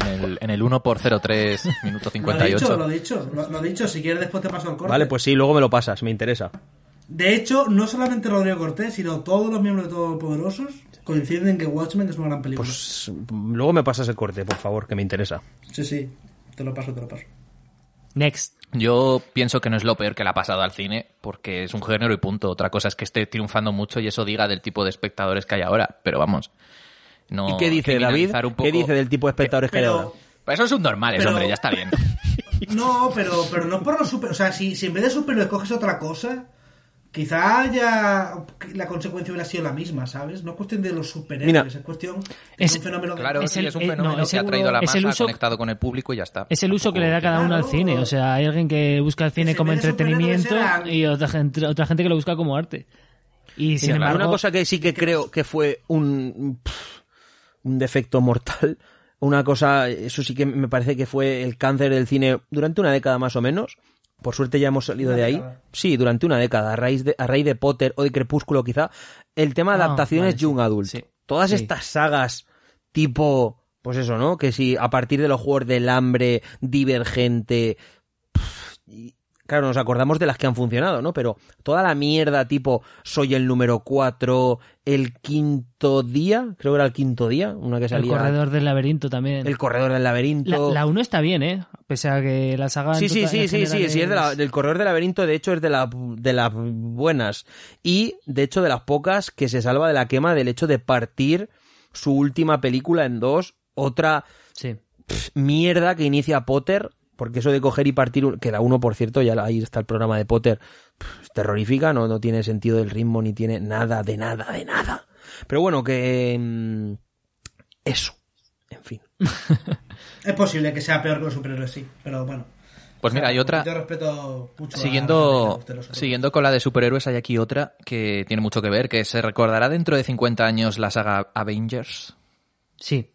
En el, en el 1 por 03 minuto
Lo he dicho,
58.
lo he dicho, lo, lo he dicho. Si quieres, después te paso el corte.
Vale, pues sí, luego me lo pasas, me interesa.
De hecho, no solamente Rodrigo Cortés, sino todos los miembros de Todopoderosos coinciden que Watchmen es una gran película.
Pues luego me pasas el corte, por favor, que me interesa.
Sí, sí, te lo paso, te lo paso.
Next.
Yo pienso que no es lo peor que le ha pasado al cine, porque es un género y punto. Otra cosa es que esté triunfando mucho y eso diga del tipo de espectadores que hay ahora. Pero vamos. No
¿Y qué dice David?
criminalizar un poco-
¿Qué dice del tipo de espectadores que le da?
Pero,
Pues son subnormales,
Pero-
hombre, ya está bien.
no, pero, pero no por los super. O sea, si, si en vez de super escoges otra cosa, quizá ya la consecuencia hubiera sido la misma, ¿sabes? No es cuestión de los superhéroes,
Mira,
es cuestión de
es-
un fenómeno.
Claro,
Es
sí,
el-
es un
eh, no,
fenómeno
es
que ha
el-
traído la
es
masa,
el
ha
uso-
conectado con el público y ya está.
Es el uso que le da cada uno al cine. O sea, hay alguien que busca el cine
Ese
como
mes de
entretenimiento
superhéroes eran-
y otra gente, otra gente que lo busca como arte. Y sin
Mira,
embargo,
una cosa que sí que creo que fue un, pff, un defecto mortal, una cosa, eso sí que me parece que fue el cáncer del cine durante una década más o menos. Por suerte ya hemos salido
Una
de ahí.
década.
Sí, durante una década, a raíz, de, a raíz de Potter o de Crepúsculo quizá. El tema de
Ah,
adaptaciones
vale, sí,
Young Adult.
sí,
Todas
sí.
estas sagas tipo, pues eso, ¿no? Que si a partir de los Juegos del Hambre, Divergente, y, claro, nos acordamos de las que han funcionado, ¿no? Pero toda la mierda tipo soy el número 4, el quinto día, creo que era el quinto día, una que
el
salía
corredor del laberinto también.
El corredor del
La,
laberinto.
la 1 está bien, ¿eh? Pese a que la saga. en
Sí, sí,
total-
sí,
en
sí, sí,
general
sí, es de la- del corredor del laberinto, de hecho es de, la- de las buenas y de hecho de las pocas que se salva de la quema del hecho de partir su última película en dos, otra
Sí.
mierda que inicia Potter, porque eso de coger y partir, un- que da uno, por cierto, ya ahí está el programa de Potter, pf, es terrorífica, no, no tiene sentido del ritmo, ni tiene nada, de nada, de nada. Pero bueno, que... mm, Eso. En fin.
Es posible que sea peor que los superhéroes, sí, pero bueno.
Pues mira, hay otra.
Yo respeto mucho. a- a
Siguiendo,
usted, los superhéroes.
siguiendo con la de superhéroes, hay aquí otra que tiene mucho que ver, que se recordará dentro de 50 años la saga Avengers.
Sí.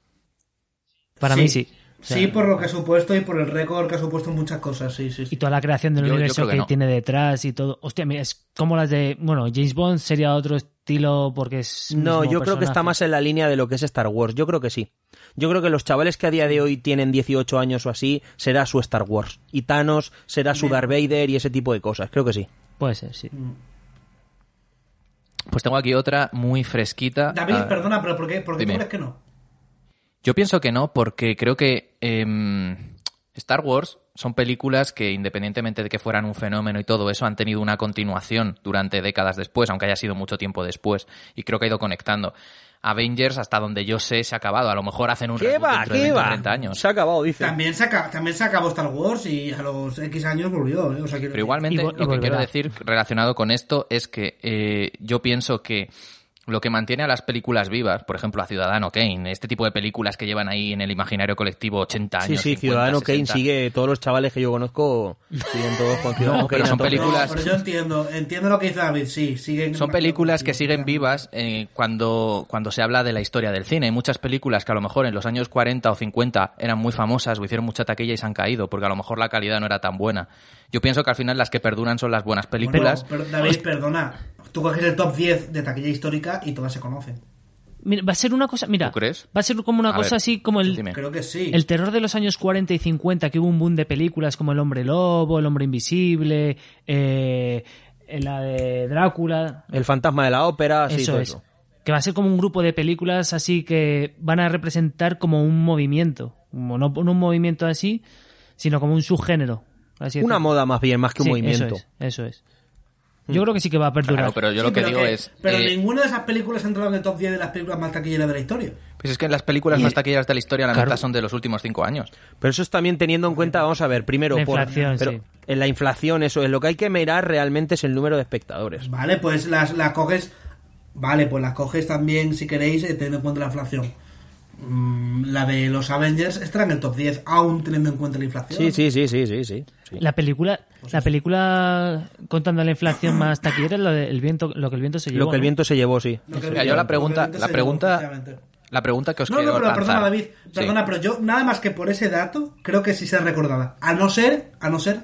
Para mí sí. O sea,
sí, por lo que ha supuesto y por el récord que ha supuesto en muchas cosas, sí, sí. sí.
Y toda la creación del
Yo- yo
universo
creo
que,
que no.
tiene detrás y todo. Hostia, mira, es como las de. Bueno, James Bond sería otro estilo porque es.
No,
mismo
yo creo que está
personaje.
más en la línea de lo que es Star Wars. Yo creo que sí. Yo creo que los chavales que a día de hoy tienen 18 años o así, será su Star Wars. Y Thanos será su Darth Vader y ese tipo de cosas. Creo que sí.
Puede ser, sí.
Pues tengo aquí otra muy fresquita.
David,
Ah,
perdona, pero ¿por qué, por qué tú
dime.
crees que no?
Yo pienso que no, porque creo que em, Star Wars son películas que, independientemente de que fueran un fenómeno y todo eso, han tenido una continuación durante décadas después, aunque haya sido mucho tiempo después, y creo que ha ido conectando. Avengers, hasta donde yo sé, se ha acabado. A lo mejor hacen un reboot dentro de 20 o 30 años.
Se ha acabado, dice.
También se, aca- también se acabó Star Wars y a los X años volvió. ¿eh? O sea, quiero
Pero
decir-
igualmente,
Y vol- y
lo que
volverá.
quiero decir relacionado con esto es que eh, yo pienso que lo que mantiene a las películas vivas, por ejemplo, a Ciudadano Kane, este tipo de películas que llevan ahí en el imaginario colectivo 80 años.
Sí, sí,
50,
Ciudadano
60.
Kane sigue, todos los chavales que yo conozco siguen todos con Ciudadano Kane
pero
a
son
tope.
películas-
No, pero yo entiendo, entiendo lo que dice David, sí, siguen.
Son películas que siguen vivas eh, cuando, cuando se habla de la historia del cine. Hay muchas películas que a lo mejor en los años 40 o 50 eran muy famosas o hicieron mucha taquilla y se han caído porque a lo mejor la calidad no era tan buena. Yo pienso que al final las que perduran son las buenas películas.
Bueno, pero David, perdona. Tú coges el top 10 de taquilla histórica y todas se conocen.
Mira, va a ser una cosa. Mira.
¿Tú crees?
Va a ser como una
A
cosa
ver,
así como el.
dime.
Creo que sí.
El terror de los años 40 y 50, que hubo un boom de películas como El Hombre Lobo, El Hombre Invisible, eh, la de Drácula.
El fantasma de la ópera, sí,
eso
todo
es.
eso.
que va a ser como un grupo de películas así que van a representar como un movimiento. Como no, no un movimiento así, sino como un subgénero. por así
Una
decirlo.
moda más bien, más que un
Sí,
movimiento. Mm.
Eso es. eso es. Yo creo que sí que va a perdurar.
Claro, pero yo
Sí,
lo que
pero
digo es.
Pero
eh,
ninguna de esas películas ha entrado en el top 10 de las películas más taquilleras de la historia.
Pues es que las películas
Y-
más taquilleras de la historia, la
Claro.
neta, son de los últimos cinco años.
Pero eso es también teniendo en cuenta, vamos a ver, primero
La
por-
inflación,
pero
sí.
en la inflación, eso es lo que hay que mirar realmente es el número de espectadores.
Vale, pues las, las coges. Vale, pues las coges también, si queréis, eh, teniendo en cuenta la inflación. Mm, la de los Avengers estará en el top 10, aún teniendo en cuenta la inflación.
Sí, sí, sí, sí, sí, sí. sí.
La película, la película contando la inflación más taquillera es lo, de el viento, lo que el viento se llevó.
Lo que el
¿no?
viento se llevó, sí.
Lo que
Mira,
el-
yo
lo
la
que
pregunta,
el-
la
se-
pregunta,
efectivamente.
la pregunta Pues que os
No, no,
quiero
pero perdona,
lanzar.
David.
Sí.
Perdona, pero yo, nada más que por ese dato, creo que sí se recordará. A no ser, a no ser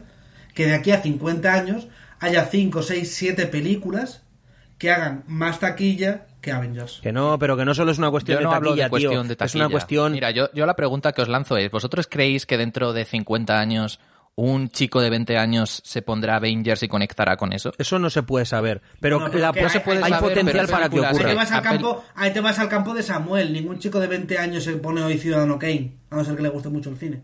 que de aquí a 50 años haya 5, 6, 7 películas que hagan más taquilla que Avengers.
Que no, pero que no solo es una cuestión
Yo no
de
hablo
taquilla,
de cuestión
tío.
de
Es
taquilla.
una cuestión.
Mira, yo, yo la pregunta que os lanzo es, ¿vosotros creéis que dentro de 50 años un chico de 20 años se pondrá Avengers y conectará con eso?
Eso no se puede saber. Pero
No,
la-
porque
hay,
no se puede
hay
saber,
potencial
pero
para que
películas-
Ahí
ocurra.
te, vas al
Apple-
campo, ahí te vas al campo de Samuel. Ningún chico de 20 años se pone hoy Ciudadano Kane, a no ser que le guste mucho el cine.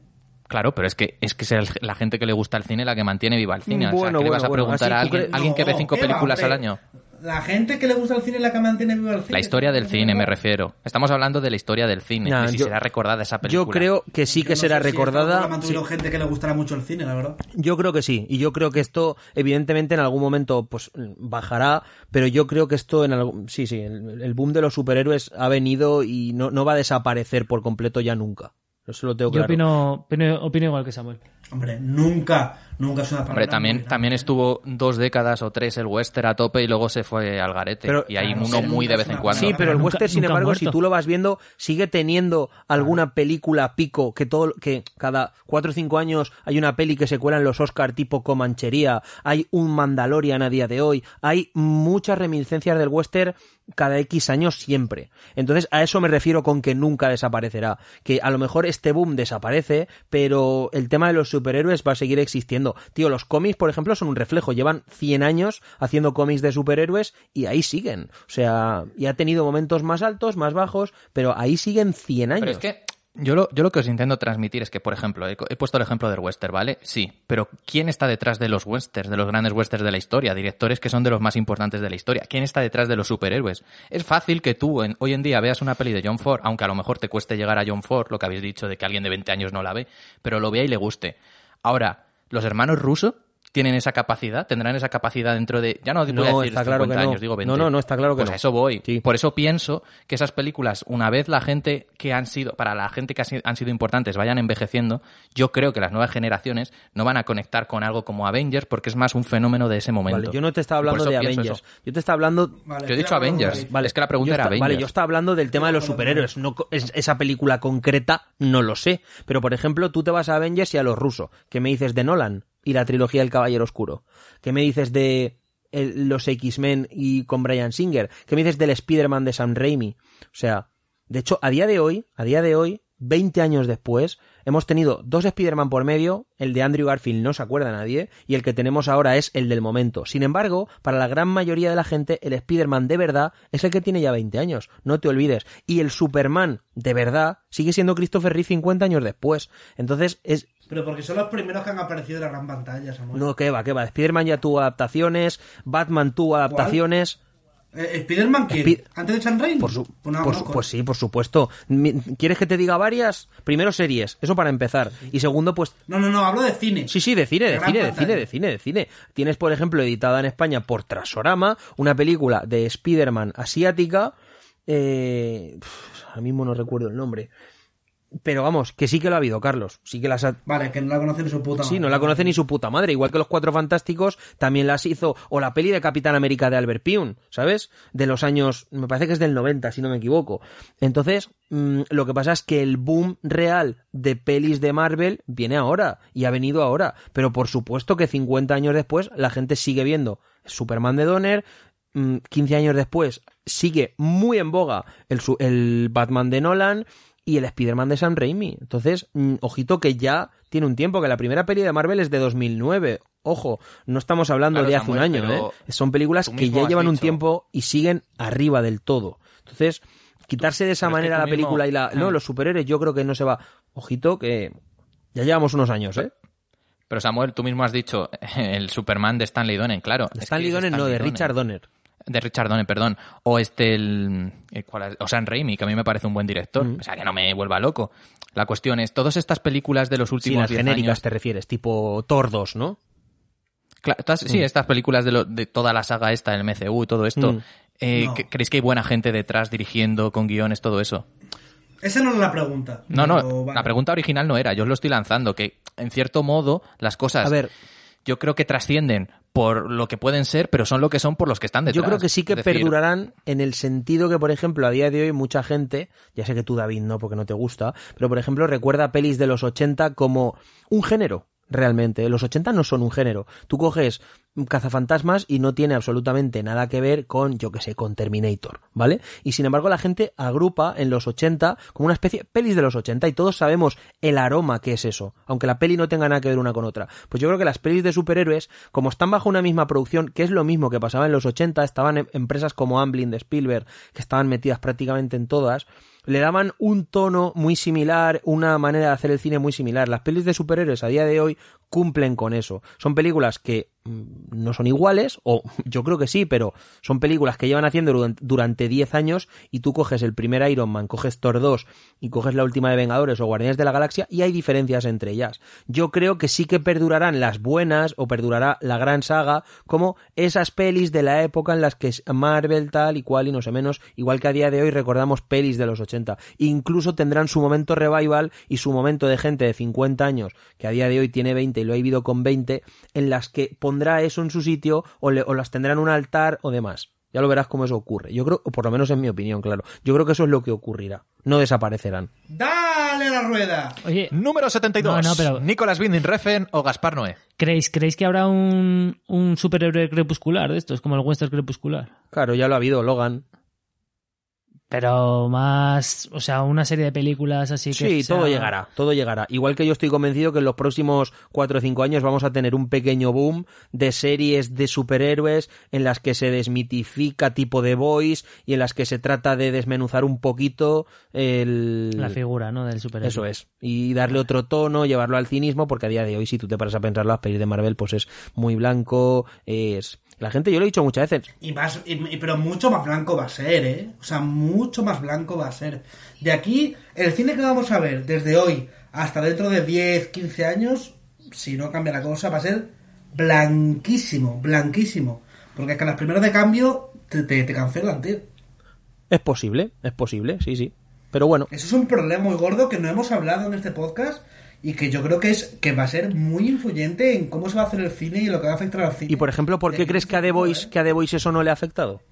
Claro, pero es que es que es el- la gente que le gusta el cine la que mantiene viva el cine. o sea,
Bueno,
¿qué le
bueno,
vas a
bueno,
preguntar
así
a
tú
alguien,
crees-
alguien que ve
No,
cinco
¿qué va,
películas al
hombre?
año?
La gente que le gusta el cine es la que mantiene vivo el cine.
La historia del cine, me refiero. Estamos hablando de la historia del cine.
Nah,
y si
yo-
será recordada esa película.
Yo creo que sí que
Yo no
será
sé si este programa
recordada. sí,
tuvieron gente que le gustará mucho el cine, la verdad.
yo creo que sí. Y yo creo que esto, evidentemente, en algún momento pues bajará. Pero yo creo que esto, en algún. Sí, sí. El, el boom de los superhéroes ha venido y no, no va a desaparecer por completo ya nunca. Eso lo tengo
Yo
claro.
opino, opino, opino igual que Samuel.
Hombre, nunca, nunca es una palabra.
Hombre, también,
muy
también estuvo dos décadas o tres el western a tope y luego se fue al garete.
Pero-
y hay
Claro,
uno
sí,
muy de vez en
nunca
cuando.
Sí, pero el
Nunca-
western, sin
nunca ha
embargo,
muerto.
si tú lo vas viendo, sigue teniendo alguna película pico que todo que cada cuatro o cinco años hay una peli que se cuela en los Oscar tipo Comanchería, hay un Mandalorian a día de hoy, hay muchas reminiscencias del western cada X años siempre. Entonces, a eso me refiero con que nunca desaparecerá, que a lo mejor este boom desaparece, pero el tema de los superhéroes va a seguir existiendo. Tío, los cómics, por ejemplo, son un reflejo, llevan 100 años haciendo cómics de superhéroes y ahí siguen. O sea, y ha tenido momentos más altos, más bajos, pero ahí siguen 100 años.
Pero es que yo lo, yo lo que os intento transmitir es que, por ejemplo, he, co- he puesto el ejemplo del western, ¿vale? Sí, pero ¿quién está detrás de los westerns, de los grandes westerns de la historia? Directores que son de los más importantes de la historia. ¿Quién está detrás de los superhéroes? Es fácil que tú en- hoy en día veas una peli de John Ford, aunque a lo mejor te cueste llegar a John Ford, lo que habéis dicho de que alguien de 20 años no la ve, pero lo vea y le guste. Ahora, los hermanos rusos tienen esa capacidad, tendrán esa capacidad dentro de, ya no voy a
No,
decir
está claro
50
que no.
años, digo
No,
20.
no, no, está claro que
Pues
no.
a eso voy.
Sí.
Por eso pienso que esas películas, una vez la gente que han sido, para la gente que ha sido- han sido importantes vayan envejeciendo, yo creo que las nuevas generaciones no van a conectar con algo como Avengers porque es más un fenómeno de ese momento.
Vale, yo no te estaba
Y por
hablando
eso
de
pienso
Avengers,
eso.
yo te estaba hablando
Vale,
Yo he dicho
claro,
Avengers.
vale.
Vale, es que la pregunta
yo
era
esta- Vale,
Avengers.
yo estaba hablando del tema de los superhéroes. No, co- es- esa película concreta no lo sé. Pero, por ejemplo, tú te vas a Avengers y a los rusos. ¿Qué me dices de Nolan y la trilogía del Caballero Oscuro? ¿Qué me dices de el- los X-Men y con Brian Singer? ¿Qué me dices del Spider-Man de Sam Raimi? O sea, de hecho, a día de hoy, a día de hoy, 20 años después, hemos tenido dos Spider-Man por medio, el de Andrew Garfield no se acuerda nadie, y el que tenemos ahora es el del momento. Sin embargo, para la gran mayoría de la gente, el Spider-Man de verdad es el que tiene ya 20 años, no te olvides. Y el Superman de verdad sigue siendo Christopher Reeve 50 años después. Entonces, es,
Pero porque son los primeros que han aparecido en la gran pantalla, Samuel.
no, que va, que va. Spider-Man ya tuvo adaptaciones, Batman tuvo adaptaciones.
Eh, ¿Spiderman quién?
Spi-
¿Antes de San Raimi?
Por su-
Pues no,
por
no,
su-
con-
pues sí, por supuesto. Mi- ¿Quieres que te diga varias? Primero series, eso para empezar. Y segundo, pues...
No, no, no, hablo de cine.
Sí, sí, de cine, de
Gran
cine, de
pantalla.
cine, de cine, de cine. Tienes, por ejemplo, editada en España por Trasorama, una película de Spider-Man asiática. Eh, pf, ahora mismo no recuerdo el nombre. Pero vamos, que sí que lo ha habido, Carlos. Sí que las ha,
Vale, que no la conocen su puta
Sí,
madre.
no la conoce ni su puta madre. Igual que los Cuatro Fantásticos también las hizo. O la peli de Capitán América de Albert Pyun, ¿sabes? De los años. Me parece que es del 90, si no me equivoco. Entonces, mm, lo que pasa es que el boom real de pelis de Marvel viene ahora. Y ha venido ahora. Pero por supuesto que 50 años después la gente sigue viendo Superman de Donner. mm, 15 años después sigue muy en boga el, su- el Batman de Nolan y el Spider-Man de Sam Raimi. Entonces, mm, ojito que ya tiene un tiempo, que la primera peli de Marvel es de 2009. Ojo, no estamos hablando
Claro,
de hace un
Samuel,
año,
pero
¿eh? Son películas
tú
que
mismo
ya
has
llevan un
dicho-
tiempo y siguen arriba del todo. Entonces, quitarse de esa
Pero es que
manera
tú
la
mismo-
película y la... No,
Mm.
los superhéroes yo creo que no se va... Ojito que ya llevamos unos años, ¿eh?
Pero Samuel, tú mismo has dicho el Superman de Stanley Donen, claro. es que
Stanley
es
Donen, no, de
Stanley
Richard
Donen.
Donner.
De Richard Donner, perdón. O este, el, el cual- o Sam Raimi, que a mí me parece un buen director.
Mm.
O sea, que no me vuelva loco. La cuestión es, todas estas películas de los
Sí,
últimos
las
10
genéricas
años...
te refieres, tipo Tordos, ¿no?
Claro, todas- sí, estas películas de, lo- de toda la saga esta, el MCU y todo esto.
Mm.
eh,
No.
¿cre- ¿Creéis que hay buena gente detrás dirigiendo con guiones, todo eso?
Esa no era la pregunta.
No,
pero
no,
vale.
la pregunta original no era, yo os lo estoy lanzando, que en cierto modo las cosas
A ver,
yo creo que trascienden por lo que pueden ser, pero son lo que son por los que están detrás.
Yo creo que sí que
Es decir,
perdurarán en el sentido que, por ejemplo, a día de hoy mucha gente, ya sé que tú David no, porque no te gusta, pero por ejemplo recuerda pelis de los 80 como un género, realmente. Los 80 no son un género. Tú coges un cazafantasmas y no tiene absolutamente nada que ver con, yo que sé, con Terminator, ¿vale? Y sin embargo la gente agrupa en los 80 como una especie pelis de los 80 y todos sabemos el aroma que es eso, aunque la peli no tenga nada que ver una con otra. Pues yo creo que las pelis de superhéroes, como están bajo una misma producción, que es lo mismo que pasaba en los 80, estaban em- empresas como Amblin de Spielberg, que estaban metidas prácticamente en todas, le daban un tono muy similar, una manera de hacer el cine muy similar. Las pelis de superhéroes a día de hoy cumplen con eso. Son películas que mm, no son iguales, o yo creo que sí, pero son películas que llevan haciendo duran- durante 10 años y tú coges el primer Iron Man, coges Thor 2 y coges la última de Vengadores o Guardianes de la Galaxia y hay diferencias entre ellas. Yo creo que sí que perdurarán las buenas o perdurará la gran saga como esas pelis de la época en las que es Marvel tal y cual y no sé menos, igual que a día de hoy recordamos pelis de los 80. Incluso tendrán su momento revival y su momento de gente de 50 años, que a día de hoy tiene 20 y lo ha vivido con 20, en las que pondrá eso en su sitio o, le- o las tendrá en un altar o demás. Ya lo verás cómo eso ocurre. Yo creo, o por lo menos en mi opinión, claro. Yo creo que eso es lo que ocurrirá. No desaparecerán.
¡Dale a la rueda!
Oye,
Número 72.
No, no, pero-
Nicolas Winding Refn o Gaspar Noé.
¿creéis, ¿creéis que habrá un, un superhéroe crepuscular de estos, como el western crepuscular?
Claro, ya lo ha habido Logan.
Pero más, o sea, una serie de películas así que...
Sí,
sea-
todo llegará, todo llegará. Igual que yo estoy convencido que en los próximos 4 o 5 años vamos a tener un pequeño boom de series de superhéroes en las que se desmitifica tipo de voice y en las que se trata de desmenuzar un poquito el...
La figura, ¿no? Del superhéroe.
Eso es. Y darle otro tono, llevarlo al cinismo, porque a día de hoy, si tú te paras a pensar las pelis de Marvel, pues es muy blanco, es... La gente, yo lo he dicho muchas veces,
Y más, y- y- pero mucho más blanco va a ser, ¿eh? O sea, mucho más blanco va a ser. De aquí, el cine que vamos a ver desde hoy hasta dentro de 10, 15 años, si no cambia la cosa, va a ser blanquísimo, blanquísimo. Porque es que a las primeras de cambio te, te, te cancelan, tío.
es posible, es posible, sí, sí. Pero bueno,
Eso es un problema muy gordo que no hemos hablado en este podcast y que yo creo que es que va a ser muy influyente en cómo se va a hacer el cine y lo que va a afectar al cine.
y por ejemplo, ¿por
De
qué
aquí
crees que a The
futuro,
Voice,
¿eh?
que a The Voice eso no le ha afectado?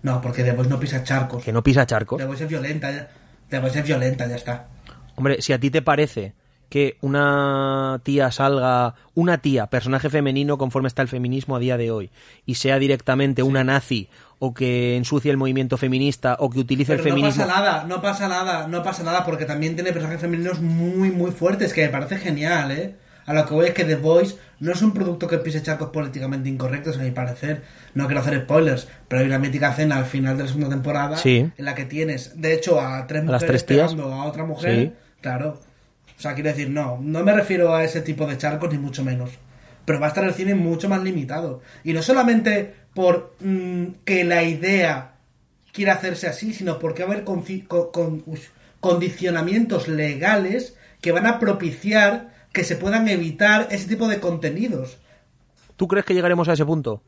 No, porque The Voice no pisa charcos.
Que no pisa charcos.
The Voice es violenta, ya. The Voice es violenta, ya está.
Hombre, si a ti te parece que una tía salga, una tía, personaje femenino conforme está el feminismo a día de hoy, y sea directamente una nazi, o que ensucie el movimiento feminista, o que utilice el
Pero no
feminismo...
pasa nada, no pasa nada, no pasa nada, porque también tiene personajes femeninos muy, muy fuertes, que me parece genial, ¿eh? A lo que voy es que The Voice no es un producto que pise charcos políticamente incorrectos, a mi parecer. No quiero hacer spoilers, pero hay una mítica escena al final de la segunda temporada
Sí.
en la que tienes, de hecho, a tres
las
mujeres
tres tías.
pegando a otra mujer.
Sí.
Claro. O sea, quiero decir, no, no me refiero a ese tipo de charcos, ni mucho menos. Pero va a estar el cine mucho más limitado. Y no solamente por mm, que la idea quiere hacerse así, sino porque va a haber conci- con- con- uy, condicionamientos legales que van a propiciar que se puedan evitar ese tipo de contenidos.
¿Tú crees que llegaremos a ese punto?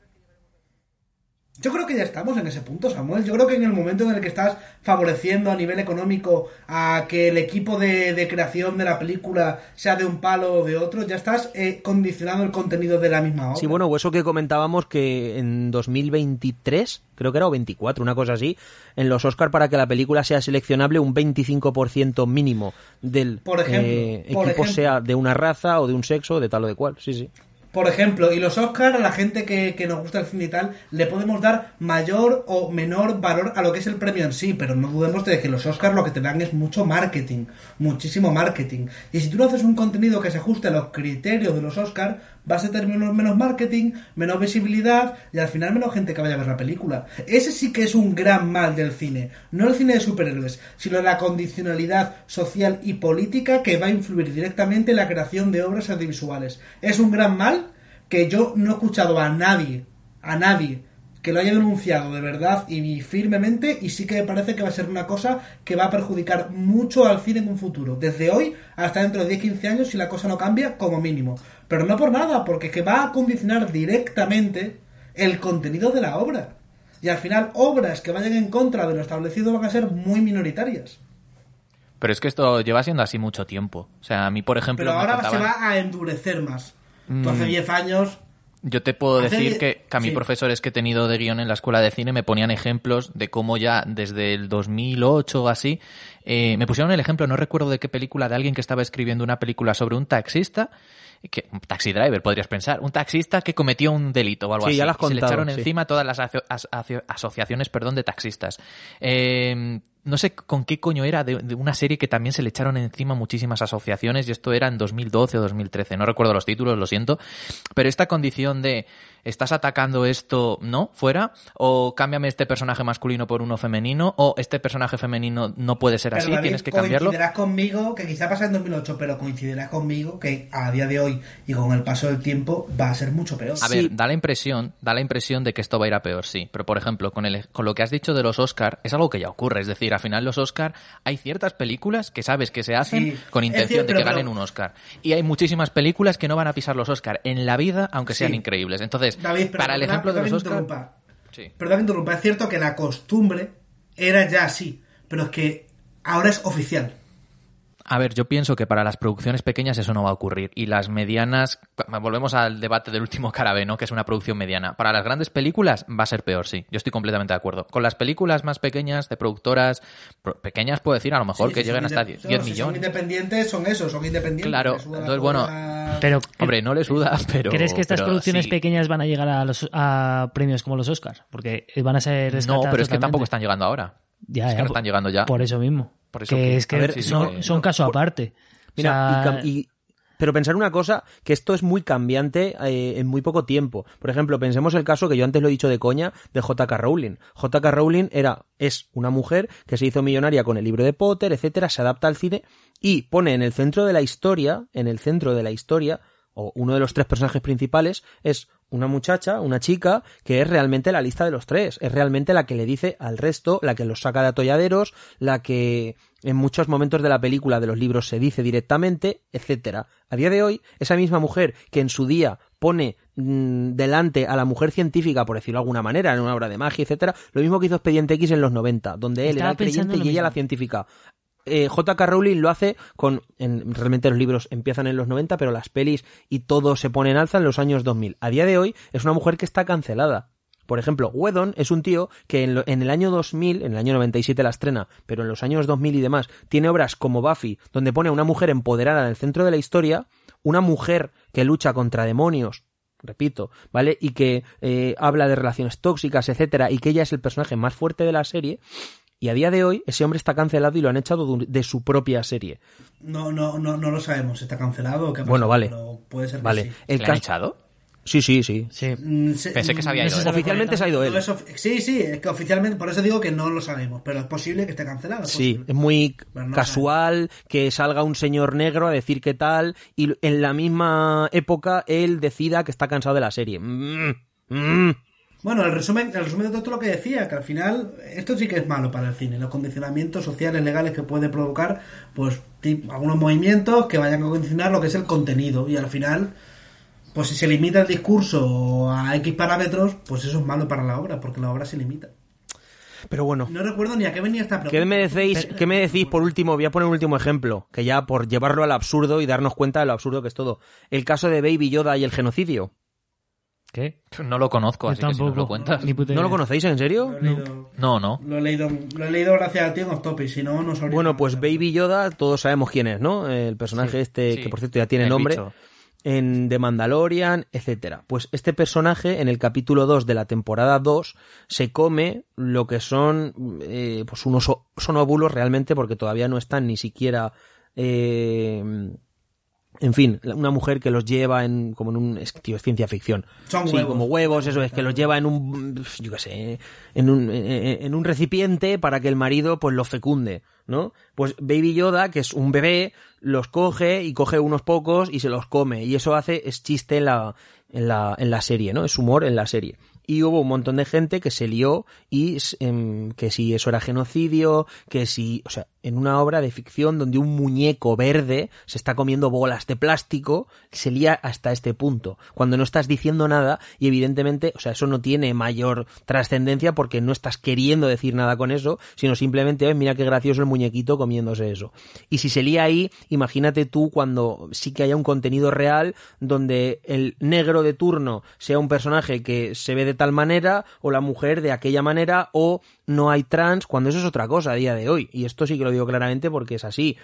Yo creo que ya estamos en ese punto, Samuel. Yo creo que en el momento en el que estás favoreciendo a nivel económico a que el equipo de, de creación de la película sea de un palo o de otro, ya estás eh, condicionando el contenido de la misma obra.
Sí, bueno, o eso que comentábamos que en 2023, creo que era o 24, una cosa así, en los Oscar para que la película sea seleccionable un 25% mínimo del
Por ejemplo,
eh,
por
equipo
ejemplo.
sea de una raza o de un sexo, de tal o de cual. Sí, sí.
Por ejemplo, y los Oscars, a la gente que, que nos gusta el cine y tal, le podemos dar mayor o menor valor a lo que es el premio en sí, pero no dudemos de que los Oscars lo que te dan es mucho marketing, muchísimo marketing. Y si tú no haces un contenido que se ajuste a los criterios de los Oscars, vas a tener menos, menos marketing, menos visibilidad y al final menos gente que vaya a ver la película. Ese sí que es un gran mal del cine, no el cine de superhéroes, sino la condicionalidad social y política que va a influir directamente en la creación de obras audiovisuales. Es un gran mal que yo no he escuchado a nadie, a nadie que lo haya denunciado de verdad y firmemente y sí que me parece que va a ser una cosa que va a perjudicar mucho al cine en un futuro, desde hoy hasta dentro de 10-15 años si la cosa no cambia como mínimo, pero no por nada, porque es que va a condicionar directamente el contenido de la obra y al final obras que vayan en contra de lo establecido van a ser muy minoritarias.
Pero es que esto lleva siendo así mucho tiempo. O sea, a mí, por ejemplo. Mm.
Pero
me
ahora se
contaban-
va a endurecer más. Tú hace 10 años
Yo te puedo
Hace
decir
die-
que, que a mí
sí.
profesores que he tenido de guión en la escuela de cine me ponían ejemplos de cómo ya desde el 2008 o así, eh, me pusieron el ejemplo, no recuerdo de qué película, de alguien que estaba escribiendo una película sobre un taxista, que, un taxi driver podrías pensar, un taxista que cometió un delito o algo
Sí,
así.
ya lo has
y se le
contado,
echaron
sí.
encima todas las aso- as- aso- asociaciones perdón, de taxistas. Eh, no sé con qué coño era de, de una serie que también se le echaron encima muchísimas asociaciones y esto era en 2012 o 2013, no recuerdo los títulos, lo siento, pero esta condición de estás atacando esto, no, fuera, o cámbiame este personaje masculino por uno femenino, o este personaje femenino no puede ser
Pero,
así,
David,
tienes que cambiarlo.
Coincidirás conmigo, que quizá pasa en 2008, pero coincidirás conmigo que a día de hoy y con el paso del tiempo va a ser mucho peor.
A ver, da la impresión, da la impresión de que esto va a ir a peor, sí. Pero por ejemplo, con el, con lo que has dicho de los Oscar, es algo que ya ocurre. Es decir, al final los Oscar hay ciertas películas que sabes que se hacen
Sí,
con
es
intención
cierto,
de que
pero-
ganen un Oscar. Y hay muchísimas películas que no van a pisar los Oscar en la vida, aunque sean
Sí.
increíbles. Entonces,
David, pero
para el
perdona-
ejemplo de
perdona
los
que
Oscar,
interrumpa.
sí.
Perdón que interrumpa, es cierto que la costumbre era ya así, pero es que ahora es oficial.
A ver, yo pienso que para las producciones pequeñas eso no va a ocurrir. Y las medianas, volvemos al debate del último Carabe, ¿no? Que es una producción mediana. Para las grandes películas va a ser peor, sí. Yo estoy completamente de acuerdo. Con las películas más pequeñas, de productoras, pro- pequeñas puedo decir a lo mejor
Sí,
que
sí,
lleguen
son
hasta
inde-
10,
no,
10
si Son
millones.
independientes, son esos, son independientes.
Claro,
les suda la
entonces, bueno,
polla.
Pero,
Hombre, no le suda, pero.
¿crees que estas
pero
producciones
sí.
pequeñas van a llegar a, los, a premios como los Oscars? Porque van a ser
No,
descartadas
pero es que
totalmente.
tampoco están llegando ahora.
Ya,
es que
ya,
no
por-
están llegando ya.
Por eso mismo.
Por eso
que,
que-
es que
a ver, sí, sí,
son,
que-
son caso
por-
aparte. O
Mira, y
sea,
cam- y- pero pensar una cosa, que esto es muy cambiante eh, en muy poco tiempo. Por ejemplo, pensemos el caso que yo antes lo he dicho de coña de J.K. Rowling. J.K. Rowling era, es una mujer que se hizo millonaria con el libro de Potter, etcétera, se adapta al cine y pone en el centro de la historia, en el centro de la historia, o uno de los tres personajes principales, es una muchacha, una chica, que es realmente la lista de los tres, es realmente la que le dice al resto, la que los saca de atolladeros, la que en muchos momentos de la película, de los libros, se dice directamente, etcétera. A día de hoy, esa misma mujer que en su día pone mm, delante a la mujer científica, por decirlo de alguna manera, en una obra de magia, etcétera, lo mismo que hizo Expediente X en los 90, donde él
Estaba
era el
pensando
creyente
lo
y ella
mismo.
la científica eh, J.K. Rowling lo hace con. en- realmente los libros empiezan en los 90, pero las pelis y todo se pone en alza en los años 2000. A día de hoy es una mujer que está cancelada. Por ejemplo, Whedon es un tío que en, lo- en el año 2000, en el año 97 la estrena, pero en los años 2000 y demás, tiene obras como Buffy, donde pone a una mujer empoderada en el centro de la historia, una mujer que lucha contra demonios, repito, ¿vale? Y que eh, habla de relaciones tóxicas, etcétera, y que ella es el personaje más fuerte de la serie, y a día de hoy, ese hombre está cancelado y lo han echado de un- de su propia serie.
No, no, no, no lo sabemos, está cancelado o qué ha
Bueno,
pasado,
vale.
pero puede ser que
Vale.
sí.
El
¿Le han
cas-
echado?
Sí, sí, sí.
sí.
Mm, se-
Pensé que se había
No
ido.
se
¿eh?
sabe
Oficialmente se ha ido él.
No es ofi- sí, sí, es que oficialmente, por eso digo que no lo sabemos, pero es posible que esté cancelado. es
Sí,
posible.
es muy
Pero no
casual que salga un señor negro a decir qué tal y en la misma época él decida que está cansado de la serie. Mm, mm.
Bueno, el resumen, el resumen de todo esto es lo que decía, que al final esto sí que es malo para el cine, los condicionamientos sociales, legales que puede provocar, pues ti- algunos movimientos que vayan a condicionar lo que es el contenido y al final, pues si se limita el discurso a X parámetros, pues eso es malo para la obra, porque la obra se limita.
Pero bueno,
No recuerdo ni a qué venía esta pregunta.
¿qué me decís, qué me decís por último? Voy a poner un último ejemplo, que ya por llevarlo al absurdo y darnos cuenta de lo absurdo que es todo. El caso de Baby Yoda y el genocidio.
¿Qué?
No lo conozco,
Yo
así que si nos lo cuentas.
ni puta
¿No lo
idea.
conocéis en serio?
Lo he leído,
No, no.
lo he leído, lo he leído gracias a ti en Off Topic, si no, no sabría.
pues Bueno, pues Baby Yoda, todos sabemos quién es, ¿no? El personaje este,
Sí,
que por cierto ya tiene
el
nombre.
bicho.
en The Mandalorian, etcétera. Pues este personaje en el capítulo 2 de la temporada 2 se come lo que son eh, pues unos o- son óvulos realmente porque todavía no están ni siquiera eh, en fin, la- una mujer que los lleva en como en un es, que, tío, es ciencia ficción.
Son
sí,
huevos.
como huevos, eso es que los lleva en un yo qué sé, en un eh, en un recipiente para que el marido pues los fecunde, ¿no? Pues Baby Yoda, que es un bebé, los coge y coge unos pocos y se los come y eso hace es chiste en la en la en la serie, ¿no? Es humor en la serie. Y hubo un montón de gente que se lió y em, que si eso era genocidio, que si, o sea, en una obra de ficción donde un muñeco verde se está comiendo bolas de plástico, se lía hasta este punto, cuando no estás diciendo nada y evidentemente, o sea, eso no tiene mayor trascendencia porque no estás queriendo decir nada con eso, sino simplemente, "Ay, mira qué gracioso el muñequito comiéndose eso. Y si se lía ahí, imagínate tú cuando sí que haya un contenido real donde el negro de turno sea un personaje que se ve de tal manera o la mujer de aquella manera o no hay trans, cuando eso es otra cosa a día de hoy. Y esto sí que lo digo claramente porque es así.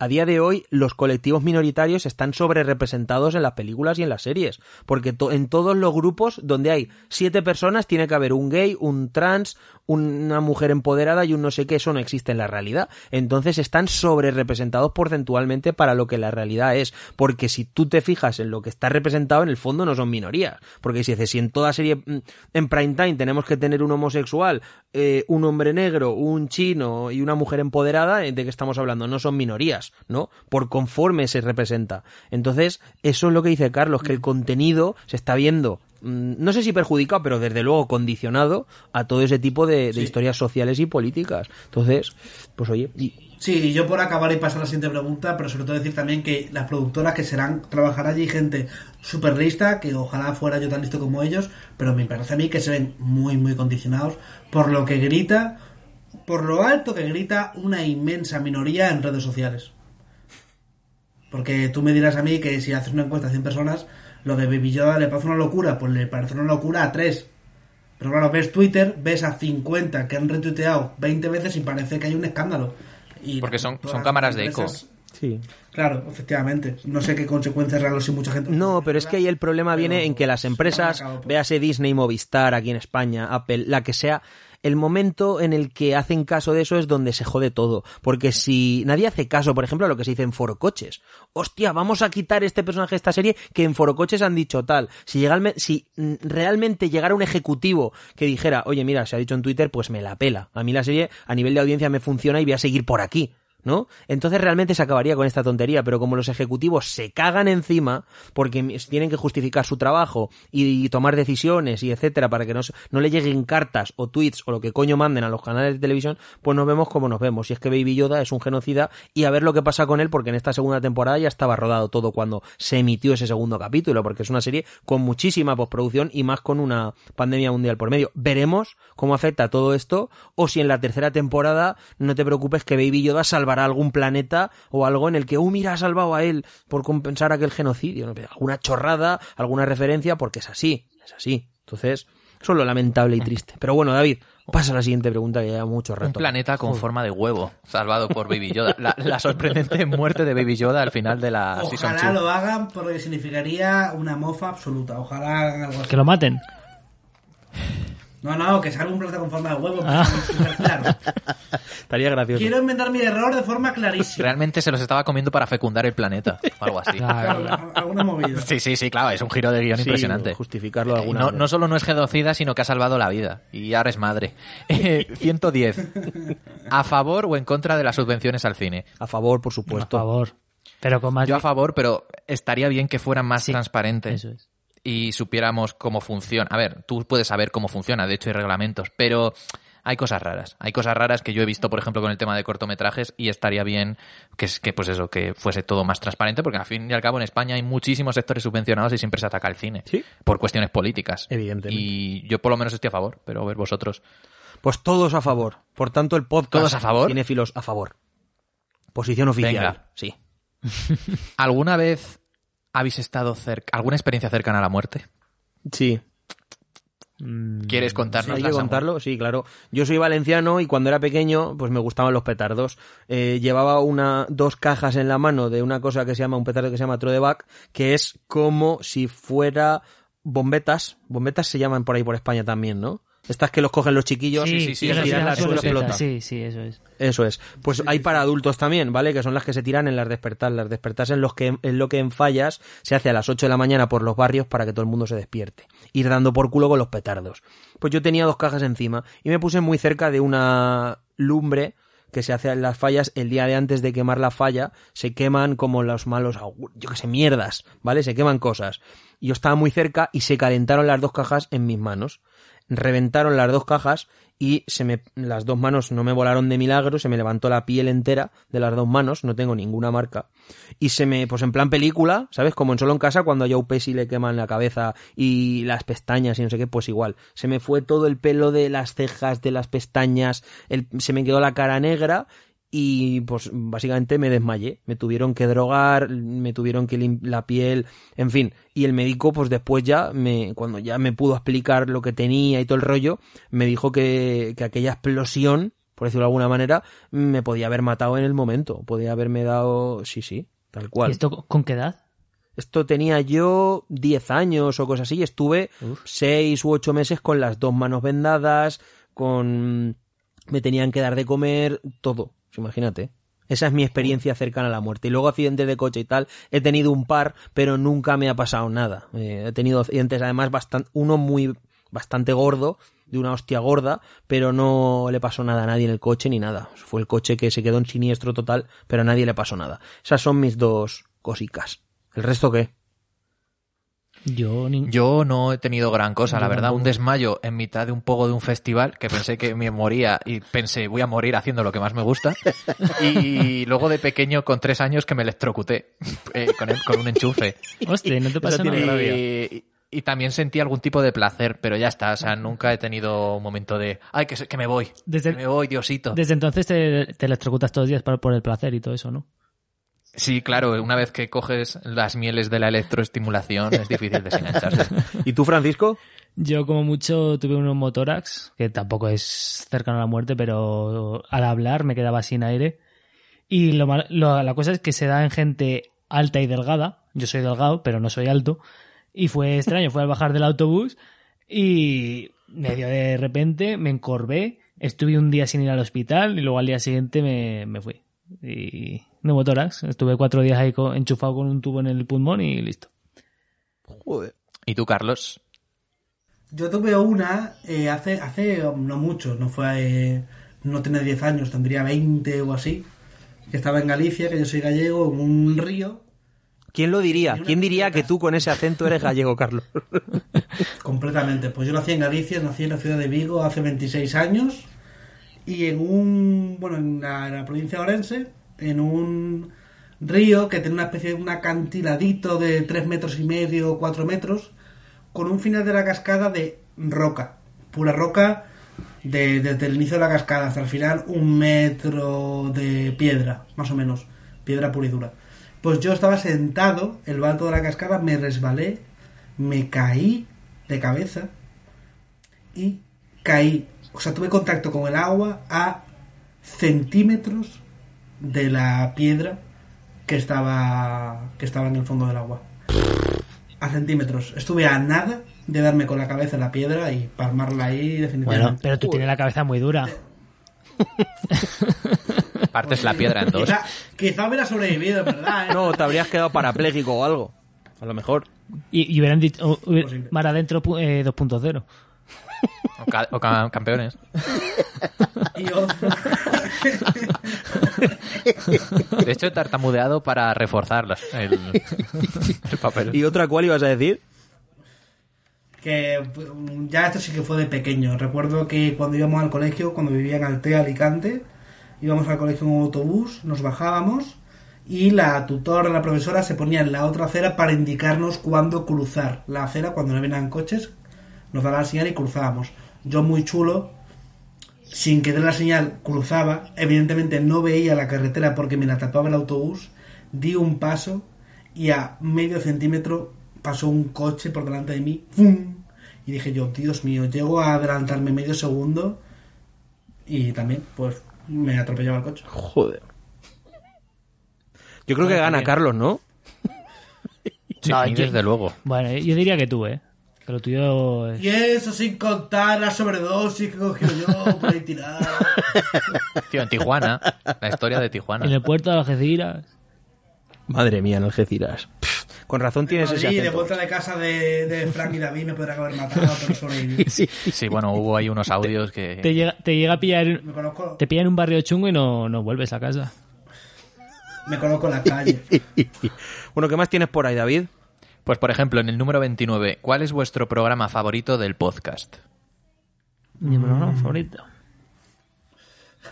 A día de hoy los colectivos minoritarios están sobrerepresentados en las películas y en las series, porque to- en todos los grupos donde hay siete personas tiene que haber un gay, un trans, un- una mujer empoderada y un no sé qué, eso no existe en la realidad. Entonces están sobrerepresentados porcentualmente para lo que la realidad es, porque si tú te fijas en lo que está representado, en el fondo no son minorías, porque si dices, si en toda serie, mm, en prime time tenemos que tener un homosexual, eh, un hombre negro, un chino y una mujer empoderada, eh, ¿de qué estamos hablando? No son minorías, ¿no? Por conforme se representa. Entonces, eso es lo que dice Carlos, que el contenido se está viendo, mm, no sé si perjudicado, pero desde luego condicionado a todo ese tipo de, de historias sociales y políticas. Entonces, pues oye, y-
Sí, yo por acabar y pasar a la siguiente pregunta, pero sobre todo decir también que las productoras que serán trabajar allí, gente súper lista, que ojalá fuera yo tan listo como ellos, pero me parece a mí que se ven muy, muy condicionados por lo que grita, por lo alto que grita una inmensa minoría en redes sociales. Porque tú me dirás a mí que si haces una encuesta a 100 personas, lo de Baby Yoda le parece una locura, pues le parece una locura a 3. Pero claro, ves Twitter, ves a 50 que han retuiteado 20 veces y parece que hay un escándalo. Y
Porque son-
todas
son
las
cámaras de eco.
empresas-
sí.
Claro, efectivamente. No sé qué consecuencias reales si mucha gente...
No, pero es que ahí el problema
Pero
viene en que las
se van a
empresas,
acabar por-
véase Disney, Movistar, aquí en España, Apple, la que sea, el momento en el que hacen caso de eso es donde se jode todo. Porque si nadie hace caso, por ejemplo, a lo que se dice en forocoches. Hostia, vamos a quitar este personaje de esta serie que en forocoches han dicho tal. Si, llega el me- si mm, realmente llegara un ejecutivo que dijera, oye, mira, se ha dicho en Twitter, pues me la pela. A mí la serie a nivel de audiencia me funciona y voy a seguir por aquí. ¿no? Entonces realmente se acabaría con esta tontería, pero como los ejecutivos se cagan encima porque mi- tienen que justificar su trabajo y, y tomar decisiones y etcétera para que no, se- no le lleguen cartas o tweets o lo que coño manden a los canales de televisión, pues nos vemos como nos vemos. Y es que Baby Yoda es un genocida y a ver lo que pasa con él porque en esta segunda temporada ya estaba rodado todo cuando se emitió ese segundo capítulo porque es una serie con muchísima postproducción y más con una pandemia mundial por medio. Veremos cómo afecta todo esto o si en la tercera temporada no te preocupes que Baby Yoda salvará algún planeta o algo en el que, uh, mira, ha salvado a él por compensar aquel genocidio. ¿no? Pero Alguna chorrada, alguna referencia, porque es así, es así. Entonces, eso es lo lamentable y triste. Pero bueno, David, pasa a la siguiente pregunta que ya lleva mucho rato.
Un planeta con forma de huevo, salvado por Baby Yoda. La, la sorprendente muerte de Baby Yoda al final de la Season
Ojalá
2.
lo hagan porque significaría una mofa absoluta. Ojalá hagan algo así.
Que lo maten.
No, no, que salga un plato con forma de huevo.
Ah.
pero Claro.
Estaría gracioso.
Quiero inventar mi error de forma clarísima.
Realmente se los estaba comiendo para fecundar el planeta, o algo así.
Claro.
Claro, alguna movida.
Sí, sí, sí, claro, es un giro de guión
Sí, Eh,
impresionante.
Justificarlo de
Y
alguna
No,
manera.
no solo no es genocida, sino que ha salvado la vida. Y ahora es madre. Eh, 110. ¿A favor o en contra de las subvenciones al cine?
A favor, por
Por
supuesto.
favor. Pero con más.
Pues Yo a favor, pero estaría bien que fueran más transparentes
Eso es.
y supiéramos cómo funciona. A ver, tú puedes saber cómo funciona, de hecho hay reglamentos, pero hay cosas raras. Hay cosas raras que yo he visto, por ejemplo, con el tema de cortometrajes y estaría bien que, es- que pues eso, que fuese todo más transparente, porque al fin y al cabo en España hay muchísimos sectores subvencionados y siempre se ataca al cine
Sí.
por cuestiones políticas.
Evidentemente.
Y yo por lo menos estoy a favor, pero a ver vosotros.
Pues todos a favor. Por tanto, el podcast.
¿Todos a favor?
Cinéfilos a favor. Posición oficial.
Venga.
Sí.
¿Alguna vez habéis estado cerca, alguna experiencia cercana a la muerte?
Sí.
Mm,
¿Quieres contarnos
Hay
la
que
Samu?
contarlo, sí, claro. Yo soy valenciano y cuando era pequeño, pues me gustaban los petardos. Eh, llevaba una, dos cajas en la mano de una cosa que se llama, un petardo que se llama trodeback, que es como si fuera bombetas. Bombetas se llaman por ahí por España también, ¿no? Estas que los cogen los chiquillos
sí,
sí, sí,
y
que
sí,
tiran al
las tiras
suelo
al suelo,
explota.
Sí, sí, eso es.
Eso es. Pues hay para adultos también, ¿vale? Que son las que se tiran en las despertar. Las despertas en, los que, en lo que en fallas se hace a las 8 de la mañana por los barrios para que todo el mundo se despierte. Ir dando por culo con los petardos. Pues yo tenía dos cajas encima y me puse muy cerca de una lumbre que se hace en las fallas el día de antes de quemar la falla, se queman como los malos, augur- yo que sé, mierdas, ¿vale? Se queman cosas. Yo estaba muy cerca y se calentaron las dos cajas en mis manos reventaron las dos cajas y se me, las dos manos no me volaron de milagro, se me levantó la piel entera de las dos manos, no tengo ninguna marca. Y se me, pues en plan película, ¿sabes? Como en Solo en Casa, cuando a Joe Pesci le queman la cabeza y las pestañas y no sé qué, pues igual. Se me fue todo el pelo de las cejas, de las pestañas, el- se me quedó la cara negra y pues básicamente me desmayé, me tuvieron que drogar, me tuvieron que lim- la piel, en fin, y el médico pues después ya me cuando ya me pudo explicar lo que tenía y todo el rollo, me dijo que que aquella explosión, por decirlo de alguna manera, me podía haber matado en el momento, podía haberme dado, sí, sí, tal cual.
¿Y esto co- con qué edad?
Esto tenía yo 10 años o cosas así y estuve 6 u 8 meses con las dos manos vendadas, con... me tenían que dar de comer, todo, Pues imagínate. Esa es mi experiencia cercana a la muerte. Y luego accidentes de coche y tal. He tenido un par, pero nunca me ha pasado nada. Eh, he tenido accidentes, además, bastante, uno muy bastante gordo, de una hostia gorda, pero no le pasó nada a nadie en el coche ni nada. Fue el coche que se quedó en siniestro total, pero a nadie le pasó nada. Esas son mis dos cosicas. ¿El resto qué?
Yo, ni-
Yo no he tenido gran cosa, la verdad. Un desmayo en mitad de un poco de un festival que pensé que me moría y pensé, voy a morir haciendo lo que más me gusta. Y luego de pequeño, con tres años, que me electrocuté eh, con, el- con un enchufe.
Hostia, no te pasa
tiene
nada.
gracia.
Y, y también sentí algún tipo de placer, pero ya está. O sea, nunca he tenido un momento de, ay, que, se- que me voy.
Desde-
que me voy, Diosito.
Desde entonces te, te electrocutas todos los días para- por el placer y todo eso, ¿no?
Sí, claro, una vez que coges las mieles de la electroestimulación es difícil desengancharse.
¿Y tú, Francisco?
Yo como mucho tuve un motorax, que tampoco es cercano a la muerte, pero al hablar me quedaba sin aire. Y lo, mal- lo- la cosa es que se da en gente alta y delgada. Yo soy delgado, pero no soy alto. Y fue extraño, fue al bajar del autobús y me dio de repente, me encorvé, estuve un día sin ir al hospital y luego al día siguiente me, me fui. Y neumotórax, estuve cuatro días ahí co- enchufado con un tubo en el pulmón y listo.
Joder.
¿Y tú, Carlos?
Yo tuve una eh, hace, hace no mucho, no fue eh, no tenía 10 años, tendría 20 o así, que estaba en Galicia, que yo soy gallego, en un río
¿Quién lo diría?
Tiene una
¿Quién diría que
pinta.
tú con ese acento eres gallego, Carlos?
completamente. Pues yo nací en Galicia, nací en la ciudad de Vigo hace 26 años y en un, bueno, en la, en la provincia de Orense, en un río que tiene una especie de un acantiladito de 3 metros y medio, 4 metros, con un final de la cascada de roca, pura roca, de- desde el inicio de la cascada hasta el final, un metro de piedra, más o menos, piedra pura y dura. Pues yo estaba sentado, el balto de la cascada, me resbalé, me caí de cabeza y caí. O sea, tuve contacto con el agua a centímetros de la piedra que estaba, que estaba en el fondo del agua a centímetros. Estuve a nada de darme con la cabeza en la piedra y palmarla ahí definitivamente.
pero tú tienes la cabeza muy dura.
Partes la piedra en dos.
Quizá, quizá hubiera sobrevivido, en verdad. ¿eh?
No, te habrías quedado parapléjico o algo. A lo mejor.
Y, y hubieran dicho o- hubiera-
Posible.
Mar Adentro pu- eh, 2.0.
O, ca- o ca- campeones.
Y yo-
De hecho, he tartamudeado para reforzar las- el, el papel.
¿Y otra cuál ibas a decir?
que mm, ya esto sí que fue de pequeño. Recuerdo que cuando íbamos al colegio, cuando vivía en Altea, Alicante, íbamos al colegio en un autobús, nos bajábamos y la tutora, la profesora, se ponía en la otra acera para indicarnos cuándo cruzar la acera cuando no venían coches. Nos daba la señal y cruzábamos. Yo muy chulo, sin que dé la señal, cruzaba. Evidentemente no veía la carretera porque me la tapaba el autobús. Di un paso y a medio centímetro pasó un coche por delante de mí. ¡Fum! Y dije yo, Dios mío, llego a adelantarme medio segundo y también, pues, me atropellaba el coche.
Joder. Yo creo que gana Carlos, ¿no?
Sí,
No,
y
yo-
desde luego.
Bueno, yo diría que tú, ¿eh? Que lo tuyo es...
Y eso sin contar la sobredosis que cogió yo por ahí tirada.
Tío, en Tijuana, la historia de Tijuana.
En el puerto de Algeciras.
Madre mía, en Algeciras. Pff, con razón tienes ese
Allí, de
acento.
vuelta de casa de, de Frank y David, me podrían haber matado, pero sobreviví.
Sí.
Sí, bueno, hubo ahí unos audios que...
Te llega, te llega a pillar...
Me conozco,
Te pilla en un barrio chungo y no, no vuelves a casa.
me conozco la calle.
Bueno, ¿qué más tienes por ahí, David?
Pues, por ejemplo, en el número 29, ¿cuál es vuestro programa favorito del podcast?
Mi programa favorito.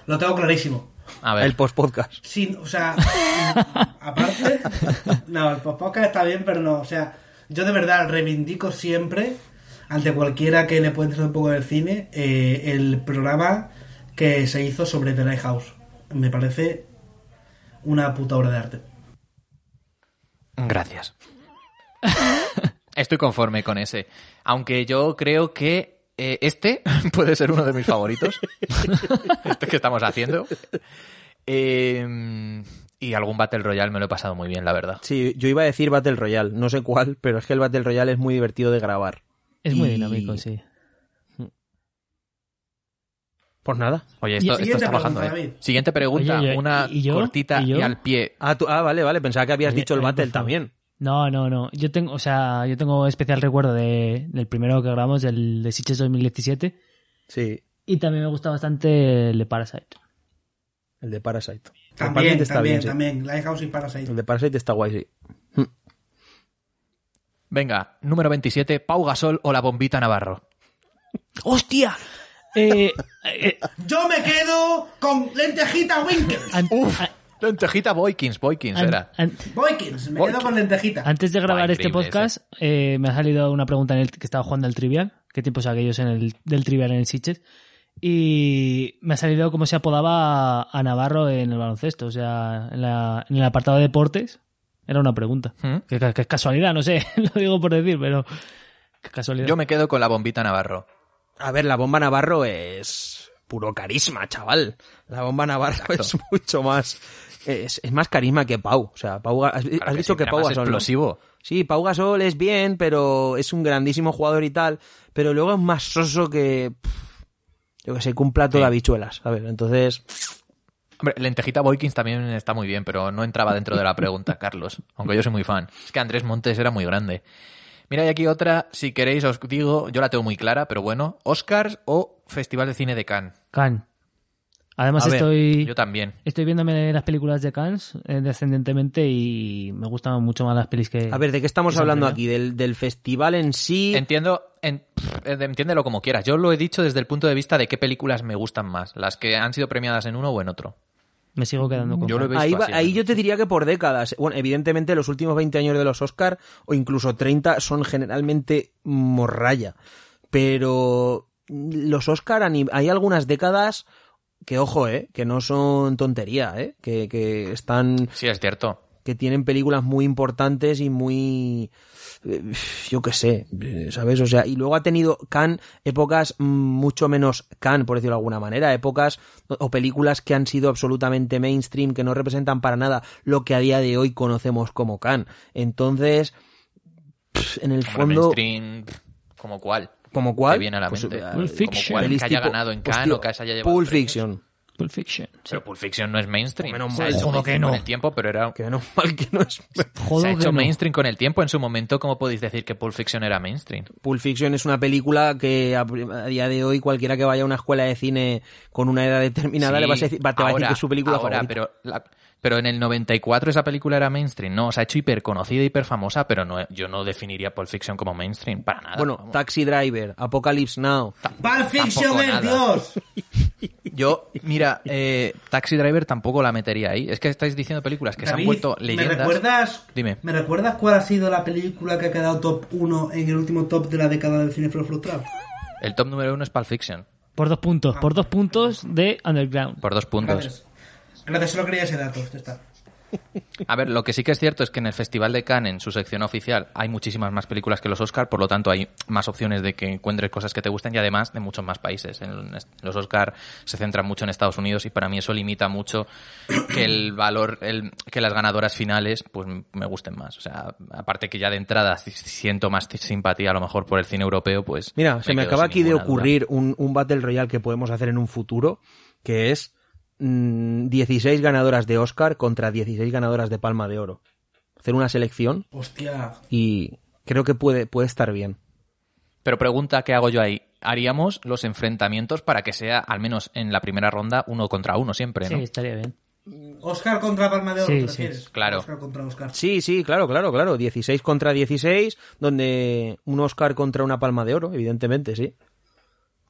Lo tengo clarísimo.
A ver,
El post-podcast.
Sin, o sea, mm, aparte, no, el podcast está bien, pero no, o sea, yo de verdad reivindico siempre, ante cualquiera que le pueda interesar un poco del cine, eh, el programa que se hizo sobre The Lighthouse. Me parece una puta obra de arte.
gracias. Estoy conforme con ese. Aunque yo creo que eh, este puede ser uno de mis favoritos. este que estamos haciendo. Eh, y algún Battle Royale me lo he pasado muy bien, la verdad.
Sí, yo iba a decir Battle Royale, no sé cuál, pero es que el Battle Royale es muy divertido de grabar.
Es muy
Y-
dinámico, sí.
Pues nada.
Oye, esto,
Y-
esto está
Siguiente
bajando,
pregunta,
¿eh?
David.
Siguiente pregunta,
Oye, yo-
una
¿y yo?
cortita
¿y yo?
y al pie.
Ah, tú- ah, vale, vale, pensaba que habías
Oye,
dicho el
oye, por
Battle
favor.
también.
No, no, no. Yo tengo, o sea, yo tengo especial recuerdo de, del primero que grabamos, del de Sitges 2017.
Sí,
Y también me gusta bastante el de Parasite.
el de Parasite. El
También,
Parasite está
también,
bien, sí.
también, Lighthouse y Parasite.
El de Parasite está guay, sí.
Venga, número 27, Pau Gasol o la bombita Navarro.
¡Hostia! Eh, eh,
Yo me quedo con lentejita Winkles.
an-
Uf,
a-
lentejita Boykins, Boykins
an-
era.
an-
Boykins, me quedo
Boykins.
con lentejita.
antes de grabar
Buah,
este
increíble
podcast, eh, me ha salido una pregunta en el que estaba jugando al Trivial. ¿Qué tiempos aquellos en el, del Trivial en el Sitges? Y me ha salido cómo se apodaba a, a Navarro en el baloncesto. O sea, en, la- en el apartado de deportes, era una pregunta.
¿Mm?
Que, que es casualidad, no sé, lo digo por decir, pero qué casualidad.
Yo me quedo con la bombita Navarro.
A ver, la bomba Navarro es puro carisma, chaval. La bomba Navarro es mucho más. Es, es más carisma que Pau. O sea, Pau. Ga- Has, has
Claro
dicho
sí,
que
era
Pau
más
Gasol. ¿no?
explosivo.
Sí, Pau Gasol es bien, pero es un grandísimo jugador y tal. Pero luego es más soso que. pff, Yo que sé, que un plato
Sí.
de habichuelas. A ver, entonces.
Hombre, lentejita Boykins también está muy bien, pero no entraba dentro de la pregunta, Carlos. Aunque yo soy muy fan. Es que Andrés Montes era muy grande. Mira, y aquí otra, si queréis os digo, yo la tengo muy clara, pero bueno, Oscars o Festival de Cine de Cannes.
Can. Además
A ver,
estoy
Yo también.
estoy viéndome las películas de Cannes eh, descendentemente y me gustan mucho más las pelis que
A ver, ¿de qué estamos
Esa
hablando
primera.
aquí? ¿Del, del festival en sí?
Entiendo, en- pff, entiéndelo como quieras. Yo lo he dicho desde el punto de vista de qué películas me gustan más, las que han sido premiadas en uno o en otro.
me sigo quedando con.
Yo lo he
Cannes.
visto
Ahí, va-
así,
ahí
¿no?
yo te diría que por décadas. Bueno, evidentemente los últimos 20 años de los Oscar o incluso 30 son generalmente morralla. Pero los Oscar a ni- hay algunas décadas que, ojo, eh, que no son tontería, eh, que, que están,
Sí, es cierto.
que tienen películas muy importantes y muy, eh, yo qué sé, eh, ¿sabes? O sea, y luego ha tenido Cannes épocas mm, mucho menos Cannes, por decirlo de alguna manera, épocas o- o películas que han sido absolutamente mainstream, que no representan para nada lo que a día de hoy conocemos como Cannes. Entonces, pff, en el
Hombre,
fondo,
mainstream, pff, como cuál.
como cual...
Te viene a la
pues,
mente.
eh,
Pulp
como
Fiction.
cuál,
pelis
que haya
tipo-
ganado en
pues,
Cannes
tío,
o que se haya llevado
Pulp
premios.
Fiction.
Pulp Fiction.
Pero Pulp Fiction no es mainstream.
Menos
Se ha
mal.
hecho
Joder, que
mainstream
no.
Con el tiempo, pero era,
Que menos mal que no es...
se ha
Joder, que
hecho
no.
mainstream con el tiempo. En su momento, ¿cómo podéis decir que Pulp Fiction era mainstream?
Pulp Fiction es una película que a, a día de hoy cualquiera que vaya a una escuela de cine con una edad determinada
Sí,
le vas a decir, va- te va a decir que es su película
ahora,
favorita.
Pero, la- pero en el 94 esa película era mainstream. No, se ha hecho hiper conocida, hiper famosa, pero no, yo no definiría Pulp Fiction como mainstream. Para nada.
bueno,
vamos.
Taxi Driver, Apocalypse Now.
Pulp Fiction
Tampoco
es
nada.
Dios.
yo, mira, eh, Taxi Driver tampoco la metería ahí. Es que estáis diciendo películas que se
David,
han vuelto
¿Me
leyendas.
recuerdas,
Dime.
¿Me recuerdas cuál ha sido la película que ha quedado top 1 en el último top de la década del cine frustrado?
El top número uno es Pulp Fiction,
Por dos puntos,
Ah,
por dos puntos de Underground.
por dos puntos.
Gracias. Gracias, solo quería ese dato. Ya está.
A ver, lo que sí que es cierto es que en el Festival de Cannes, en su sección oficial, hay muchísimas más películas que los Oscar, por lo tanto hay más opciones de que encuentres cosas que te gusten y además de muchos más países. En los Oscar se centran mucho en Estados Unidos y para mí eso limita mucho que el valor, el, que las ganadoras finales pues me gusten más. O sea, aparte que ya de entrada siento más simpatía a lo mejor por el cine europeo, pues...
Mira, se me acaba aquí de
ocurrir
ocurrir un, un Battle Royale que podemos hacer en un futuro, que es mm, 16 ganadoras de Oscar contra 16 ganadoras de Palma de Oro. Hacer una selección
Hostia.
y creo que puede, puede estar bien.
Pero pregunta que hago yo ahí. Haríamos los enfrentamientos para que sea, al menos en la primera ronda, uno contra uno siempre, ¿no?
Sí, estaría bien.
Oscar contra Palma de Oro,
Sí,
¿te
sí,
refieres?
claro.
Oscar contra Oscar.
Sí, sí, claro, claro, claro. 16 contra 16, donde un Oscar contra una Palma de Oro, evidentemente, sí.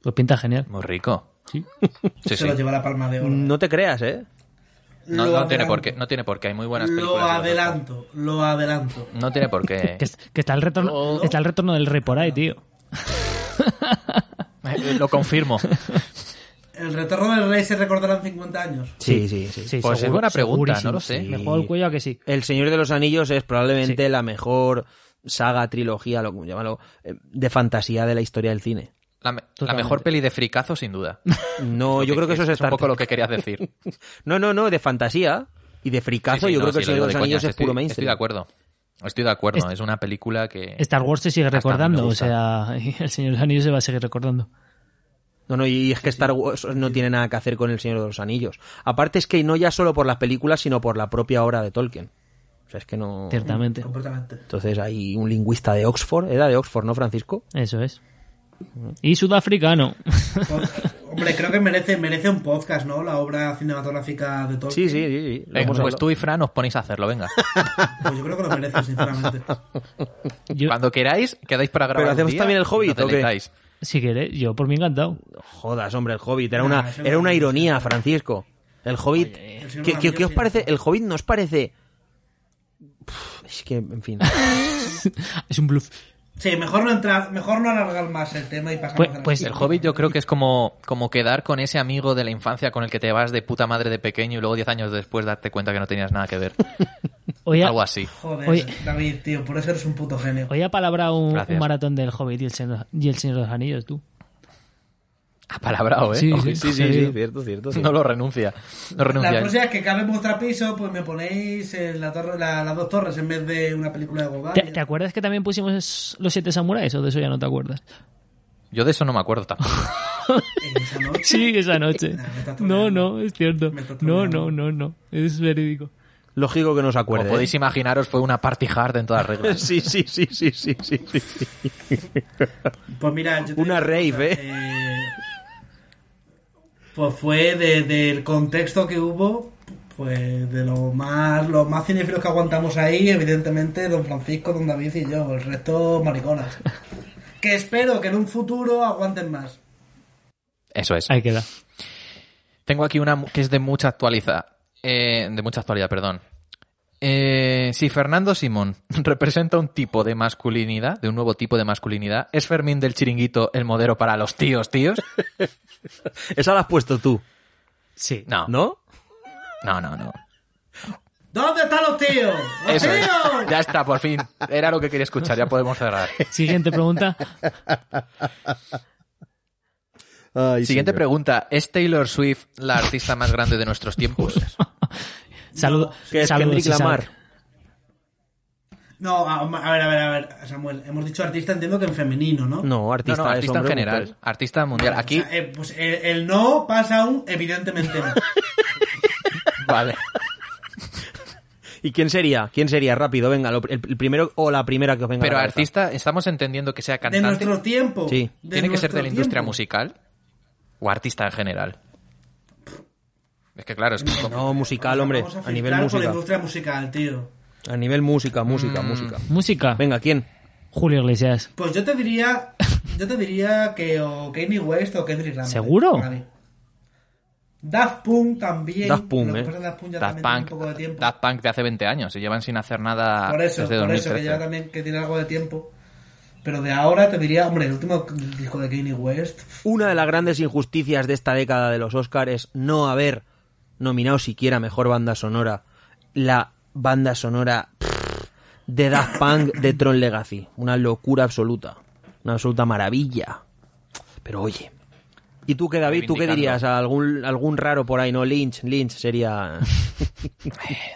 Pues pinta genial.
Muy rico.
Sí.
Sí,
se
sí.
lo lleva la Palma de Oro.
No te creas, ¿eh?
No,
Lo
no tiene
adelanto.
por qué, no tiene por qué. Hay muy buenas películas.
Lo
de los
adelanto, lo adelanto.
Oscar. No tiene por qué.
Que, es- que está, el retorno,
Oh.
está el retorno del rey por ahí, tío.
Eh, Lo confirmo.
El retorno del rey se recordará en 50 años.
Sí, sí, sí.
Sí,
Pues es buena pregunta, no lo sé.
Me juego el cuello a que sí.
El Señor de los Anillos es probablemente la mejor saga, trilogía, lo que llámalo, eh, de fantasía de la historia del cine.
La, me- la
Totalmente.
mejor peli de fricazo, sin duda.
No, yo creo que eso es,
es un
Star
poco
Trek.
lo que querías decir.
No, no, no, de fantasía y de fricazo.
Sí, sí,
yo
no,
creo que
sí,
el Señor de
lo
los
digo de
Anillos
coña,
es puro
estoy,
mainstream.
Estoy de acuerdo. Estoy de acuerdo.
Es-
Es una película que.
Star Wars se sigue
Hasta me
recordando, o
gusta.
sea, y el Señor de los Anillos se va a seguir recordando.
No, no, y es que Star Wars no tiene nada que hacer con el Señor de los Anillos. Aparte es que no ya solo por las películas, sino por la propia obra de Tolkien. O sea, es que no...
Ciertamente.
Completamente.
Entonces hay un lingüista de Oxford, era de Oxford, ¿no, Francisco?
Eso es. Y sudafricano.
Por- Hombre, creo que merece, merece un podcast, ¿no? La obra cinematográfica de
Sí,
Tolkien.
sí, sí. sí, lo
Venga,
hemos
pues
hablado.
tú y Fran os ponéis a hacerlo, venga.
Pues yo creo que lo merece, sinceramente.
Yo,
Cuando queráis, quedáis para grabar.
Pero
un
hacemos
día
también el
y
Hobbit,
nos
¿o qué?
deleitáis.
si queréis, yo por mí encantado.
Jodas, hombre, el Hobbit. Era
Nah,
una,
eso
era
no
una
es-
ironía, Francisco. El Hobbit...
eh, El Señor
¿Qué,
de los
qué- qué os
Anillos,
parece?
sí.
El Hobbit nos parece... Pff, Es que, en fin.
Es un bluff.
Sí, mejor no entrar, mejor no alargar más el tema y pasamos
Pues-
a la
pues
El
siguiente.
Hobbit yo creo que es como, como quedar con ese amigo de la infancia con el que te vas de puta madre de pequeño y luego 10 años después darte cuenta que no tenías nada que ver.
Hoy ha,
Algo así.
Joder,
Oye.
David, tío, por eso eres un puto genio.
hoy ha palabrado un,
Gracias.
un maratón del Hobbit y el, Señor, y el Señor de los Anillos, tú.
Apalabrado, ¿eh?
Sí,
Ojo,
sí, sí, sí.
cierto, cierto.
No lo renuncia.
La
No renuncia.
próxima es que cabe en vuestro piso, pues me ponéis en la torre, la- las dos torres en vez de una película de Gobal.
¿Te, te acuerdas que también pusimos los siete samuráis o de eso ya no te acuerdas?
Yo de eso no me acuerdo tampoco.
En esa noche.
Sí, esa noche.
Nah, me estás
No,
troleando.
no, es cierto.
Me estás
No,
troleando.
no, no, no. Es verídico.
Lógico que no se
Como
acuerde. ¿eh?
podéis imaginaros, fue una party hard en todas reglas.
Sí, sí, sí, sí, sí, sí, sí.
Pues mira, yo te
Una
digo una
rave,
cosa, eh, Pues fue de- del contexto que hubo, pues de lo más, los más cinéfilos que aguantamos ahí, evidentemente, don Francisco, don David y yo, el resto mariconas. Que espero que en un futuro aguanten más.
Eso es.
Ahí queda.
Tengo aquí una mu- que es de mucha actualidad. Eh, de mucha actualidad, perdón. Eh, si Fernando Simón representa un tipo de masculinidad, de un nuevo tipo de masculinidad, ¿es Fermín del Chiringuito el modelo para los tíos, tíos?
Esa la has puesto tú,
Sí.
No, no,
¿no?
no, no.
¿Dónde están los tíos? ¡Los
Eso es.
tíos!
Ya está, por fin. Era lo que quería escuchar, ya podemos cerrar.
Siguiente pregunta.
Siguiente pregunta. ¿Es Taylor Swift la artista más grande de nuestros tiempos?
Saludo.
Que es
saludos,
Kendrick
Isaac.
Lamar.
No, a, a ver, a ver, a ver, Samuel, hemos dicho artista, entiendo que en femenino, ¿no?
No,
No,
artista,
no,
es
artista en
hombre o
general.
mujer.
Artista mundial. Aquí,
O sea, eh, pues el, el no pasa a un evidentemente no.
vale.
¿Y quién sería? ¿Quién sería? Rápido, venga, lo- el, el primero o la primera que os venga. a
Pero
la cabeza.
artista, estamos entendiendo que sea
De
cantante.
nuestro tiempo.
Sí.
de
¿Tiene que ser
nuestro
de la industria
tiempo.
musical? ¿O artista en general? Es que claro, es que...
No, musical, hombre,
Vamos
a nivel
filtrar por
música.
industria musical, tío.
A nivel música, música,
Mm.
música.
Música.
Venga, ¿quién?
Julio Iglesias.
Pues yo te diría, yo te diría que o Kanye West o Kendrick Lamar.
¿Seguro?
para mí. Daft Punk también.
Daft Punk,
Lo que
eh.
pasa es que Daft Punk ya
Daft
también tiene
Punk,
un poco de tiempo.
Daft Punk de hace 20 años. Se llevan sin hacer nada
por eso,
desde
por eso, que
2013.
lleva también que tiene algo de tiempo. Pero de ahora te diría, hombre, el último disco de Kanye West.
Una de las grandes injusticias de esta década de los Oscars es no haber nominado siquiera mejor banda sonora la banda sonora pff, de Daft Punk de Tron Legacy. Una locura absoluta. Una absoluta maravilla. Pero oye. ¿Y tú qué, David? ¿Tú qué
Reivindicando.
dirías? ¿A algún, algún raro por ahí? No, Lynch. Lynch sería...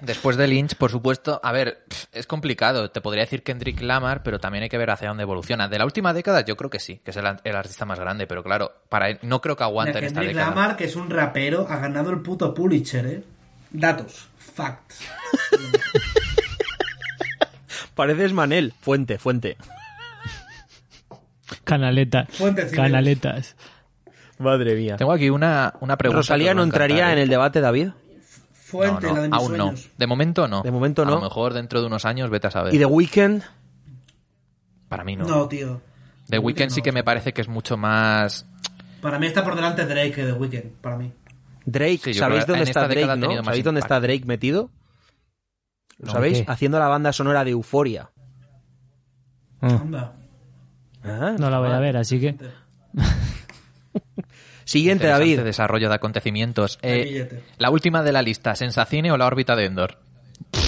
Después de Lynch, por supuesto, a ver, pf, es complicado. Te podría decir Kendrick Lamar, pero también hay que ver hacia dónde evoluciona. De la última década, yo creo que sí, que es el, el artista más grande, pero claro, para él, no creo que aguante en esta
Kendrick
década.
Lamar, que es un rapero, ha ganado el puto Pulitzer, ¿eh? Datos. Facts.
Pareces Manel. Fuente, fuente.
Canaleta.
Fuentes civiles.
Canaletas.
Madre mía.
Tengo aquí una, una pregunta.
¿Rosalía no
¿eh?
entraría en el debate, David?
Fuente, la de mis
aún
sueños.
no. De momento no.
De momento
A
no.
lo mejor dentro de unos años, vete a saber.
¿Y The Weeknd?
Para mí no.
No, tío.
The Weeknd
no.
sí que me parece que es mucho más.
Para mí está por delante Drake que The Weeknd, para mí.
Drake,
Sí, yo
¿sabéis
creo que
dónde
en
está
esta
Drake,
década ha
no?
tenido más
¿Sabéis dónde está
impacto.
Drake metido? ¿Lo
No,
sabéis?
¿qué?
Haciendo la banda sonora de Euforia.
Ah.
Anda.
Ah, No la voy a ver, así que.
Siguiente,
interesante
David.
desarrollo de acontecimientos.
Hay
Eh,
billete.
la última de la lista, ¿Sensacine o la órbita de Endor?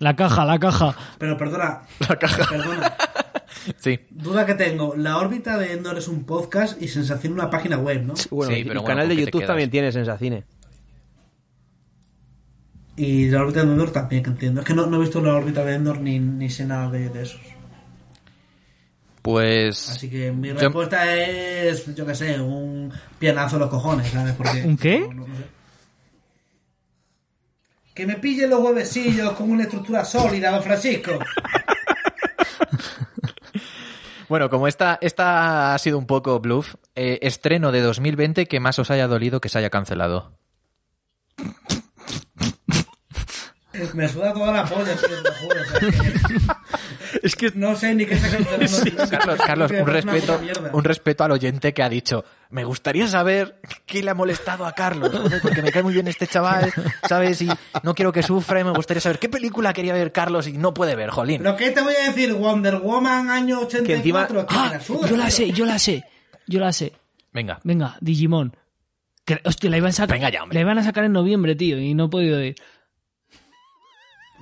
La caja, la caja.
Pero perdona. La caja. Perdona.
Sí.
Duda que tengo. La órbita de Endor es un podcast y sensación una página web, ¿no?
Bueno,
Sí,
y-
pero
y
bueno,
canal de
¿con qué te
YouTube
quedas?
también tiene Sensacine.
Y la órbita de Endor también, que entiendo. Es que no, no he visto la órbita de Endor ni, ni sé nada de, de eso.
Pues.
Así que mi
Yo-
respuesta es, yo qué sé, un pianazo a los cojones, ¿sabes? Porque,
¿Un qué?
no- no sé. Que me pillen los huevecillos con una estructura sólida, don Francisco.
Bueno, como esta, esta ha sido un poco bluff, eh, estreno de 2020 que más os haya dolido que se haya cancelado.
Me suda toda la polla, tío, te lo juro. o sea, que- No sé ni qué está cancelando. tío.
Carlos, Carlos,
Es
un
una
respeto,
puta mierda.
un respeto al oyente que ha dicho, me gustaría saber qué le ha molestado a Carlos, joder, porque me cae muy bien este chaval, ¿sabes? Y no quiero que sufra y me gustaría saber qué película quería ver Carlos y no puede ver, jolín.
Lo que te voy a decir, Wonder Woman año 84,
Que encima-
es que me Ah,
¡Ah!
la suda,
Ah, Yo la
tío.
sé, yo la sé. Yo la sé.
Venga,
Venga, Digimon. Que- Hostia, la iban, a sacar-
Venga ya, hombre.
la iban a sacar en noviembre, tío, y no he podido ir.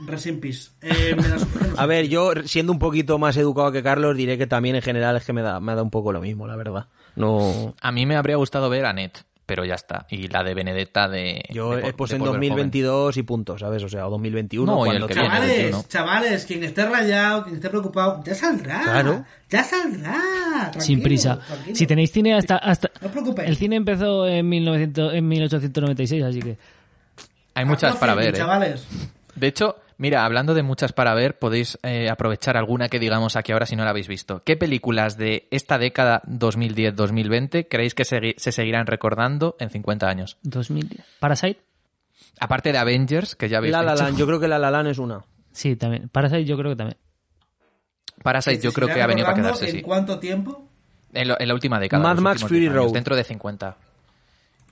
Rest in peace. Eh, me la suda, no sé.
A ver, yo siendo un poquito más educado que Carlos, diré que también en general es que me da, me da un poco lo mismo, la verdad. No.
a mí me habría gustado ver Annette, pero ya está. Y la de Benedetta de...
Yo
de Pol-
es pues
de
en
Paul Verhoeven.
2022 y punto, ¿sabes? O sea, o 2021
No, y
cuando
el que
salga.
viene.
Chavales,
¿no?
chavales, quien esté rayado, quien esté preocupado, ya saldrá.
Claro.
Ya saldrá. Tranquilo,
Sin prisa.
tranquilo.
Si tenéis cine hasta... hasta...
No os preocupéis.
El cine empezó en, 1900, en 1896, así que...
Hay muchas
Hazlo
para
feliz,
ver, ¿eh?
Chavales.
De hecho, mira, hablando de muchas para ver, podéis eh, aprovechar alguna que digamos aquí ahora si no la habéis visto. ¿Qué películas de esta década 2010-2020 creéis que segui- se seguirán recordando en 50 años?
2000. ¿Parasite?
Aparte de Avengers, que ya habéis
La La
dicho.
Land, yo creo que La La Land es una.
Sí, también. Parasite yo creo que también.
Parasite yo
Se
creo
irá
que ha venido para
recordando
quedarse,
¿En
sí.
cuánto tiempo?
En, lo- en la última década.
Mad
los
Max
últimos
Fury
10 años,
Road.
Dentro de 50.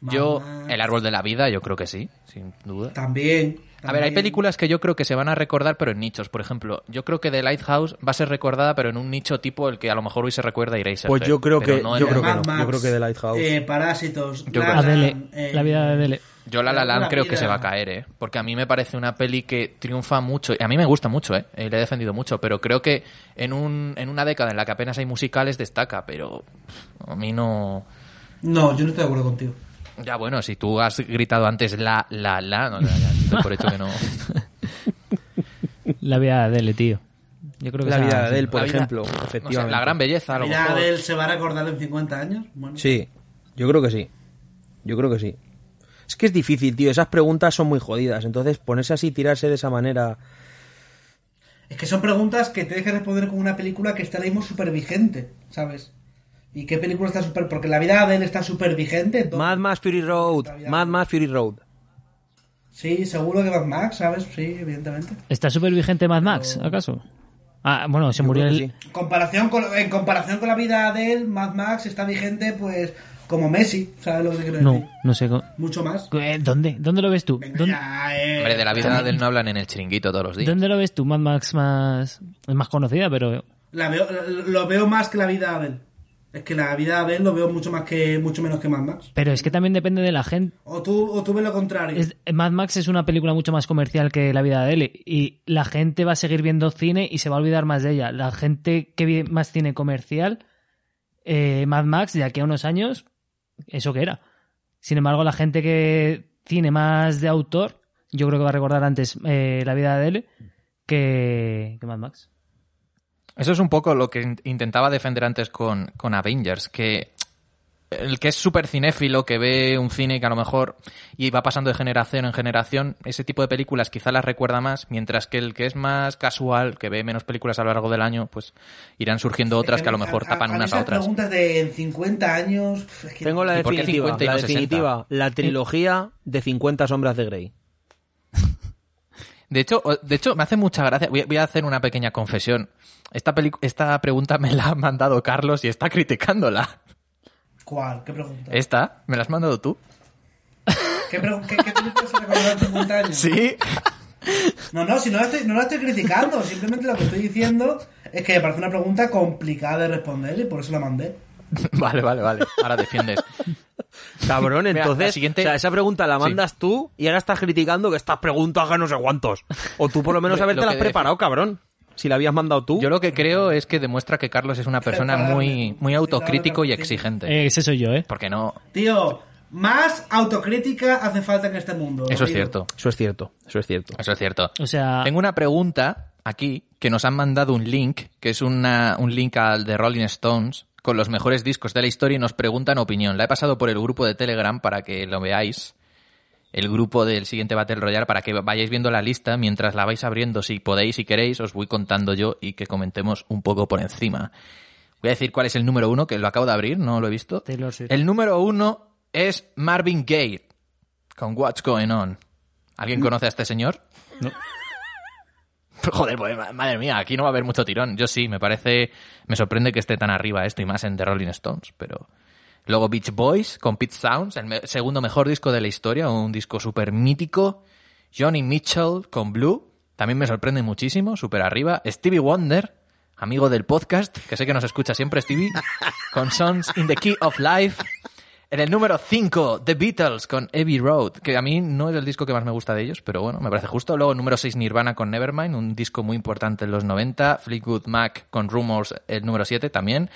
Yo,
Mamá.
El Árbol de la Vida, yo creo que sí, sin duda.
También.
A ver, hay
también.
películas que yo creo que se van a recordar, pero en nichos. Por ejemplo, yo creo que The Lighthouse va a ser recordada, pero en un nicho tipo el que a lo mejor hoy se recuerda Eraserhead.
Pues yo creo
pero
que-
no en
yo
el-
creo que
Mad
no, yo
Max,
creo que The Lighthouse.
eh, Parásitos.
Yo creo-
Land,
Adele.
eh,
La vida de Adele.
Yo La La
Pero
Land
una
creo que
vida.
se va a caer, ¿eh? Porque a mí me parece una peli que triunfa mucho. A mí me gusta mucho, ¿eh? Eh, Le he defendido mucho, pero creo que en, un, en una década en la que apenas hay musicales destaca, pero a mí no...
No, yo no estoy de acuerdo contigo.
Ya bueno, si tú has gritado antes La La La, no, ya, ya, doy por hecho que no...
La vida de Adele, tío. Yo creo que
La
esa-
vida de Adele, por
La vida-
ejemplo,
no sé,
efectivamente.
la gran belleza, a lo
Mira,
mejor.
Adele se va a recordar en 50 años. Bueno,
Sí, yo creo que sí. Yo creo que sí. Es que es difícil, tío. Esas preguntas son muy jodidas. Entonces, ponerse así, tirarse de esa manera.
Es que son preguntas que tienes que responder con una película que está ahora mismo súper vigente, ¿sabes? ¿Y qué película está súper...? Porque la vida de él está súper vigente. entonces-
Mad Max Fury Road. Mad Max Fury Road.
Sí, seguro que Mad Max, ¿sabes? Sí, evidentemente.
¿Está súper vigente Mad Max, acaso? Ah, bueno, se murió
creo que
el...
sí.
Comparación con, en comparación con la vida de él, Mad Max está vigente, pues, como Messi, ¿sabes lo que quiero decir?
No, no sé. co-
Mucho más.
Eh, ¿Dónde? ¿Dónde lo ves tú?
Venga,
¿Dónde,
ya, eh.
Hombre, de la vida del no hablan en el chiringuito todos los días.
¿Dónde lo ves tú? Mad Max más... Es más conocida, pero...
La veo- lo veo más que la vida de él. Es que la vida a ver lo veo mucho más que mucho menos que Mad Max.
Pero es que también depende de la gente.
O tú, o tú ves lo contrario.
Es- Mad Max es una película mucho más comercial que La vida de él y la gente va a seguir viendo cine y se va a olvidar más de ella. La gente que ve más cine comercial, eh, Mad Max, de aquí a unos años, eso que era. Sin embargo, la gente que tiene más de autor, yo creo que va a recordar antes eh, La vida de él que, que Mad Max.
Eso es un poco lo que in- intentaba defender antes con, con Avengers, que el que es súper cinéfilo, que ve un cine que a lo mejor y va pasando de generación en generación, ese tipo de películas quizá las recuerda más, mientras que el que es más casual, que ve menos películas a lo largo del año, pues irán surgiendo otras que a lo mejor tapan
mí
unas a
esas
otras.
preguntas de en 50 años. pf, es que-
Tengo la
¿Y por qué
definitiva,
50 y
la
no ¿Eh? 60?
definitiva, la trilogía de 50 sombras de Grey.
De hecho, o- de hecho, me hace mucha gracia. Voy a, voy a hacer una pequeña confesión. Esta, pelicu- esta pregunta me la ha mandado Carlos y está criticándola.
¿Cuál? ¿Qué pregunta?
Esta, ¿me la has mandado tú?
¿Qué, pregunta qué, qué película se recordaba en 50 años?
Sí.
No, no, si no la, estoy, no la estoy criticando. Simplemente lo que estoy diciendo es que me parece una pregunta complicada de responder y por eso la mandé.
Vale, vale, vale. Ahora defiendes.
Cabrón,
Mira, la
entonces,
siguiente-
o sea, esa pregunta la
Sí.
mandas tú y ahora estás criticando que estas preguntas que no sé cuántos. O tú por lo menos
Lo-
haberte
lo
las
que defi-
preparado, cabrón. Si la habías mandado tú.
Yo lo que creo es que demuestra que Carlos es una persona muy, muy autocrítico y exigente.
Eh, ese soy yo, ¿eh?
Porque no.
Tío, más autocrítica hace falta en este mundo.
Eso es
tío.
cierto.
Eso es cierto, eso es cierto.
Eso es cierto.
O
Ah.
sea,
Tengo una pregunta aquí que nos han mandado un link, que es una, un link al de Rolling Stones con los mejores discos de la historia y nos preguntan opinión. La he pasado por el grupo de Telegram para que lo veáis. El grupo del siguiente Battle Royale para que vayáis viendo la lista mientras la vais abriendo. Si podéis, si queréis, os voy contando yo y que comentemos un poco por encima. Voy a decir cuál es el número uno, que lo acabo de abrir, no lo he visto.
Taylor Swift.
El número uno es Marvin Gaye con What's Going On. ¿Alguien conoce a este señor? Joder, pues ma- madre mía, aquí no va a haber mucho tirón. Yo sí, me parece. Me sorprende que esté tan arriba esto y más en The Rolling Stones, pero. Luego Beach Boys con Pete Sounds, el me- segundo mejor disco de la historia, un disco súper mítico. Johnny Mitchell con Blue, también me sorprende muchísimo, súper arriba. Stevie Wonder, amigo del podcast, que sé que nos escucha siempre Stevie, con Sons in the Key of Life. En el número 5, The Beatles con Abbey Road, que a mí no es el disco que más me gusta de ellos, pero bueno, me parece justo. Luego, número 6, Nirvana con Nevermind, un disco muy importante en los 90. Fleetwood Mac con Rumors, el número 7 también.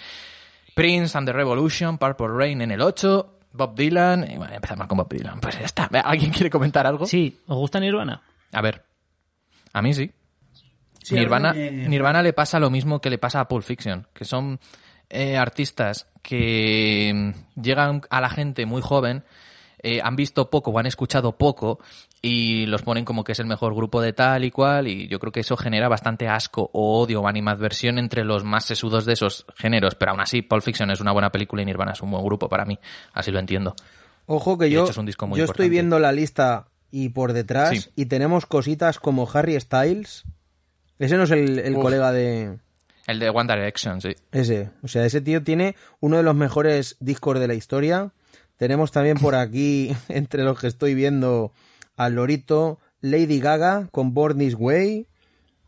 Prince and the Revolution, Purple Rain en el 8. Bob Dylan, y bueno, empezamos con Bob Dylan. Pues ya está. ¿Alguien quiere comentar algo?
sí, ¿os gusta Nirvana?
A ver. A mí sí.
Sí,
Nirvana,
a mí también.
Nirvana le pasa lo mismo que le pasa a Pulp Fiction, que son eh, artistas que mm, llegan a la gente muy joven, eh, han visto poco o han escuchado poco y los ponen como que es el mejor grupo de tal y cual y yo creo que eso genera bastante asco o odio o animadversión entre los más sesudos de esos géneros, pero aún así Pulp Fiction es una buena película y Nirvana es un buen grupo para mí, así lo entiendo.
Ojo que
de
yo,
hecho es un disco muy
yo estoy
importante.
viendo la lista y por detrás
Sí.
y tenemos cositas como Harry Styles. Ese no es el, el
Uf.
colega de
El de One Direction, sí.
ese. O sea, ese tío tiene uno de los mejores discos de la historia. Tenemos también por aquí, entre los que estoy viendo, a Lorito, Lady Gaga con Born This Way.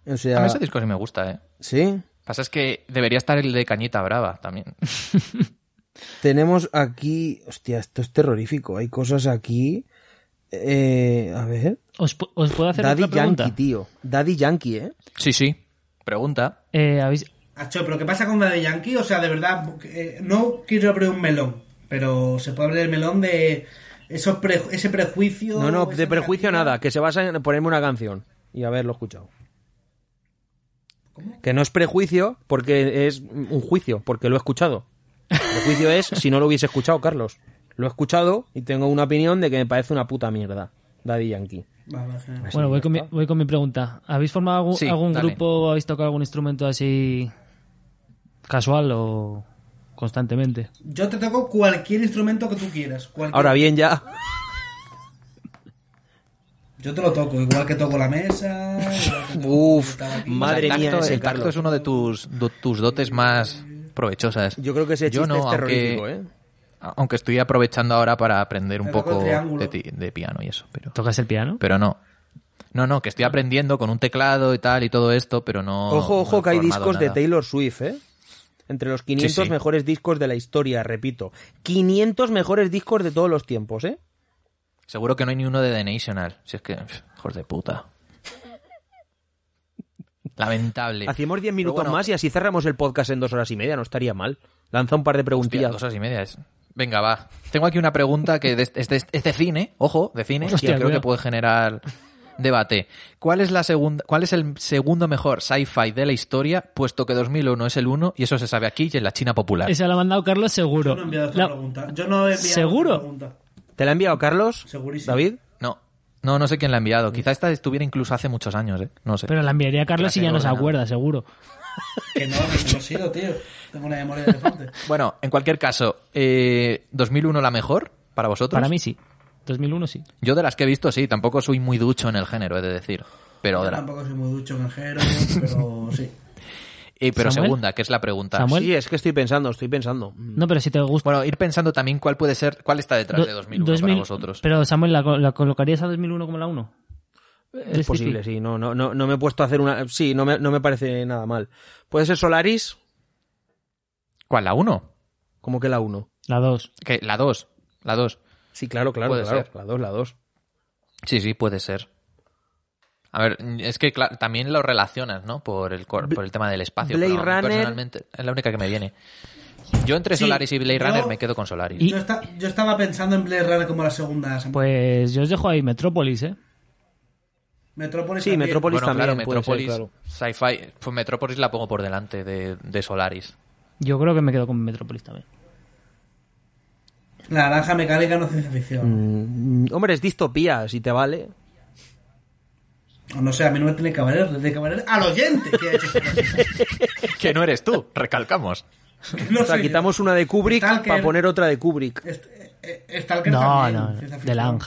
O
A
sea,
mí Ah, ese disco sí me gusta, eh.
sí.
Pasa es que debería estar el de Cañita Brava también.
Tenemos aquí. Hostia, esto es terrorífico. Hay cosas aquí. Eh, a ver.
¿Os, pu- os puedo hacer
Daddy
otra pregunta?
Yankee, tío. Daddy Yankee, ¿eh?
Sí, sí. Pregunta.
Eh, ¿habéis-
Acho, pero ¿qué pasa con la de Yankee? O sea, de verdad, eh, no quiero abrir un melón, pero se puede abrir el melón de esos preju- ese prejuicio.
No, no,
esa
de prejuicio
negativa.
nada, que se basa en ponerme una canción y haberlo escuchado. Que no es prejuicio porque es un juicio, porque lo he escuchado. Prejuicio es si no lo hubiese escuchado, Carlos. Lo he escuchado y tengo una opinión de que me parece una puta mierda. Daddy Yankee.
Vale, vale,
Pues
genial.
Bueno, voy con, mi, voy con mi pregunta. ¿Habéis formado algún,
Sí,
algún
dale.
grupo o habéis tocado algún instrumento así casual o constantemente?
Yo te toco cualquier instrumento que tú quieras. cualquier-
Ahora bien, ya.
Yo te lo toco, igual que toco la mesa. igual que toco
Uf,
el tabaquillo.
madre
el tacto,
mía, ese
el tacto
Carlos.
es uno de tus, do- tus dotes más provechosas.
Yo creo que ese
Yo
chiste
no,
es terrorífico,
aunque,
¿eh?
aunque estoy aprovechando ahora para aprender un
Te toco el
poco
triángulo.
de, ti- de piano y eso, pero,
¿Tocas el piano?
pero no. No, no, que estoy aprendiendo con un teclado y tal y todo esto, pero no.
Ojo,
no
ojo,
he
que hay
formado
discos de
nada.
Taylor Swift, ¿eh? entre los 500
Sí, sí.
mejores discos de la historia, repito. 500 mejores discos de todos los tiempos, ¿eh?
Seguro que no hay ni uno de The National. Si es que, pf, hijos de puta. Lamentable.
Hacemos 10 minutos
bueno.
más y así cerramos el podcast en dos horas y media, no estaría mal. Lanza un par de
Hostia,
preguntillas.
dos horas y media es. Venga, va. Tengo aquí una pregunta que de- es de, es de cine, ojo, de cine.
Hostia,
y creo
cuidado.
que puede generar debate. ¿Cuál es la segunda, cuál es el segundo mejor sci-fi de la historia, puesto que 2001 es el uno y eso se sabe aquí y en la China popular?
Esa la ha mandado Carlos seguro.
Yo no he enviado esta
La-
pregunta. Yo no he enviado
¿Seguro?
esta pregunta.
¿Te la ha enviado Carlos?
Segurísimo.
¿David?
No, no, no sé quién la ha enviado. Quizá esta estuviera incluso hace muchos años, ¿eh? No sé.
Pero la enviaría a Carlos
Clase
y ya no se
ordenada.
acuerda, seguro.
Que no, que no he sido, tío. Tengo una memoria de elefante.
Bueno, en cualquier caso, eh, ¿2001 la mejor para vosotros?
Para mí sí. 2001 sí.
Yo de las que he visto, sí. Tampoco soy muy ducho en el género, he de decir. Pero, de
Yo
la-
Tampoco soy muy ducho en el género, pero sí.
eh, pero
¿Samuel?
segunda, que es la pregunta.
¿Samuel?
Sí, es que estoy pensando, estoy pensando.
No, pero si te gusta.
Mm. Bueno, ir pensando también cuál puede ser, cuál está detrás
Do-
de 2001
2000
para vosotros.
Pero Samuel, ¿la, co- la colocarías a 2001 como la 1?
Es posible, sí. No, no, no, no me he puesto a hacer una. Sí, no me, no me parece nada mal. ¿Puede ser Solaris?
¿Cuál? ¿La 1?
Como que la 1.
La 2.
Que La 2. La 2.
Sí, claro, claro,
Puede
claro.
ser.
La 2, la 2.
Sí, sí, puede ser. A ver, es que claro, también lo relacionas, ¿no? Por el, cor- por el tema del espacio.
Blade
pero a mí
Runner.
Personalmente, es la única que me viene. Yo entre
Sí,
Solaris y Blade
yo-
Runner me quedo con Solaris.
Y-
Yo, esta- yo estaba pensando en Blade Runner como la segunda. semana.
Pues yo os dejo ahí Metrópolis, ¿eh?
Metrópolis
Sí,
también.
Metrópolis
bueno,
también.
claro,
puede ser,
Metrópolis,
claro.
sci-fi, pues Metrópolis la pongo por delante de, de Solaris.
Yo creo que me quedo con Metrópolis también.
La naranja mecánica no es ciencia ficción.
Mm, Hombre, es distopía, si te vale.
O No sé, a mí no me tiene que valer, le tiene que valer al oyente que ha hecho esta pregunta.
que no eres tú, recalcamos.
No
O sea,
soy yo.
quitamos una de Kubrick
Stalker.
para poner otra de Kubrick.
Este- eh, eh, Stalker
No,
también,
no, no.
ciencia
De
ficción.
Lang.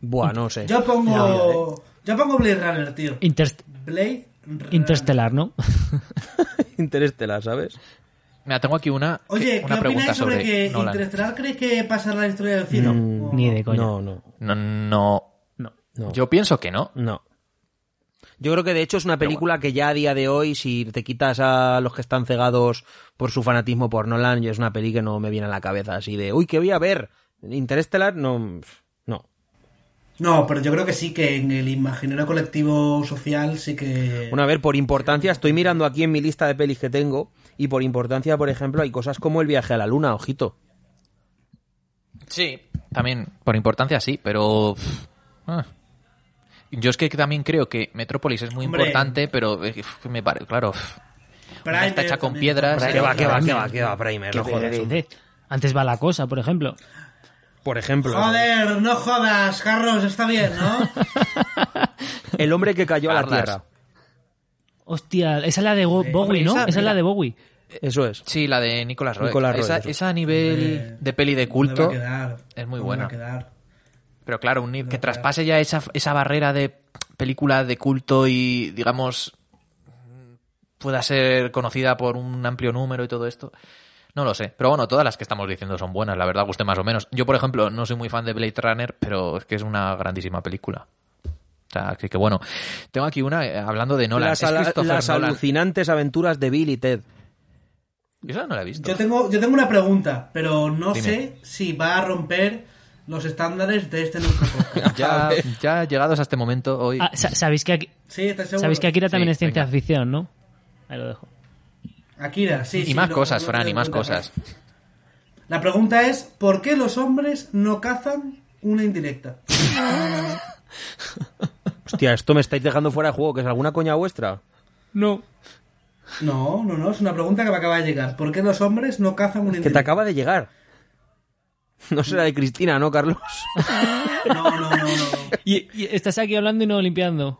Buah, no sé.
Yo
eh.
pongo, yo pongo Blade Runner, tío.
Interst-
Blade Runner.
Interstellar, ¿no?
Interestelar, ¿sabes?
Mira, tengo aquí una,
Oye,
una
¿qué
pregunta
opináis sobre,
sobre
que
Nolan.
Interestelar creéis que pasa la historia del cine? O-
Mm, Ni de coña.
No, no,
No, no,
No.
no.
Yo pienso que no.
No. Yo creo que de hecho es una película que ya a día de hoy, si te quitas a los que están cegados por su fanatismo por Nolan, yo es una peli que no me viene a la cabeza así de, uy, que voy a ver? Interestelar, no. pf, No.
No, pero yo creo que sí, que en el imaginario colectivo social sí que...
Bueno, a ver, por importancia, estoy mirando aquí en mi lista de pelis que tengo, y por importancia, por ejemplo, hay cosas como El viaje a la luna, ojito.
Sí. También, por importancia sí, pero... pff, ah. Yo es que también creo que Metrópolis es muy
Hombre.
importante, pero eh, pff, me parece, claro, pff,
Primer
está hecha con
también.
piedras.
Que va, que va, que
Primer.
va, que va, Primer, no
¿Qué
jodas.
dices? eh, Antes va la cosa, por ejemplo.
Por ejemplo,
Joder, no jodas, Carlos, está bien, ¿no?
El hombre que cayó a la
Carlas.
Tierra.
Hostia, esa es la de Go- Bowie, ¿no?
esa,
Esa, es la
mira.
de Bowie.
Eso es.
Sí, la de Nicolas Roeg.
Nicolas Roeg,
esa,
eso.
esa a nivel de peli
¿Dónde
de
va
culto.
a quedar?
es muy
¿Dónde
buena.
va a quedar?
Pero claro, un Nip que traspase ya esa, esa barrera de película de culto y, digamos, pueda ser conocida por un amplio número y todo esto. No lo sé. Pero bueno, todas las que estamos diciendo son buenas, la verdad, guste más o menos. Yo, por ejemplo, no soy muy fan de Blade Runner, pero es que es una grandísima película. O sea, así que bueno. Tengo aquí una eh, hablando de Nolan.
Las,
es
ala-
Christopher
las
Nolan.
alucinantes aventuras de Bill y Ted.
Yo esa no la he visto.
Yo tengo, yo tengo una pregunta, pero no
Dime.
sé si va a romper los estándares de este nuevo podcast.
Ya, ya llegados a este momento hoy.
Ah, sa- ¿sabéis, que Aki-
Sí, ¿estás seguro?
sabéis que Akira también
Sí,
es ciencia
venga.
ficción, ¿no? Ahí lo dejo.
Akira, sí.
y
sí,
más
lo-
cosas,
lo-
Fran,
lo-
y más
lo-
cosas.
La pregunta es, ¿por qué los hombres no cazan una indirecta?
Hostia, esto me estáis dejando fuera de juego, que es alguna coña vuestra.
No.
No, no, no, es una pregunta que me acaba de llegar. ¿Por qué los hombres no cazan una
Que te
indirecta?
acaba de llegar. No será de Cristina, ¿no, Carlos?
No, no, no, no.
Y, y estás aquí hablando y no limpiando.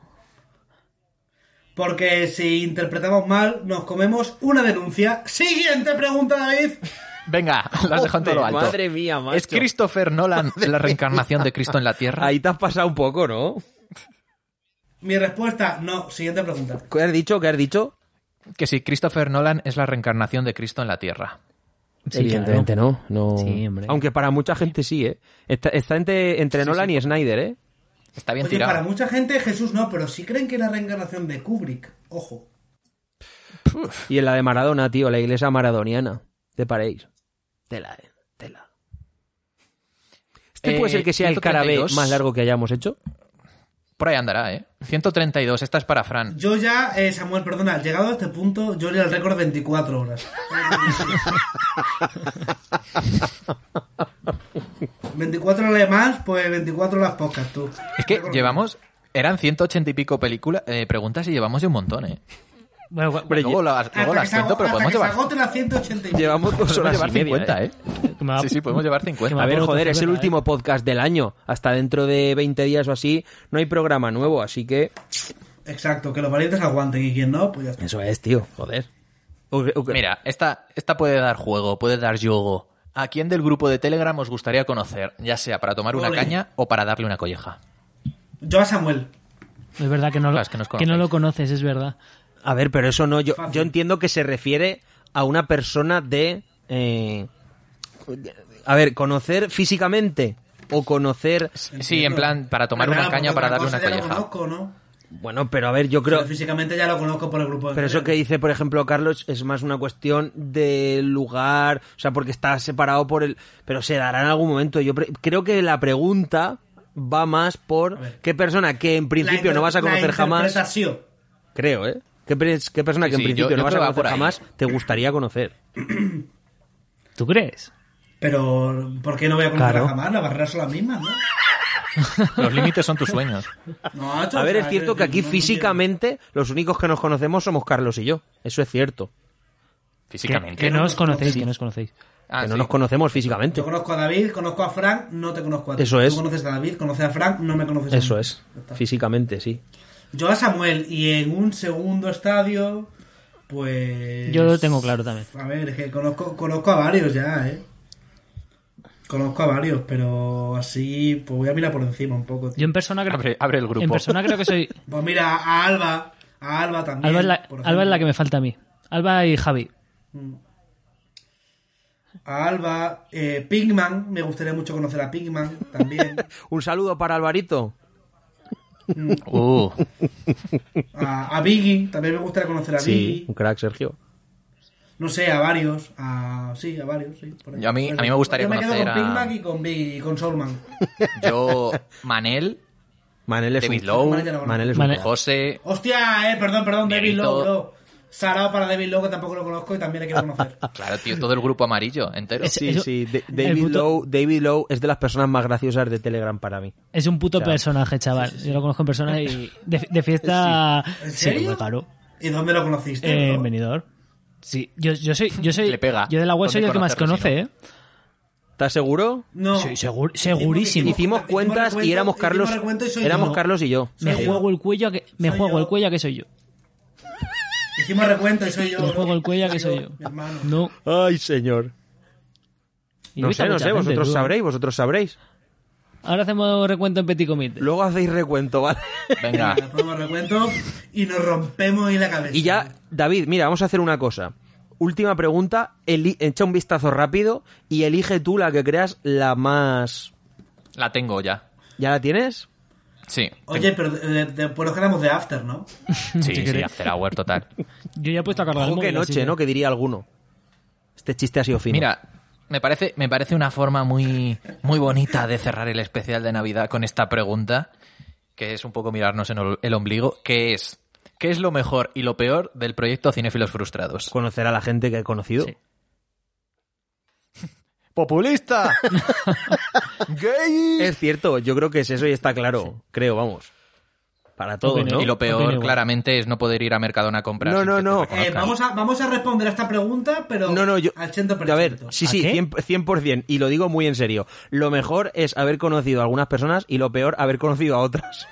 Porque si interpretamos mal, nos comemos una denuncia. Siguiente pregunta, David.
Venga, lo has dejado en todo lo
Joder,
alto.
madre mía, macho.
Es Christopher Nolan la reencarnación de Cristo en la Tierra.
Ahí te has pasado un poco, ¿no?
Mi respuesta, no. Siguiente pregunta.
¿Qué has dicho? ¿Qué has dicho?
Que sí, Christopher Nolan es la reencarnación de Cristo en la Tierra.
Sí,
Evidentemente,
claro.
¿no? no.
Sí, hombre.
Aunque para mucha gente sí, ¿eh? Está, está entre, entre Nolan y Snyder, ¿eh?
Está bien
Oye,
tirado.
para mucha gente Jesús no, pero sí creen que la reencarnación de Kubrick. Ojo.
Y en la de Maradona, tío, la iglesia maradoniana de París.
Tela, eh, tela.
Este
Eh,
puede ser que sea el cara B
132.
más largo que hayamos hecho.
Por ahí andará, ¿eh? 132, esta es para Fran.
Yo ya, eh, Samuel, perdona, llegado a este punto, yo haría el récord 24 horas. 24 horas más, pues 24 horas podcast, tú.
Es que llevamos... Eran 180 y pico películas, preguntas y llevamos ya un montón, ¿eh?
Bueno, gu-
Hombre,
Luego las, luego
Hasta
las
que se
cuento,
ago-
pero
hasta
podemos
que se
llevar,
agote las 180 y-
Llevamos dos
podemos
horas
llevar
y media,
50,
¿eh?
¿eh?
que me va-
Sí, sí, podemos llevar 50.
Que
A
me
ver,
Tampoco
joder,
te
es el
frena,
último podcast del año. Hasta dentro de 20 días o así no hay programa nuevo, así que...
Exacto, que los valientes aguanten y quien no, pues ya está.
Eso es, tío, joder. O- o-
Mira, esta, esta puede dar juego, puede dar yogo. ¿A quién del grupo de Telegram os gustaría conocer? Ya sea para tomar una
Ole.
caña o para darle una colleja.
Yo a Samuel.
Es verdad que no, lo,
Claro, es que nos
que no lo conoces, es verdad.
A ver, pero eso no, yo,
Fácil.
yo entiendo que se refiere a una persona de... eh, a ver, conocer físicamente o conocer...
Sí, en plan, para tomar
Claro,
una caña,
porque
para
otra
darle una
cosa ya lo
colleja.
conozco, ¿no?
Bueno, pero a ver, yo creo...
Pero físicamente ya lo conozco por el grupo. de
Pero eso que
Telegram.
dice, por ejemplo, Carlos, es más una cuestión de lugar, o sea, porque está separado por el... Pero se dará en algún momento. Yo pre- creo que la pregunta va más por
A ver.
qué persona que en principio
La
no vas a
inter- la
conocer jamás...
interpretación.
Creo, ¿eh? ¿Qué, pre- qué persona
Sí,
que en
sí, yo-
principio
yo
no vas a
creo que va
conocer
por ahí.
jamás te gustaría conocer?
¿Tú crees?
Pero, ¿por qué no voy a conocer
Claro.
jamás? Las barreras son las mismas, ¿no?
Los límites son tus sueños.
No,
A ver,
chaval,
es cierto que
decir,
aquí
no, no
físicamente los únicos que nos conocemos somos Carlos y yo. Eso es cierto.
Que,
Físicamente.
que no os conocéis, que no os conocéis.
Ah,
que no
sí.
nos conocemos
quiero.
físicamente.
Yo conozco a David, conozco a Frank, no te conozco a ti.
Eso es.
Tú conoces a David, conoces a Frank, no me conoces a
Eso
mí.
es.
Ya está.
Físicamente, sí.
Yo a Samuel y en un segundo estadio, pues...
Yo lo tengo claro también.
A ver, es que conozco, conozco a varios ya, ¿eh? Conozco a varios, pero así, pues voy a mirar por encima un poco. tío.
Yo en persona creo,
Abre, abre el grupo.
en persona creo que soy...
Pues mira, a Alba, a Alba también.
Alba es, la,
por
Alba es la que
ejemplo.
me falta a mí. Alba y Javi.
A Alba, eh, Pigman, me gustaría mucho conocer a Pigman también.
Un saludo para Alvarito.
Uh,
A, a Biggie, también me gustaría conocer a
Sí,
Biggie.
un crack, Sergio.
No sé, a varios. A, sí, a varios. Sí, por ahí.
Yo a mí- a mí me gustaría
Yo me quedo con
conocer a-
Pigman y con Biggie y con Soulman.
yo, Manel,
Manel es
David
un...
Lowe,
Manel ya lo conozco.
Manel es un...
Manel-
José.
Hostia, eh, perdón, perdón, David
Miguelito.
Lowe, bro. Sarao para David Lowe, que tampoco lo conozco y también le quiero conocer.
Claro, tío, todo el grupo amarillo entero.
Es-
Sí,
Eso-
sí. de-
el
David,
puto-
Lowe, David Lowe es de las personas más graciosas de Telegram para mí.
Es un puto
O sea,
personaje, chaval. Yo lo conozco en persona y de, de fiesta...
¿En
Sí,
serio?
muy caro.
¿Y dónde lo conociste?
Eh,
bro?
en Benidorm. Sí, yo, yo soy... Yo soy
Le pega.
Yo de la web soy el que más
Donde
conoce, ¿eh?
conocerlo,
¿Estás seguro?
No.
Sí, segur- segurísimo.
Hicimos
Hicimos
cuentas
recuento-
y éramos
hicimos
Carlos,
recuento y soy
éramos
yo.
Carlos y yo.
Me
Soy yo.
juego el cuello a que... Me
Soy
juego
yo.
el cuello a que soy yo.
Hicimos recuento y soy yo.
Me
bro.
juego el cuello a que soy yo.
Mi hermano.
No.
Ay, señor.
Y he
No
visto
sé, no
mucha
sé,
gente,
vosotros
tú.
sabréis, vosotros sabréis.
Ahora hacemos recuento en Petit Comité.
Luego hacéis recuento, ¿vale?
Venga,
Nos ponemos recuento y nos rompemos ahí la cabeza.
Y ya, David, mira, vamos a hacer una cosa. Última pregunta, eli- echa un vistazo rápido y elige tú la que creas la más...
la tengo ya.
¿Ya la tienes?
Sí.
Oye, pero eh, después nos quedamos de after, ¿no?
Sí, sí, after hour total.
Yo ya he puesto a cargar el
Algo que
móvil, así
noche,
que-
¿no? Que diría alguno. Este chiste ha sido fino.
Mira, me parece, me parece una forma muy, muy bonita de cerrar el especial de Navidad con esta pregunta, que es un poco mirarnos en el, el ombligo, que es, ¿qué es lo mejor y lo peor del proyecto Cinéfilos Frustrados?
Conocer a la gente que he conocido.
Sí.
¡Populista! ¡Gay!
Es cierto, yo creo que es eso y está claro. Creo, vamos. Para todos,
Opinión.
Pues ¿no?
Y lo
Opino
peor,
igual.
claramente, es no poder ir a Mercadona a comprar.
No,
sin
no,
que te
no.
reconozcan.
Eh, vamos, a, vamos a responder a esta pregunta, pero
Ah, No, no, yo.
al 100%.
A ver, sí,
¿A
sí,
qué?
100%, 100%, y lo digo muy en serio. Lo mejor es haber conocido a algunas personas y lo peor, haber conocido a otras.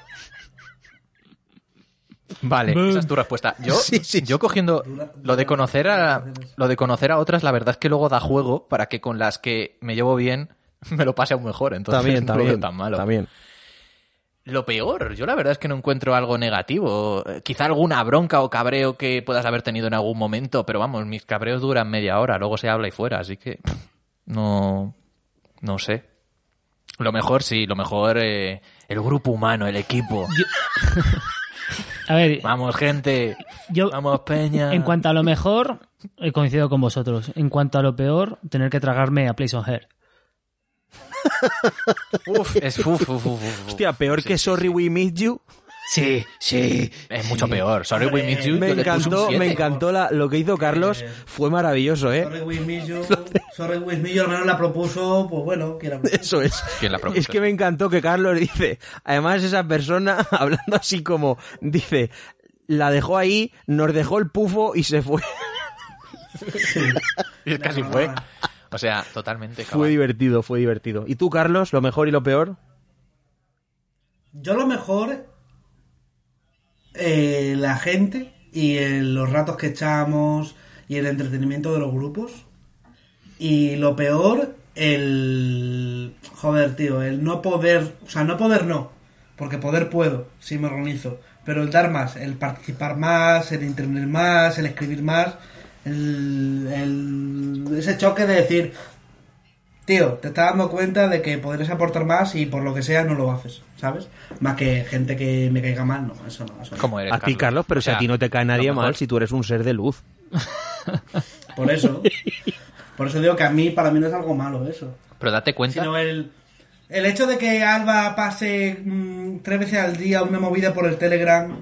Vale, esa es tu respuesta. Yo,
Sí, sí,
yo cogiendo lo de conocer a lo de conocer a otras, la verdad es que luego da juego para que con las que me llevo bien me lo pase aún mejor. Entonces
también,
no lo veo
también.
tan malo.
También.
Lo peor, yo la verdad es que no encuentro algo negativo. Eh, Quizá alguna bronca o cabreo que puedas haber tenido en algún momento, pero vamos, mis cabreos duran media hora, luego se habla y fuera, así que pff, no, no sé. Lo mejor sí, lo mejor eh, el grupo humano, el equipo.
A ver,
Vamos, gente.
yo
Vamos, Peña.
en cuanto a lo mejor, eh, coincido con vosotros. En cuanto a lo peor, tener que tragarme a Place on Her.
Uf, es uf, uf, uf, uf.
Hostia, peor
Sí,
que
sí,
Sorry
sí.
We Meet You.
Sí, sí.
Es mucho peor. Sorry, we meet you.
Me
yo le puse un
encantó,
siete.
me encantó la- lo que hizo Carlos. Fue maravilloso, ¿eh?
Sorry Wismillo, Sorry Wismillo, al menos la propuso, pues bueno, que la
Eso es.
¿Quién la propuso?
Es que me encantó que Carlos dice, además esa persona hablando así como dice, la dejó ahí, nos dejó el pufo y se fue.
Y es que así fue. O sea, totalmente.
Fue
cabrón.
divertido, fue divertido. ¿Y tú, Carlos, lo mejor y lo peor?
Yo lo mejor, eh, la gente y el- los ratos que echamos y el entretenimiento de los grupos. Y lo peor, el... Joder, tío, el no poder... O sea, no poder no, porque poder puedo, si me organizo. Pero el dar más, el participar más, el intervenir más, el escribir más, el- el ese choque de decir, Tío, te estás dando cuenta de que podrías aportar más y por lo que sea no lo haces, ¿sabes? Más que gente que me caiga mal, no, eso no. Eso no.
¿Cómo eres,
A ti, Carlos, pero
O
si a
sea,
ti no te cae nadie
lo mejor-
mal, si tú eres un ser de luz.
Por eso. por eso digo que a mí, para mí no es algo malo eso.
Pero date cuenta.
Sino el, el hecho de que Alba pase mm, tres veces al día una movida por el Telegram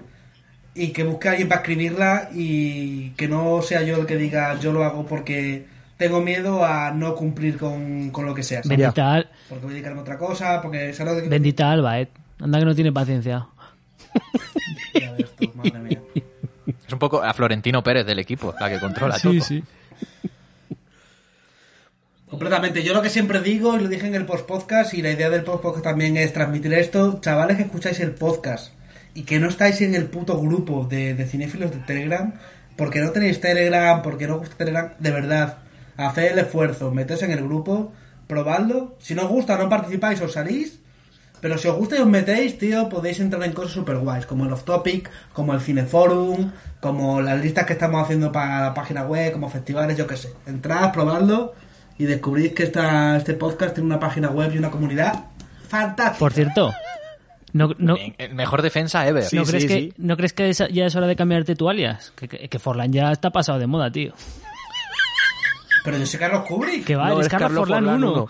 y que busque a alguien para escribirla y que no sea yo el que diga yo lo hago porque tengo miedo a no cumplir con, con lo que sea. ¿sabes?
Bendita, Al-
Porque voy a dedicarme a otra cosa, porque... ¿sabes lo que-
bendita Alba, eh. Anda que no tiene paciencia.
Ya ves tú, madre mía.
Es un poco a Florentino Pérez del equipo, la que controla todo.
Completamente. Yo lo que siempre digo, y lo dije en el post-podcast, y la idea del post-podcast también es transmitir esto. Chavales que escucháis el podcast y que no estáis en el puto grupo de, de cinéfilos de Telegram, porque no tenéis Telegram, porque no os gusta Telegram, de verdad, haced el esfuerzo, meteos en el grupo, probadlo. Si no os gusta, no participáis, os salís. Pero si os gusta y os metéis, tío, podéis entrar en cosas super guays, como el Off Topic, como el Cineforum, como las listas que estamos haciendo para la página web, como festivales, yo qué sé. Entrad, probadlo y descubrís que esta, este podcast tiene una página web y una comunidad fantástica.
Por cierto, no, no,
En- en Mejor defensa ever.
Sí,
¿no crees
sí,
que,
sí.
¿no crees que esa- ya es hora de cambiarte tu alias? Que, que, que Forlán ya está pasado de moda, tío.
Pero yo sé Carlos Kubrick.
Que va,
No,
eres
es
Carlos,
Carlos
Forlán,
Forlán
1.
uno.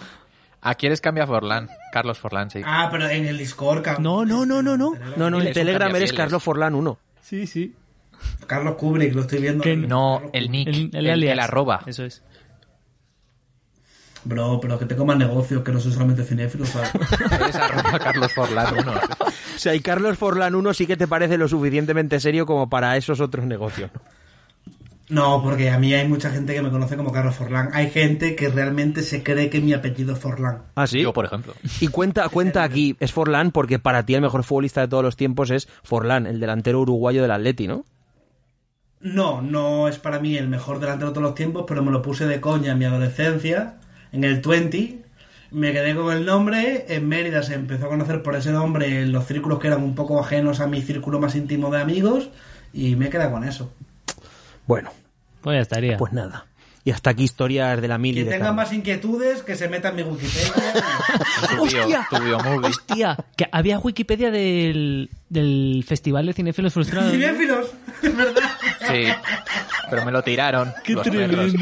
¿A quieres cambia Forlán? Carlos Forlán, sí.
Ah, pero en el Discord, cabrón.
No, no, no, no, no.
No, no, en
Eres un
Telegram eres
cambiafieles.
Carlos Forlán 1.
Sí, sí.
Carlos Kubrick, lo estoy viendo.
Que
No, el nick,
El,
el,
el alias.
el arroba.
Eso es.
Bro, pero que tengo más negocios que no soy solamente cinéfilo, ¿sabes?
Eres arroba Carlos Forlán uno.
O sea, y Carlos Forlán 1 sí que te parece lo suficientemente serio como para esos otros negocios. ¿no?
No, porque a mí hay mucha gente que me conoce como Carlos Forlán. Hay gente que realmente se cree que mi apellido es Forlán.
¿Ah, sí?
Yo, por ejemplo.
Y cuenta, cuenta aquí, es Forlán, porque para ti el mejor futbolista de todos los tiempos es Forlán, el delantero uruguayo del Atleti, ¿no?
No, no es para mí el mejor delantero de todos los tiempos, pero me lo puse de coña en mi adolescencia, en el 20. Me quedé con el nombre, en Mérida se empezó a conocer por ese nombre en los círculos que eran un poco ajenos a mi círculo más íntimo de amigos, y me he quedado con eso.
Bueno,
Pues ya estaría.
pues nada. Y hasta aquí historias de la mili.
Quien
de
tenga
Carlos.
más inquietudes, que se meta en mi Wikipedia.
Tu bio, tu biomovie.
Hostia, que había Wikipedia del, del Festival de Cinefilos Frustrados.
¡Cinéfilos! Es verdad.
Sí. Pero me lo tiraron. los perros.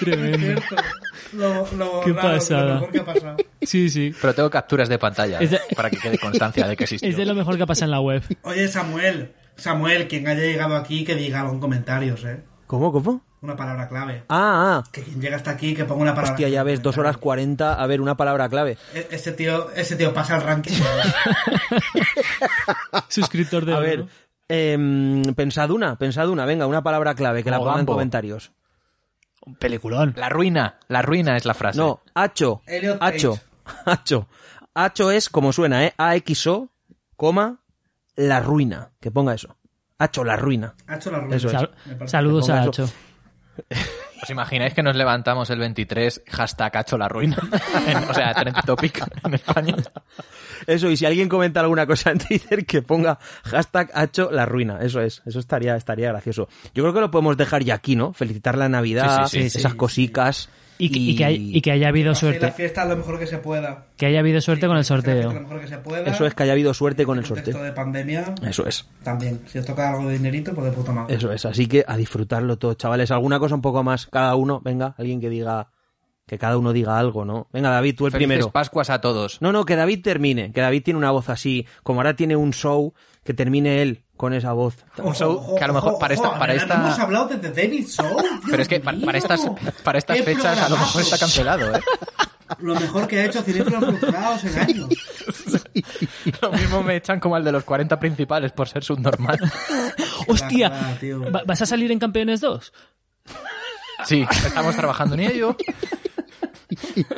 qué
Es cierto. Lo, lo
Qué
raro,
pasada.
Lo mejor que ha pasado.
Sí, sí.
Pero tengo capturas de pantalla
Es de-
para que quede constancia de que existió.
Es de lo mejor que ha pasado en la web.
Oye, Samuel, Samuel, quien haya llegado aquí, que diga algo en comentarios, ¿eh?
¿Cómo, cómo?
Una palabra clave.
Ah, ah.
Que quien llega hasta aquí, que ponga una palabra
Hostia, ya
clave.
ves, dos horas cuarenta, a ver, una palabra clave.
E- Ese tío, ese tío pasa al ranking.
Suscriptor de
A
oro,
ver,
¿no?
em, pensad una, pensad una, venga, una palabra clave, que la
Como
pongan en
Gambo.
comentarios.
Un peliculón.
La ruina. La ruina es la frase.
No, hacho,
Elliot Page.
hacho, hacho. Hacho es como suena, ¿eh? AXO, coma, la ruina. Que ponga eso. Hacho, la ruina.
Ha hecho la ruina.
Eso es.
Sal-
Me parece.
saludos
Me
a
pongo
Hacho.
¿Os imagináis que nos levantamos el 23 hashtag cacho la ruina? o sea, trend topic en España.
Eso, y si alguien comenta alguna cosa en Twitter, que ponga hashtag hacho la ruina. Eso es, eso estaría, estaría gracioso. Yo creo que lo podemos dejar ya aquí, ¿no? Felicitar la Navidad,
Sí, sí, sí.
esas cositas.
Y que, y que hay- y que haya habido
Hacer la
suerte.
fiesta lo mejor que se pueda.
Que haya habido suerte con el
Hacer la fiesta Lo
sorteo.
mejor que se pueda.
Eso es que haya habido suerte con
En
el
contexto
sorteo.
de pandemia,
Eso es.
también. Si os toca algo de dinerito, pues de puta madre.
Eso es, así que a disfrutarlo todo, chavales. ¿Alguna cosa un poco más? Cada uno, venga, alguien que diga, que cada uno diga algo, ¿no? Venga, David, tú el
Felices
primero.
Pascuas a todos.
No, no, que David termine, que David tiene una voz así, como ahora tiene un show, que termine él con esa voz.
un show que a lo mejor para esta- para
mira,
esta-
no hemos hablado de The David Show.
Pero es que para, para estas, para estas
Qué
fechas a lo
programazo.
mejor está cancelado, ¿eh?
Lo mejor que ha hecho Cinéfilos Frustrados en años.
Lo mismo me echan como al de los 40 principales por ser subnormal.
¡Hostia!
va, tío.
¿Va- ¿Vas a salir en Campeones 2?
Sí, estamos trabajando en ello.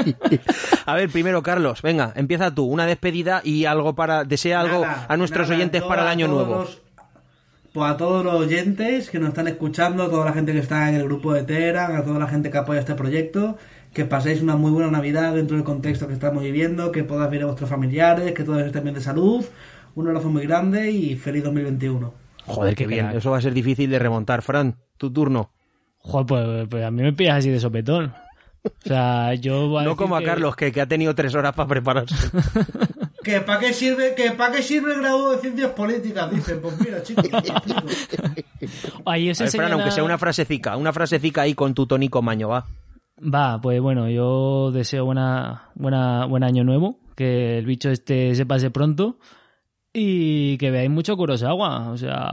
A ver, primero, Carlos, venga, empieza tú, una despedida y algo para, desea algo
Nada,
a nuestros
nada,
oyentes
todo-
para el
a
año
todos
nuevo.
los- pues a todos los oyentes que nos están escuchando, a toda la gente que está en el grupo de Telegram, a toda la gente que apoya este proyecto, que paséis una muy buena Navidad dentro del contexto que estamos viviendo, que podáis ver a vuestros familiares, que todos estén bien de salud. Un abrazo muy grande y feliz 2021.
Joder, qué bien, eso va a ser difícil de remontar. Fran, tu turno.
Joder, pues, pues a mí me pillas así de sopetón. O sea, yo. voy a
No
decir
como a
que-
Carlos, que, que ha tenido tres horas para prepararse.
¿Que para qué sirve, que pa' qué sirve el grado de ciencias políticas? Dicen, pues mira, chicos, no te explico.
Ahí os
A ver, Fran,
enseñan
aunque
a-
sea una frasecica, una frasecica ahí con tu tonico maño, va.
Va, pues bueno, yo deseo buena, buena, buen año nuevo, que el bicho este se pase pronto y que veáis mucho Kurosawa, o sea,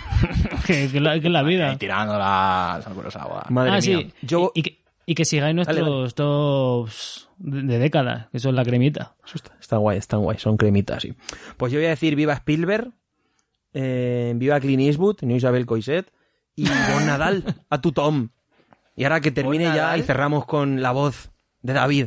que, que la, que la vida.
Y tirándolas al Kurosawa.
Madre
ah,
mía.
sí,
Yo...
y, y que, y que sigáis nuestros
dale.
tops de, de décadas, que son la cremita.
Eso está, está guay, están guay, son cremitas, sí. Pues yo voy a decir viva Spielberg, eh, viva Clint Eastwood, no Isabel Coiset, y Don Nadal, a tu Tom. Y ahora que termine
Bon
ya
Nadal.
y cerramos con la voz de David.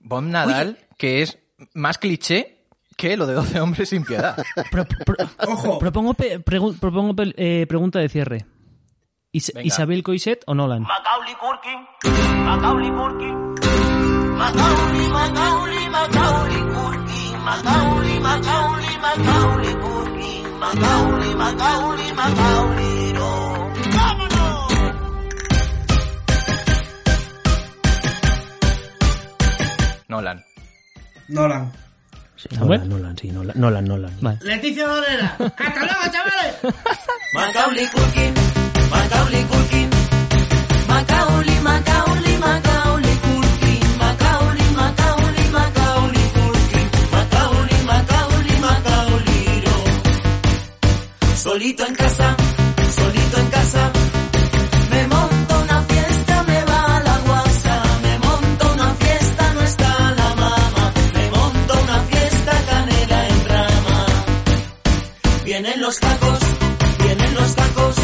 Bob Nadal, que es más cliché que lo de 12 hombres sin piedad.
Pro- pro-
Ojo.
propongo pe- pregun- propongo pe- eh, pregunta de cierre. Is-
Venga.
¿Isabel Coixet o Nolan?
Macaulay Culkin, Macaulay Culkin. Macaulay, Macaulay, Macaulay Culkin. Macaulay, Macaulay, Macaulay Culkin. Macaulay, Macaulay, Macaulay, no. ¡Vámonos!
Nolan.
Nolan.
Nolan,
Nolan, sí, Nolan, Nolan.
Vale.
Leticia Dolera. ¡Hasta luego, chavales!
Macaulay Culkin, Macaulay Culkin. Macaulay, Macaulay, Macaulay Culkin. Macaulay, Macaulay, Macaulay Culkin. Macaulay, Macaulay, Macaulay, no. Solito en casa, solito en casa. Me monto una fiesta, me va la guasa. Me monto una fiesta, no está la mama. Me monto una fiesta, canela en rama. Vienen los tacos, vienen los tacos.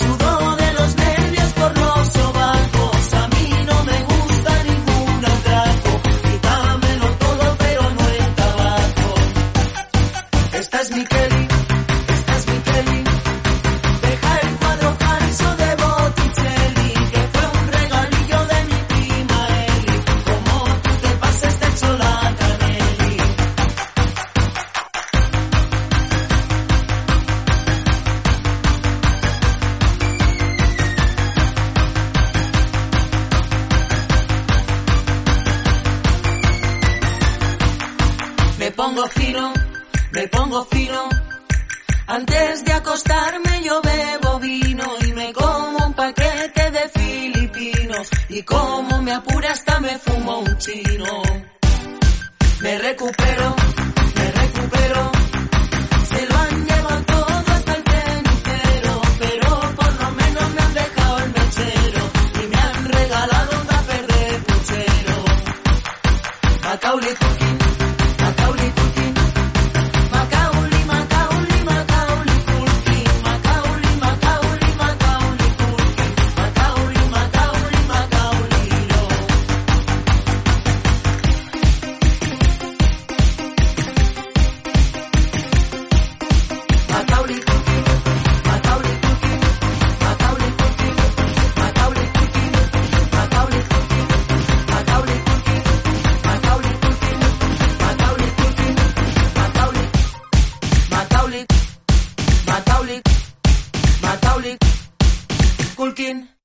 Sudo de los nervios por los sobacos. A mí no me gusta ningún atraco. Quítamelo todo, pero no el tabaco. Esta es mi Kelly, esta es mi Kelly. Deja el cuadro falso de Botticelli, que fue un regalillo de mi prima Eli. Como tú te pases, te echo la caneli. Me pongo fino, me pongo fino. Antes de acostarme yo bebo vino y me como un paquete de filipinos. Y como me apura hasta me fumo un chino. Me recupero, me recupero. Se lo han llevado todo hasta el cenicero, pero por lo menos me han dejado el mechero y me han regalado un tupper de puchero. Macaulay Culkin, Macaulay Culkin. Macaulay, Macaulay, Macaulay Culkin. Macaulay, Macaulay, Macaulay Culkin. Macaulay, Macaulay, Macaulay, no. Macaulay Culkin, Macaulay Culkin. Macaulay Culkin, Macaulay Culkin. Macaulay Culkin, Macaulay Culkin. Macaulay Culkin, Macaulay Culkin, Macaulay, Macaulay, Macaulay, Macaulay Culkin.